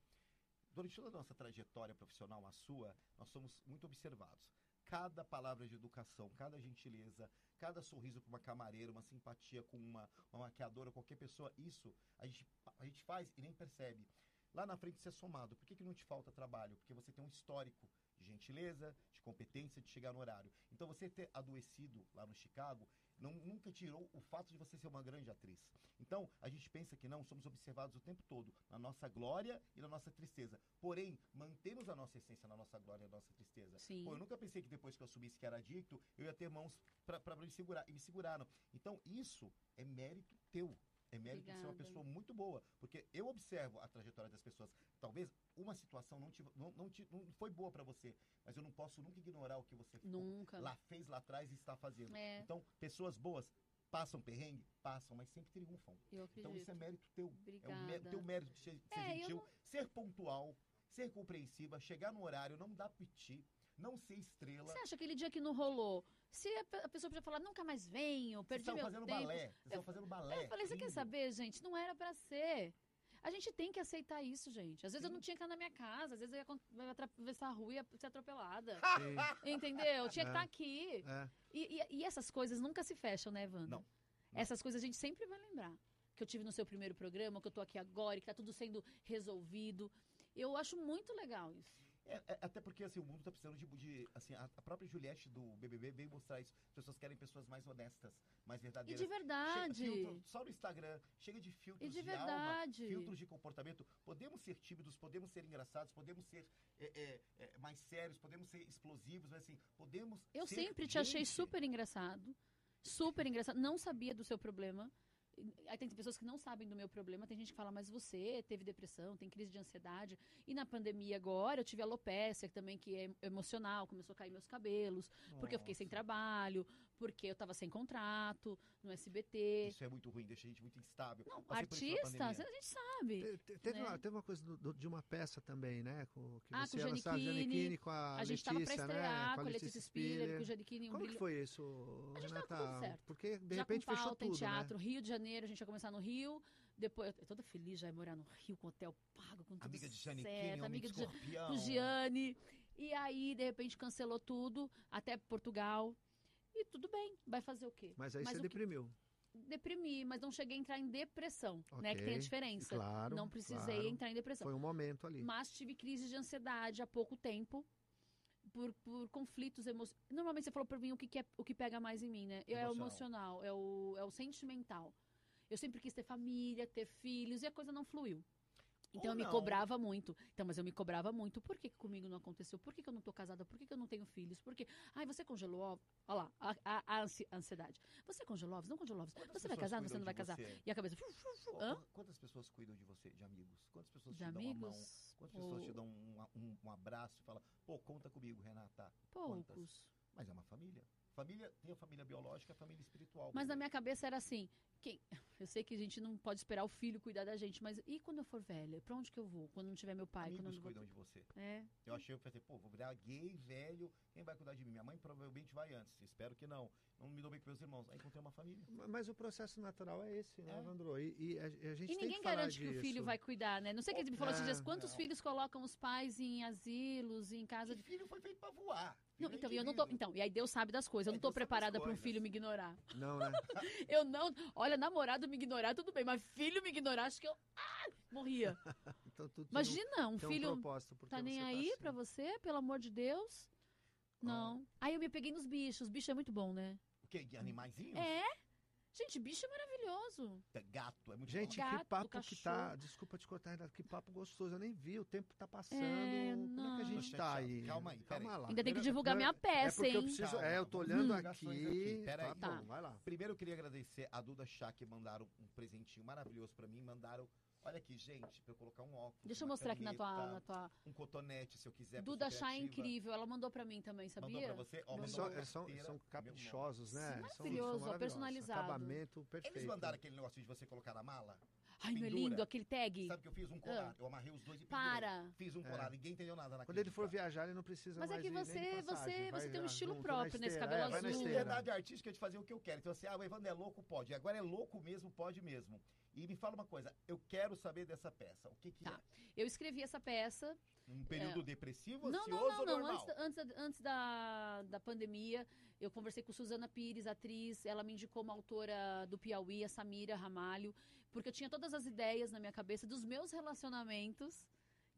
Speaker 1: Durante toda a nossa trajetória profissional, a sua, nós somos muito observados. Cada palavra de educação, cada gentileza, cada sorriso para uma camareira, uma simpatia com uma, uma maquiadora, qualquer pessoa, isso a gente, a gente faz e nem percebe. Lá na frente você é somado. Por que, que não te falta trabalho? Porque você tem um histórico de gentileza, de competência, de chegar no horário. Então você ter adoecido lá no Chicago não, nunca tirou o fato de você ser uma grande atriz. Então, a gente pensa que não, somos observados o tempo todo na nossa glória e na nossa tristeza. Porém, mantemos a nossa essência na nossa glória e na nossa tristeza.
Speaker 3: Sim.
Speaker 1: Pô, eu nunca pensei que depois que eu assumisse que era adicto, eu ia ter mãos pra, pra me segurar. E me seguraram. Então, isso é mérito teu. É mérito de ser uma
Speaker 3: Obrigada.
Speaker 1: pessoa muito boa. Porque eu observo a trajetória das pessoas. Talvez uma situação não, te, não, não, te, não foi boa pra você, mas eu não posso nunca ignorar o que você
Speaker 3: Nunca.
Speaker 1: lá fez lá atrás e está fazendo.
Speaker 3: É,
Speaker 1: Então, pessoas boas passam perrengue? Passam, mas sempre triunfam.
Speaker 3: eu
Speaker 1: Então, isso é
Speaker 3: acredito.
Speaker 1: mérito teu. É o mé-
Speaker 3: Obrigada.
Speaker 1: teu mérito de ser, de ser
Speaker 3: É, eu
Speaker 1: gentil, ser pontual, ser compreensiva, chegar no horário, não dar piti, não ser estrela.
Speaker 3: Você acha que aquele dia que não rolou, se a, pe- a pessoa podia falar, nunca mais venho,
Speaker 1: Vocês
Speaker 3: perdi
Speaker 1: estavam
Speaker 3: meu
Speaker 1: fazendo
Speaker 3: tempo.
Speaker 1: balé. Vocês estavam fazendo balé.
Speaker 3: Eu falei, você quer
Speaker 1: lindo.
Speaker 3: saber, gente? Não era pra ser. A gente tem que aceitar isso, gente. Às vezes eu
Speaker 1: Sim.
Speaker 3: não tinha que estar na minha casa, às vezes eu ia acon- eu ia atravessar a rua e ia ser
Speaker 1: (laughs)
Speaker 3: atropelada.
Speaker 2: Sim,
Speaker 3: Entendeu? Eu Tinha que
Speaker 2: É.
Speaker 3: estar aqui.
Speaker 2: é.
Speaker 3: E, e- e essas coisas nunca se fecham, né, Wanda?
Speaker 1: Não, não.
Speaker 3: Essas coisas a gente sempre vai lembrar. Que eu tive no seu primeiro programa, que eu tô aqui agora, e que tá tudo sendo resolvido. Eu acho muito legal isso.
Speaker 1: É, é, até porque assim, o mundo tá precisando de. de, assim, a, a própria Juliette do BBB veio mostrar isso. As pessoas querem pessoas mais honestas, mais
Speaker 3: E
Speaker 1: verdadeiras.
Speaker 3: de
Speaker 1: Chega-
Speaker 3: verdade.
Speaker 1: filtro- só no Instagram, chega de filtros
Speaker 3: E de
Speaker 1: alma,
Speaker 3: verdade.
Speaker 1: filtros de comportamento. Podemos ser tímidos, podemos ser engraçados, podemos ser é, é, é, mais sérios, podemos ser explosivos, mas assim, podemos.
Speaker 3: Eu
Speaker 1: ser
Speaker 3: sempre te achei
Speaker 1: gente.
Speaker 3: super engraçado. Super engraçado. Não sabia do seu problema. Aí tem pessoas que não sabem do meu problema. Tem gente que fala, mas você teve depressão, tem crise de ansiedade. E na pandemia agora, eu tive alopecia que também, que é emocional. Começou a cair meus cabelos. Porque eu fiquei sem
Speaker 1: Nossa,
Speaker 3: trabalho. Porque eu tava sem contrato no SBT.
Speaker 1: Isso é muito ruim, deixa a gente muito instável.
Speaker 3: Não,
Speaker 1: Passei por isso na
Speaker 3: artista, a
Speaker 1: pandemia.
Speaker 3: gente sabe.
Speaker 2: Te- te- Teve,
Speaker 3: Né?
Speaker 2: uma, teve uma coisa do- do- de uma peça também, né? Com, que
Speaker 3: Ah,
Speaker 2: você
Speaker 3: com o
Speaker 2: ela estava-
Speaker 3: Giannichini.
Speaker 2: Giannichini com a,
Speaker 3: A gente
Speaker 2: Letícia,
Speaker 3: tava pra estrear
Speaker 2: né?
Speaker 3: com a Letícia Spiller, com o Jadiquini, um
Speaker 2: Como
Speaker 3: brilho.
Speaker 2: que foi isso,
Speaker 3: A gente tava
Speaker 2: Renata?
Speaker 3: com tudo certo.
Speaker 2: Porque de
Speaker 3: já
Speaker 2: repente
Speaker 3: com
Speaker 2: fechou
Speaker 3: pauta
Speaker 2: tudo, né?
Speaker 3: em teatro, Rio de Janeiro, a gente ia começar no Rio. Depois, eu tô toda feliz já ia morar no Rio, com hotel pago, com tudo
Speaker 1: Amiga de
Speaker 3: certo,
Speaker 1: Janequine,
Speaker 3: amiga de Jane-
Speaker 1: escorpião.
Speaker 3: com Gianni. E aí, de repente, cancelou tudo, até Portugal. E tudo bem, vai fazer o quê?
Speaker 2: né? Mas aí
Speaker 3: Mas
Speaker 2: você
Speaker 3: o que-
Speaker 2: deprimiu.
Speaker 3: Deprimi, mas não cheguei a entrar em depressão, né? Que tem a
Speaker 2: Ok,
Speaker 3: diferença.
Speaker 2: Claro.
Speaker 3: não precisei
Speaker 2: claro.
Speaker 3: entrar em depressão.
Speaker 2: Foi um momento ali.
Speaker 3: Mas tive crise de ansiedade há pouco tempo. Por, por conflitos emocionais. Normalmente você falou pra mim o que, que é, o que pega mais em mim, né? Eu, é o emocional, é o, é o sentimental. Eu sempre quis ter família, ter filhos, e a coisa não fluiu. Então
Speaker 1: Ou
Speaker 3: eu me
Speaker 1: não.
Speaker 3: cobrava muito. Então, mas eu me cobrava muito. Por que, que comigo não aconteceu? Por que, que eu não tô casada? Por que, que eu não tenho filhos? Por que. Ai, você congelou ovos. Olha lá, a, a- a ansi- ansiedade. Você congelou ovos? Não congelou ovos.
Speaker 1: Quantas
Speaker 3: Você vai
Speaker 1: pessoas
Speaker 3: casar? Você
Speaker 1: cuidam
Speaker 3: não vai
Speaker 1: de
Speaker 3: casar?
Speaker 1: você?
Speaker 3: E a cabeça. fuf, fuf, fuf. Hã?
Speaker 1: Quantas pessoas cuidam de você, de amigos? Quantas pessoas te
Speaker 3: De
Speaker 1: dão a mão?
Speaker 3: amigos?
Speaker 1: Quantas pessoas te
Speaker 3: Pou-
Speaker 1: dão um, um- um abraço e falam, pô, conta comigo, Renata.
Speaker 3: Poucos.
Speaker 1: Mas é uma família. Família tem a família biológica, a família espiritual.
Speaker 3: Mas na
Speaker 1: Bebê.
Speaker 3: minha cabeça era assim, quem... eu sei que a gente não pode esperar o filho cuidar da gente, mas e quando eu for velha? Pra onde que eu vou? Quando não tiver meu pai?
Speaker 1: amigos
Speaker 3: quando eu não vou...
Speaker 1: cuidam de você.
Speaker 3: É,
Speaker 1: Eu achei, eu pensei, pô, vou virar gay, velho, quem vai cuidar de mim? Minha mãe provavelmente vai antes, espero que não. Não me dou bem com meus irmãos. Aí encontrei uma família.
Speaker 2: Ma- Mas o processo natural é esse, né,
Speaker 1: É.
Speaker 2: Evandro? E, e a, e a gente
Speaker 3: E
Speaker 2: tem
Speaker 3: ninguém
Speaker 2: que falar
Speaker 3: garante que o filho
Speaker 2: disso.
Speaker 3: vai cuidar, né? Não sei o que ele me falou esses dias.
Speaker 2: Ah,
Speaker 3: Quantos
Speaker 1: não.
Speaker 3: filhos colocam os pais em asilos, em casa
Speaker 1: Mas
Speaker 3: de.
Speaker 1: filho foi feito pra voar.
Speaker 3: Não,
Speaker 1: Filho é
Speaker 3: então, e eu não tô.
Speaker 1: indivíduo.
Speaker 3: Então, e aí Deus sabe das coisas. Eu
Speaker 1: Aí
Speaker 3: não tô
Speaker 1: Deus sabe das
Speaker 3: preparada pra um
Speaker 1: coisas.
Speaker 3: filho me ignorar.
Speaker 2: Não, né?
Speaker 3: Eu não. Olha, namorado me ignorar, tudo bem, mas filho me ignorar, acho que eu. Ah, morria.
Speaker 2: Então, tu, tu
Speaker 3: Imagina, um
Speaker 2: tem um
Speaker 3: filho.
Speaker 2: propósito, porque
Speaker 3: Tá nem
Speaker 2: você
Speaker 3: aí
Speaker 2: assim.
Speaker 3: pra você, pelo amor de Deus? Não. Aí eu me peguei nos bichos. Bicho é muito bom, né?
Speaker 1: O quê? Animaizinhos?
Speaker 3: É? Gente, bicho é maravilhoso.
Speaker 1: Gato, é muito
Speaker 2: Gente,
Speaker 1: bom.
Speaker 2: que
Speaker 3: Gato,
Speaker 2: papo que tá.
Speaker 3: cachorro.
Speaker 2: Desculpa te cortar, Renato, que papo gostoso. Eu nem vi, o tempo tá passando.
Speaker 3: É,
Speaker 2: Como é que a
Speaker 3: não.
Speaker 2: gente tá aí?
Speaker 1: Calma aí,
Speaker 2: calma
Speaker 1: pera
Speaker 2: lá.
Speaker 3: Ainda tem que
Speaker 2: Primeiro-
Speaker 3: divulgar minha
Speaker 2: primeiro- É
Speaker 3: peça,
Speaker 2: porque eu
Speaker 3: hein?
Speaker 2: preciso.
Speaker 1: Calma,
Speaker 2: é, eu tô
Speaker 1: vamos
Speaker 2: olhando
Speaker 1: divulgar
Speaker 2: aqui.
Speaker 1: ações aqui, pera
Speaker 2: Tá
Speaker 1: aí.
Speaker 2: bom,
Speaker 3: Tá.
Speaker 2: vai lá.
Speaker 1: Primeiro eu queria agradecer a Duda Chá que mandaram um presentinho maravilhoso pra mim, mandaram Olha aqui, gente, pra eu colocar um óculos.
Speaker 3: Deixa eu
Speaker 1: uma
Speaker 3: mostrar aqui na tua.
Speaker 1: caneta,
Speaker 3: Na tua...
Speaker 1: Um cotonete, se eu quiser. porque eu
Speaker 3: Duda
Speaker 1: sou
Speaker 3: Chá é
Speaker 1: criativa.
Speaker 3: incrível. Ela mandou pra mim também,
Speaker 1: Mandou pra
Speaker 3: sabia?
Speaker 1: você? Ó,
Speaker 3: Mandou.
Speaker 1: mandou
Speaker 2: São,
Speaker 1: uma
Speaker 2: é, são-
Speaker 1: carteira,
Speaker 2: são
Speaker 1: meu nome.
Speaker 2: caprichosos, né? São- são
Speaker 3: Maravilhoso,
Speaker 2: maravilhosos.
Speaker 3: personalizado.
Speaker 2: Acabamento perfeito.
Speaker 1: Eles mandaram aquele negócio de você colocar na mala?
Speaker 3: Ai, meu
Speaker 1: Pendura.
Speaker 3: lindo, aquele tag.
Speaker 1: Sabe que eu fiz um colar? Eu amarrei os dois e pendurei.
Speaker 3: Ah. Para.
Speaker 1: Fiz um
Speaker 2: É.
Speaker 1: colar, ninguém entendeu nada na
Speaker 2: Quando ele for
Speaker 1: clínica.
Speaker 2: viajar, ele não precisa
Speaker 3: Mas é
Speaker 2: mais
Speaker 3: que
Speaker 2: ir nem de
Speaker 3: você-
Speaker 2: passagem,
Speaker 3: você-
Speaker 2: vai
Speaker 3: você tem um
Speaker 2: já
Speaker 3: estilo
Speaker 2: junto,
Speaker 3: próprio
Speaker 2: na
Speaker 3: nesse
Speaker 2: esteira,
Speaker 3: cabelo
Speaker 2: é, vai na
Speaker 3: azul.
Speaker 2: esteira.
Speaker 1: Liberdade artística de fazer o que eu quero. Então, assim, ah, o Evandro é louco, pode. E agora é louco mesmo, pode mesmo. E me fala uma coisa, eu quero saber dessa peça. O que, que
Speaker 3: Tá. Eu escrevi essa peça.
Speaker 1: é? Um período depressivo,
Speaker 3: Não,
Speaker 1: ansioso
Speaker 3: não, não,
Speaker 1: ou
Speaker 3: não.
Speaker 1: normal?
Speaker 3: Antes, da- antes da, antes da, da pandemia, eu conversei com Suzana Pires, atriz. Ela me indicou uma autora do Piauí, a Samira Ramalho, porque eu tinha todas as ideias na minha cabeça dos meus relacionamentos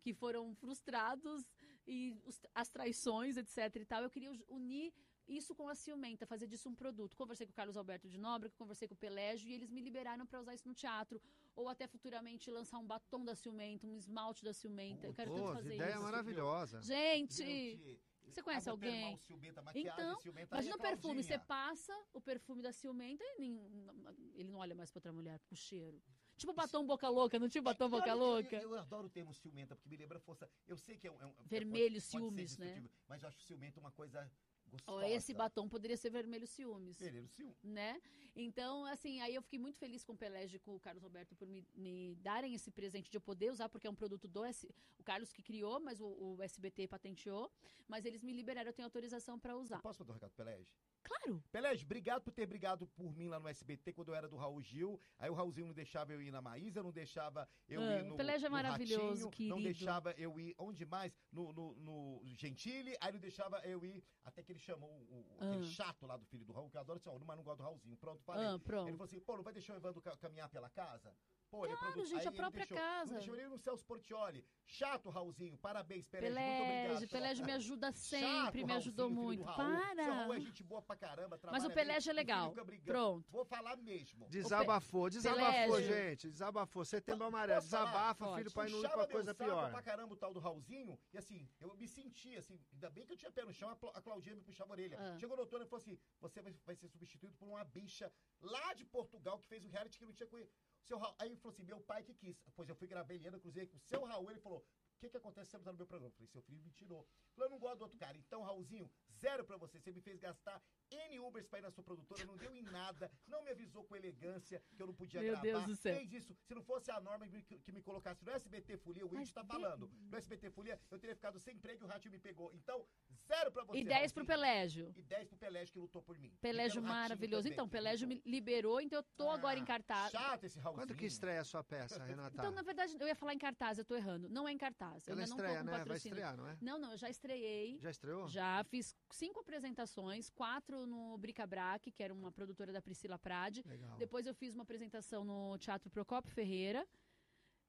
Speaker 3: que foram frustrados e os- as traições, etc e tal. Eu queria unir Isso com a ciumenta, fazer disso um produto. Conversei com o Carlos Alberto de Nóbrega, conversei com o Pelégio e eles me liberaram para usar isso no teatro. Ou até futuramente lançar um batom da ciumenta, um esmalte da ciumenta. Eu quero
Speaker 2: Pô,
Speaker 3: tanto fazer
Speaker 2: ideia
Speaker 3: isso.
Speaker 2: maravilhosa.
Speaker 3: Gente, você conhece
Speaker 1: acaba tendo
Speaker 3: alguém?
Speaker 1: mal ciumenta, maquiagem,
Speaker 3: Então,
Speaker 1: ciumenta, aí é
Speaker 3: imagina o perfume. Você
Speaker 1: Claudinha.
Speaker 3: passa o perfume da ciumenta e nem- ele não olha mais pra outra mulher, pro cheiro. Tipo batom boca louca, não tinha batom
Speaker 1: E olha,
Speaker 3: boca
Speaker 1: eu-
Speaker 3: louca?
Speaker 1: Eu, eu adoro o termo ciumenta, porque me lembra força. Eu sei que é um. é um- é-
Speaker 3: Vermelho,
Speaker 1: pode- pode ser
Speaker 3: ciúmes, né?
Speaker 1: discutível, Mas eu acho ciumenta uma coisa gostosa.
Speaker 3: Ó, esse batom poderia ser vermelho ciúmes.
Speaker 1: Vermelho, ciúme.
Speaker 3: né? Então, assim, aí eu fiquei muito feliz com o Pelégio e com o Carlos Roberto por me, me darem esse presente de eu poder usar, porque é um produto do S, o Carlos que criou, mas o, o SBT patenteou, mas eles me liberaram, eu tenho autorização para
Speaker 1: Eu
Speaker 3: usar.
Speaker 1: Posso botar um recado, pro Pelege?
Speaker 3: Tá. Claro.
Speaker 1: Pelege, obrigado por ter brigado por mim lá no SBT quando eu era do Raul Gil. Aí o Raulzinho não deixava eu ir na Maísa, não deixava eu
Speaker 3: Ah,
Speaker 1: ir no.
Speaker 3: o Pelé já é
Speaker 1: no
Speaker 3: maravilhoso,
Speaker 1: Ratinho, Não
Speaker 3: querido.
Speaker 1: deixava eu ir. Onde mais? No, no, no Gentile. Aí não deixava eu ir. Até que ele chamou o, o- aquele
Speaker 3: Ah.
Speaker 1: chato lá do filho do Raul, que eu adoro assim, ó, mas não gosto do Raulzinho. Pronto, falei.
Speaker 3: Ah,
Speaker 1: Ele
Speaker 3: pronto.
Speaker 1: falou assim: pô, não vai deixar o Evandro ca- caminhar pela casa? Pô, ele é
Speaker 3: Claro,
Speaker 1: produtor.
Speaker 3: gente,
Speaker 1: Aí
Speaker 3: a
Speaker 1: ele
Speaker 3: própria
Speaker 1: deixou. Não
Speaker 3: casa.
Speaker 1: deixou nem no Celso Portioli. Chato, Raulzinho. Parabéns, Pelege. é Muito
Speaker 3: Pelégio,
Speaker 1: obrigado. né?
Speaker 3: Pelégio me ajuda sempre,
Speaker 1: Chato,
Speaker 3: me ajudou
Speaker 1: Raulzinho, filho do
Speaker 3: muito.
Speaker 1: Raul. Seu
Speaker 3: Para.
Speaker 1: Raul é gente boa pra caramba,
Speaker 3: Mas
Speaker 1: trabalha
Speaker 3: o
Speaker 1: bem,
Speaker 3: Pelégio é
Speaker 1: não
Speaker 3: legal.
Speaker 1: fica brigando.
Speaker 3: Pronto.
Speaker 1: Vou falar mesmo.
Speaker 2: Desabafou, desabafou,
Speaker 3: Pelégio.
Speaker 2: gente. Desabafou. Setembro amarelo.
Speaker 1: Posso falar?
Speaker 2: Desabafa,
Speaker 3: Pode.
Speaker 2: filho, pra não ir
Speaker 1: Puxava
Speaker 2: pra
Speaker 1: meu
Speaker 2: coisa
Speaker 1: saco
Speaker 2: pior.
Speaker 1: pra caramba o tal do Raulzinho, e assim, eu me sentia assim, ainda bem que eu tinha pé no chão, a, Cla- a Claudinha me puxava a orelha.
Speaker 3: Ah.
Speaker 1: Chegou no outono e falou assim, você vai, vai ser substituído por uma bicha lá de Portugal que fez o reality que não tinha com ele. Seu Raul, aí ele falou assim, meu pai que quis. Pois eu fui gravar Eliana Cruzeiro com o seu Raul, ele falou, o que que acontece se você não tá no meu programa? Eu falei, seu filho me tirou. Falou, eu não gosto do outro cara. Então, Raulzinho, zero pra você. Você me fez gastar N Ubers pra ir na sua produtora, não deu em nada, não me avisou com elegância que eu não podia
Speaker 3: Meu
Speaker 1: gravar.
Speaker 3: Deus do céu.
Speaker 1: Fez isso. Se não fosse a norma que, que me colocasse no SBT Folia, o
Speaker 3: Mas
Speaker 1: Índio tá
Speaker 3: de-
Speaker 1: falando. No SBT Folia, eu teria ficado sem emprego e o Ratinho me pegou. Então, zero pra você.
Speaker 3: E 10 pro
Speaker 1: Raulzinho.
Speaker 3: Pelégio.
Speaker 1: E 10 pro Pelégio que lutou por mim. E
Speaker 3: Pelégio
Speaker 1: pelo Ratinho
Speaker 3: maravilhoso.
Speaker 1: também,
Speaker 3: Então,
Speaker 1: que
Speaker 3: Pelégio me
Speaker 1: lutou.
Speaker 3: liberou, então eu tô agora
Speaker 1: Ah,
Speaker 3: em cartaz.
Speaker 1: Chato esse Raulzinho.
Speaker 2: Quando que estreia a sua peça, Renata?
Speaker 3: Então, na verdade, eu ia falar em cartaz, eu tô errando. Não é em cartaz. Eu
Speaker 2: Ela
Speaker 3: ainda não tô
Speaker 2: estreia,
Speaker 3: com
Speaker 2: né? Vai
Speaker 3: patrocínio.
Speaker 2: estrear, não é?
Speaker 3: Não, não, eu já estreiei.
Speaker 2: Já estreou?
Speaker 3: Já fiz cinco apresentações, quatro no Bricabrac, que era uma produtora da Priscila Prade.
Speaker 2: Legal.
Speaker 3: Depois eu fiz uma apresentação no Teatro Procópio Ferreira.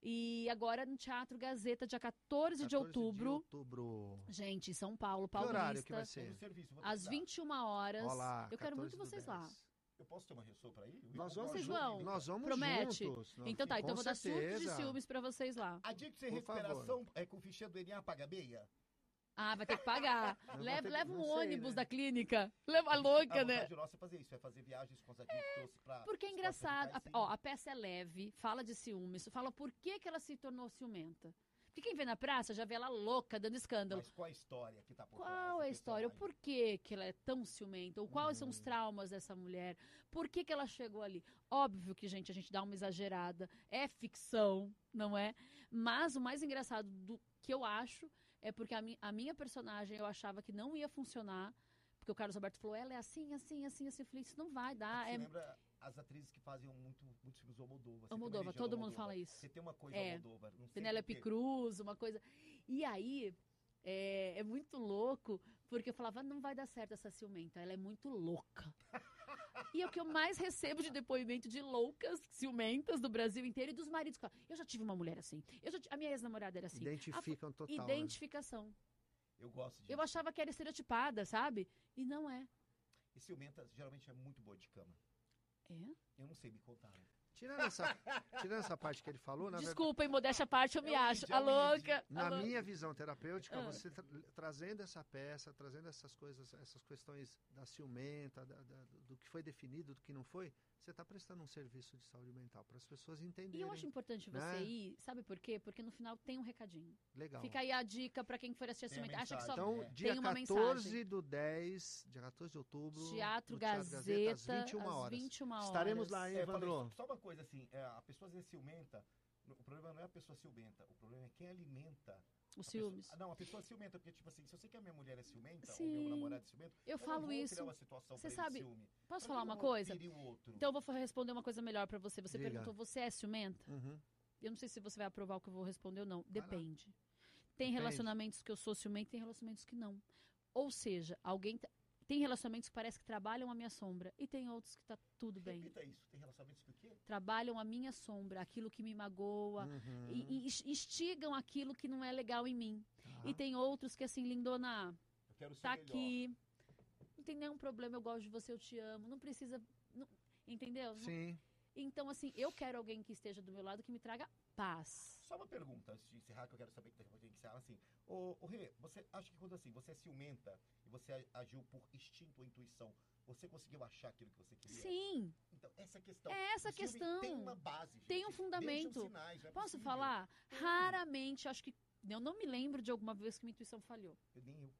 Speaker 3: E agora no Teatro Gazeta, dia 14, de
Speaker 2: 14
Speaker 3: outubro.
Speaker 2: outubro.
Speaker 3: Gente, em São Paulo,
Speaker 2: Que
Speaker 3: Paulista.
Speaker 2: horário que vai
Speaker 1: Tô no
Speaker 2: ser?
Speaker 1: um serviço, vou
Speaker 3: Às
Speaker 1: precisar.
Speaker 3: 21 horas.
Speaker 2: Olá,
Speaker 3: eu quero muito
Speaker 2: 14 do
Speaker 3: vocês lá.
Speaker 2: 10.
Speaker 1: Eu posso ter uma ressopra aí? Eu
Speaker 2: Nós
Speaker 1: vou
Speaker 2: vamos
Speaker 3: Vocês
Speaker 1: junto,
Speaker 3: vão?
Speaker 2: juntos.
Speaker 1: então.
Speaker 2: Nós vamos
Speaker 3: Promete?
Speaker 2: juntos. Nós-
Speaker 3: Então tá, então eu
Speaker 2: com
Speaker 3: vou dar surtos de
Speaker 2: certadeza.
Speaker 3: ciúmes pra vocês lá.
Speaker 1: Adictos em
Speaker 2: Por favor.
Speaker 1: recuperação é com ficha do ENA paga meia?
Speaker 3: Ah, vai ter que pagar.
Speaker 2: Mas vai ter
Speaker 3: leva
Speaker 2: que-
Speaker 3: leva
Speaker 2: (laughs)
Speaker 3: um
Speaker 2: não sei,
Speaker 3: ônibus
Speaker 2: né? Ah,
Speaker 3: da clínica. Leva a
Speaker 1: a
Speaker 3: louca,
Speaker 1: vontade
Speaker 3: né?
Speaker 1: nossa é fazer isso, é fazer viagens com os adictos pra...
Speaker 3: Porque é
Speaker 1: eles possam
Speaker 3: engraçado.
Speaker 1: ficar
Speaker 3: A,
Speaker 1: em
Speaker 3: ó,
Speaker 1: cima.
Speaker 3: a peça é leve, fala de ciúmes, fala por que, que ela se tornou ciumenta. Porque quem vê na praça já vê ela louca, dando escândalo.
Speaker 1: Mas qual a história que tá por trás
Speaker 3: qual
Speaker 1: do
Speaker 3: é a história? O
Speaker 1: personagem?
Speaker 3: porquê que ela é tão ciumenta? Ou quais são os
Speaker 1: Uhum.
Speaker 2: Hum.
Speaker 3: traumas dessa mulher? Por que, que ela chegou ali? Óbvio que, gente, a gente dá uma exagerada. É ficção, não é? Mas o mais engraçado do que eu acho é porque a, mi- a minha personagem eu achava que não ia funcionar. Porque o Carlos Alberto falou, ela é assim, assim, assim, assim. Eu falei, isso não vai dar.
Speaker 1: Você
Speaker 3: É
Speaker 1: lembra as atrizes que faziam muito, muitos filmes do Almodóvar? né? Você
Speaker 3: Almodóvar,
Speaker 1: tem uma energia
Speaker 3: todo
Speaker 1: do
Speaker 3: mundo
Speaker 1: Almodóvar.
Speaker 3: fala isso.
Speaker 1: Você tem uma coisa
Speaker 3: É.
Speaker 1: Almodóvar. Não sei por
Speaker 3: Penélope
Speaker 1: quê.
Speaker 3: Cruz, uma coisa. E aí, é, é muito louco, porque eu falava, não vai dar certo essa ciumenta, ela é muito louca. (laughs) e é o que eu mais recebo de depoimento de loucas ciumentas do Brasil inteiro e dos maridos. que falam, Eu já tive uma mulher assim, eu já ti- a minha ex-namorada era assim.
Speaker 2: Identificam total. né?
Speaker 3: Identificação.
Speaker 1: Eu gosto de...
Speaker 3: Eu achava que era estereotipada, sabe? E não é.
Speaker 1: E ciumenta geralmente é muito boa de cama.
Speaker 3: É?
Speaker 1: Eu não sei, me né? contaram.
Speaker 2: Tirando essa, tirando essa parte que ele falou, na verdade. é
Speaker 3: Desculpa, em modéstia à parte, eu me
Speaker 1: Eu
Speaker 3: acho.
Speaker 1: entendi,
Speaker 3: a
Speaker 1: eu entendi.
Speaker 3: louca. a
Speaker 2: Na
Speaker 3: lou-
Speaker 2: minha visão terapêutica,
Speaker 3: Ah.
Speaker 2: você tra- trazendo essa peça, trazendo essas coisas, essas questões da ciumenta, da- da- do que foi definido, do que não foi, você está prestando um serviço de saúde mental para as pessoas
Speaker 3: E
Speaker 2: entenderem.
Speaker 3: eu acho importante você
Speaker 2: né?
Speaker 3: ir, sabe por quê? Porque no final tem um recadinho.
Speaker 2: Legal.
Speaker 3: Fica aí a dica pra quem for assistir a
Speaker 1: Tem a
Speaker 3: ciumenta. Acha que só
Speaker 1: mensagem. É.
Speaker 2: Então, dia
Speaker 3: né? Tem uma
Speaker 2: 14
Speaker 3: mensagem.
Speaker 2: do 10, dia 14 de outubro,
Speaker 3: Teatro
Speaker 2: no
Speaker 3: Gazeta,
Speaker 2: às 21
Speaker 3: às
Speaker 2: horas.
Speaker 3: 21 horas.
Speaker 2: Estaremos lá, hein,
Speaker 1: É, eu falei,
Speaker 2: Evandro?
Speaker 1: só uma coisa assim, é, a pessoa às vezes ciumenta... no- O problema não é a pessoa ciumenta, o problema é quem alimenta. a
Speaker 3: Os
Speaker 1: pessoa-
Speaker 3: ciúmes.
Speaker 1: Ah, não, a pessoa ciumenta, porque tipo assim, se eu sei que a minha mulher é ciumenta, ou
Speaker 3: Sim.
Speaker 1: meu namorado é ciumento,
Speaker 3: Eu
Speaker 1: não
Speaker 3: falo
Speaker 1: vou
Speaker 3: isso.
Speaker 1: criar uma situação
Speaker 3: Você
Speaker 1: pra ele de
Speaker 3: sabe-
Speaker 1: ciúme.
Speaker 3: Posso
Speaker 1: Pra que
Speaker 3: falar
Speaker 1: eu
Speaker 3: uma
Speaker 1: vou
Speaker 3: coisa?
Speaker 1: ferir o um outro?
Speaker 3: Então eu vou fa- responder uma coisa melhor pra você. Você
Speaker 2: Diga.
Speaker 3: perguntou, você é ciumenta?
Speaker 2: Uhum.
Speaker 3: Eu não sei se você vai aprovar o que eu vou responder ou não.
Speaker 2: lá.
Speaker 3: Depende. Tem
Speaker 2: Depende.
Speaker 3: relacionamentos que eu sou ciumenta, tem relacionamentos que não. Ou seja, alguém t- tem relacionamentos que parece que trabalham a minha sombra e tem outros que tá tudo bem.
Speaker 1: Repita isso, tem relacionamentos do quê?
Speaker 3: Trabalham a minha sombra, aquilo que me magoa.
Speaker 2: Uhum.
Speaker 3: e- E is- instigam aquilo que não é legal em mim.
Speaker 2: Tá.
Speaker 3: E tem outros que, assim, lindona,
Speaker 1: Eu quero ser
Speaker 3: tá
Speaker 1: melhor.
Speaker 3: aqui. não tem nenhum problema, eu gosto de você, eu te amo. Não precisa. não- entendeu? Não-
Speaker 2: Sim.
Speaker 3: Então, assim, eu quero alguém que esteja do meu lado que me traga paz.
Speaker 1: Só uma pergunta antes de encerrar, que eu quero saber que depois tem que encerrar assim. Ô, ô Rê, você acha que quando assim, você é ciumenta e você a- agiu por instinto ou intuição, você conseguiu achar aquilo que você queria?
Speaker 3: Sim,
Speaker 1: Então, essa é a questão.
Speaker 3: é essa a
Speaker 1: O ciúme
Speaker 3: questão.
Speaker 1: Tem uma base, gente.
Speaker 3: Tem um
Speaker 1: Deixa os
Speaker 3: fundamento.
Speaker 1: sinais, não é
Speaker 3: Posso
Speaker 1: possível.
Speaker 3: falar? Raramente, acho que. Eu não me lembro de alguma vez que minha intuição falhou.
Speaker 1: Eu, nem eu.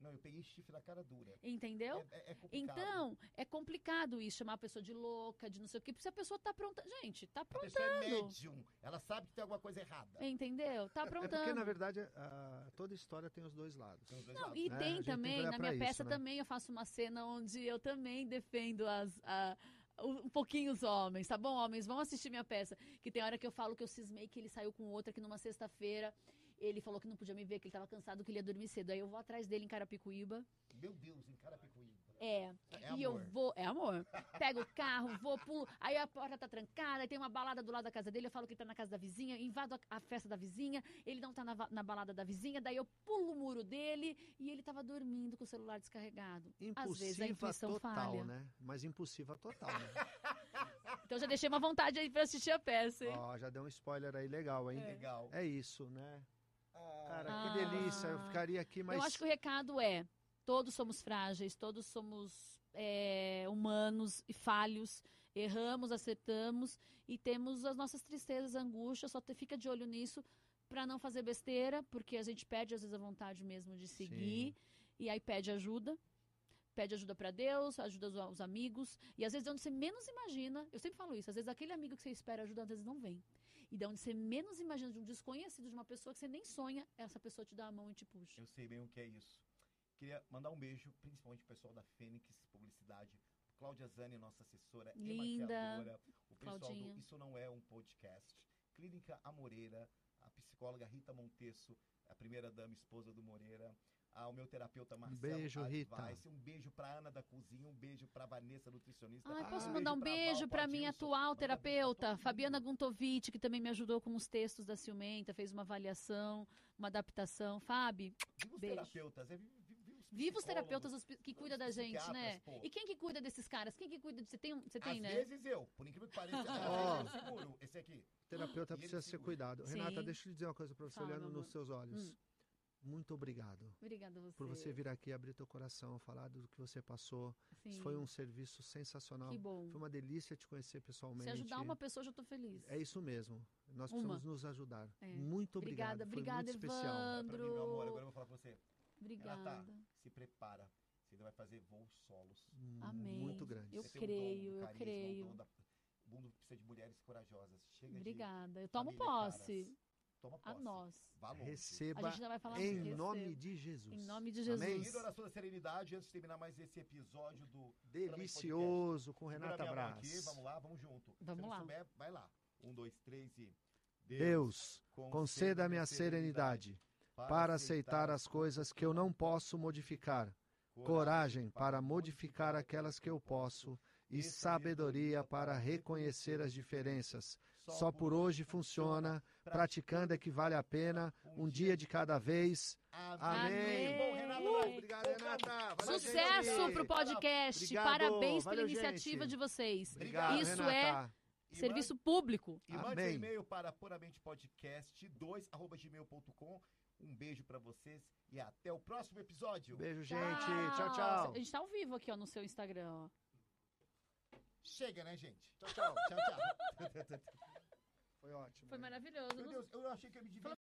Speaker 1: Não, eu peguei chifre na cara dura.
Speaker 3: Entendeu?
Speaker 1: É- é- é complicado.
Speaker 3: Então, é complicado isso, chamar a pessoa de louca, de não sei o quê, porque se a pessoa tá pronta. Gente, tá
Speaker 1: A
Speaker 3: pronta.
Speaker 1: pessoa é médium. Ela sabe que tem alguma coisa errada.
Speaker 3: Entendeu? Tá
Speaker 2: É porque, na
Speaker 3: aprontando.
Speaker 2: verdade, a- toda história tem os dois lados.
Speaker 1: Tem os dois
Speaker 3: Não,
Speaker 1: lados, né?
Speaker 3: e
Speaker 2: né? A
Speaker 3: tem
Speaker 2: gente tem que
Speaker 3: também,
Speaker 2: olhar
Speaker 3: na
Speaker 2: pra
Speaker 3: minha
Speaker 2: isso,
Speaker 3: peça
Speaker 2: né?
Speaker 3: também eu faço uma cena onde eu também defendo as, a- um pouquinho os homens, tá bom, homens? Vão assistir minha peça. Que tem hora que eu falo que eu cismei que ele saiu com outra, que numa sexta-feira ele falou que não podia me ver, que ele tava cansado, que ele ia dormir cedo. Aí eu vou atrás dele em Carapicuíba.
Speaker 1: Meu Deus, em Carapicuíba.
Speaker 3: É,
Speaker 1: É
Speaker 3: e eu
Speaker 1: amor.
Speaker 3: vou, é amor. Pego o carro, vou, pulo. Aí a porta tá trancada, aí tem uma balada do lado da casa dele. Eu falo que ele tá na casa da vizinha, invado a, a festa da vizinha. Ele não tá na, va- na balada da vizinha. Daí eu pulo o muro dele e ele tava dormindo com o celular descarregado. Às vezes a
Speaker 2: Impulsiva
Speaker 3: intuição
Speaker 2: total,
Speaker 3: falha.
Speaker 2: né? Mas impulsiva total, né?
Speaker 3: Então já deixei uma vontade aí pra assistir a peça, hein?
Speaker 2: Ó, já deu um spoiler aí legal, hein?
Speaker 1: Legal.
Speaker 2: É isso, né?
Speaker 1: Ah,
Speaker 2: Cara,
Speaker 3: Ah.
Speaker 2: que delícia. Eu ficaria aqui, mas.
Speaker 3: Eu acho que o recado é: todos somos frágeis, todos somos é, humanos e falhos. Erramos, acertamos e temos as nossas tristezas, angústias. Só te- fica de olho nisso para não fazer besteira, porque a gente perde às vezes a vontade mesmo de seguir e aí pede ajuda. Pede ajuda para Deus, ajuda os- os amigos. E às vezes, de onde você menos imagina, eu sempre falo isso, às vezes aquele amigo que você espera ajuda, às vezes não vem. E de onde você menos imagina, de um desconhecido, de uma pessoa que você nem sonha, essa pessoa te dá a mão e te puxa.
Speaker 1: Eu sei bem o que é isso. Queria mandar um beijo, principalmente o pessoal da Fênix Publicidade, Cláudia Zani, nossa assessora e
Speaker 3: Linda.
Speaker 1: maquiadora, o pessoal
Speaker 3: Claudinha.
Speaker 1: do Isso Não É Um Podcast, Clínica A Moreira, a psicóloga Rita Montesso, a primeira dama esposa do Moreira, ao meu terapeuta Marcelo
Speaker 2: Um beijo, Rita.
Speaker 1: Advice, um beijo pra Ana da Cozinha, um beijo pra Vanessa, nutricionista.
Speaker 3: Ai,
Speaker 2: Ah,
Speaker 3: posso
Speaker 2: um
Speaker 3: mandar um
Speaker 1: Val,
Speaker 3: beijo para minha
Speaker 1: Adilson.
Speaker 3: atual
Speaker 1: Manda beijo pra todo
Speaker 3: terapeuta,
Speaker 1: mundo.
Speaker 3: Fabiana Guntovic, que também me ajudou com os textos da Ciumenta, fez uma avaliação, uma adaptação. Fábi,
Speaker 1: Viva os
Speaker 3: Beijo.
Speaker 1: terapeutas, é, viva, os
Speaker 3: viva os
Speaker 1: psicólogos.
Speaker 3: terapeutas os pi- que
Speaker 1: os
Speaker 3: cuida da gente, né?
Speaker 1: psiquiatras, pô.
Speaker 3: E quem que cuida desses caras? Quem que cuida? de- Você tem, um- você tem
Speaker 1: Às
Speaker 3: né?
Speaker 1: vezes eu, por incrível que pareça,
Speaker 3: (laughs)
Speaker 1: às
Speaker 2: Ó.
Speaker 1: vezes eu seguro esse aqui. E
Speaker 2: Terapeuta
Speaker 1: ele
Speaker 2: precisa ser
Speaker 1: segura.
Speaker 2: cuidado.
Speaker 3: Sim.
Speaker 2: Renata, deixa eu lhe dizer uma coisa pra você,
Speaker 3: Fala,
Speaker 2: olhando
Speaker 3: meu
Speaker 2: nos
Speaker 3: amor.
Speaker 2: seus olhos.
Speaker 3: Hum.
Speaker 2: Muito obrigado
Speaker 3: Obrigada a você.
Speaker 2: por você vir aqui, abrir teu coração, falar do que você passou. Isso
Speaker 3: Sim.
Speaker 2: Foi um serviço sensacional.
Speaker 3: Que bom.
Speaker 2: Foi uma delícia te conhecer pessoalmente.
Speaker 3: Se ajudar uma pessoa, eu já tô feliz.
Speaker 2: É isso mesmo. Nós
Speaker 3: Uma.
Speaker 2: precisamos nos ajudar.
Speaker 3: É.
Speaker 2: Muito obrigado. Foi
Speaker 3: Obrigada, obrigada,
Speaker 2: muito especial.
Speaker 1: Olha pra mim, meu amor, agora eu vou falar pra você.
Speaker 3: Obrigada.
Speaker 1: Ela tá. Se prepara. Você ainda vai fazer voos solos.
Speaker 2: Hum,
Speaker 3: Amém.
Speaker 2: Muito grande.
Speaker 3: Eu
Speaker 1: Você tem o dom do
Speaker 3: creio, eu
Speaker 1: carisma, o
Speaker 3: creio.
Speaker 1: dom da- O mundo precisa de mulheres corajosas. Chega
Speaker 3: Obrigada. Eu
Speaker 1: de
Speaker 3: tomo
Speaker 1: família, caras.
Speaker 3: posse
Speaker 1: Toma posse.
Speaker 3: a nós.
Speaker 1: Vá longe.
Speaker 3: A
Speaker 2: Receba
Speaker 3: gente ainda vai falar
Speaker 1: em
Speaker 3: mais.
Speaker 2: nome de Jesus.
Speaker 3: Em nome de
Speaker 2: Amém?
Speaker 3: Jesus.
Speaker 1: Seguindo a oração da serenidade, antes de terminar mais esse episódio do...
Speaker 2: Delicioso com
Speaker 1: Segura
Speaker 2: Renata
Speaker 1: minha mão
Speaker 2: Braz.
Speaker 1: aqui, Vamos lá, vamos junto.
Speaker 3: Vamos
Speaker 1: Se não
Speaker 3: lá.
Speaker 1: souber, vai lá. Um, dois, três e...
Speaker 2: Deus, conceda-me a serenidade para aceitar as coisas que eu não posso modificar, coragem para modificar aquelas que eu posso e sabedoria para reconhecer as diferenças. Só por hoje funciona, praticando é que vale a pena, um dia de cada vez. Amém.
Speaker 1: Bom, Renata,
Speaker 3: Uh!
Speaker 2: Obrigado, Renata. Valeu,
Speaker 3: Sucesso
Speaker 2: gente.
Speaker 3: pro podcast.
Speaker 2: Obrigado.
Speaker 3: Parabéns pela
Speaker 2: Valeu,
Speaker 3: iniciativa
Speaker 2: gente.
Speaker 3: de vocês.
Speaker 2: Obrigado,
Speaker 3: Isso é
Speaker 2: Renata.
Speaker 1: E
Speaker 3: Serviço público.
Speaker 1: E mande um
Speaker 2: Amém.
Speaker 1: e-mail para puramentepodcast2@gmail.com. Um beijo pra vocês e até o próximo episódio.
Speaker 2: Beijo, gente. Tchau, tchau.
Speaker 3: A gente tá ao vivo aqui, ó, no seu Instagram, ó.
Speaker 1: Chega, né, gente?
Speaker 3: (laughs)
Speaker 1: Tchau, tchau. tchau, tchau.
Speaker 2: Foi ótimo.
Speaker 3: Foi
Speaker 2: né?
Speaker 3: maravilhoso.
Speaker 1: Meu
Speaker 3: Não
Speaker 1: Deus, eu achei que eu me diverti.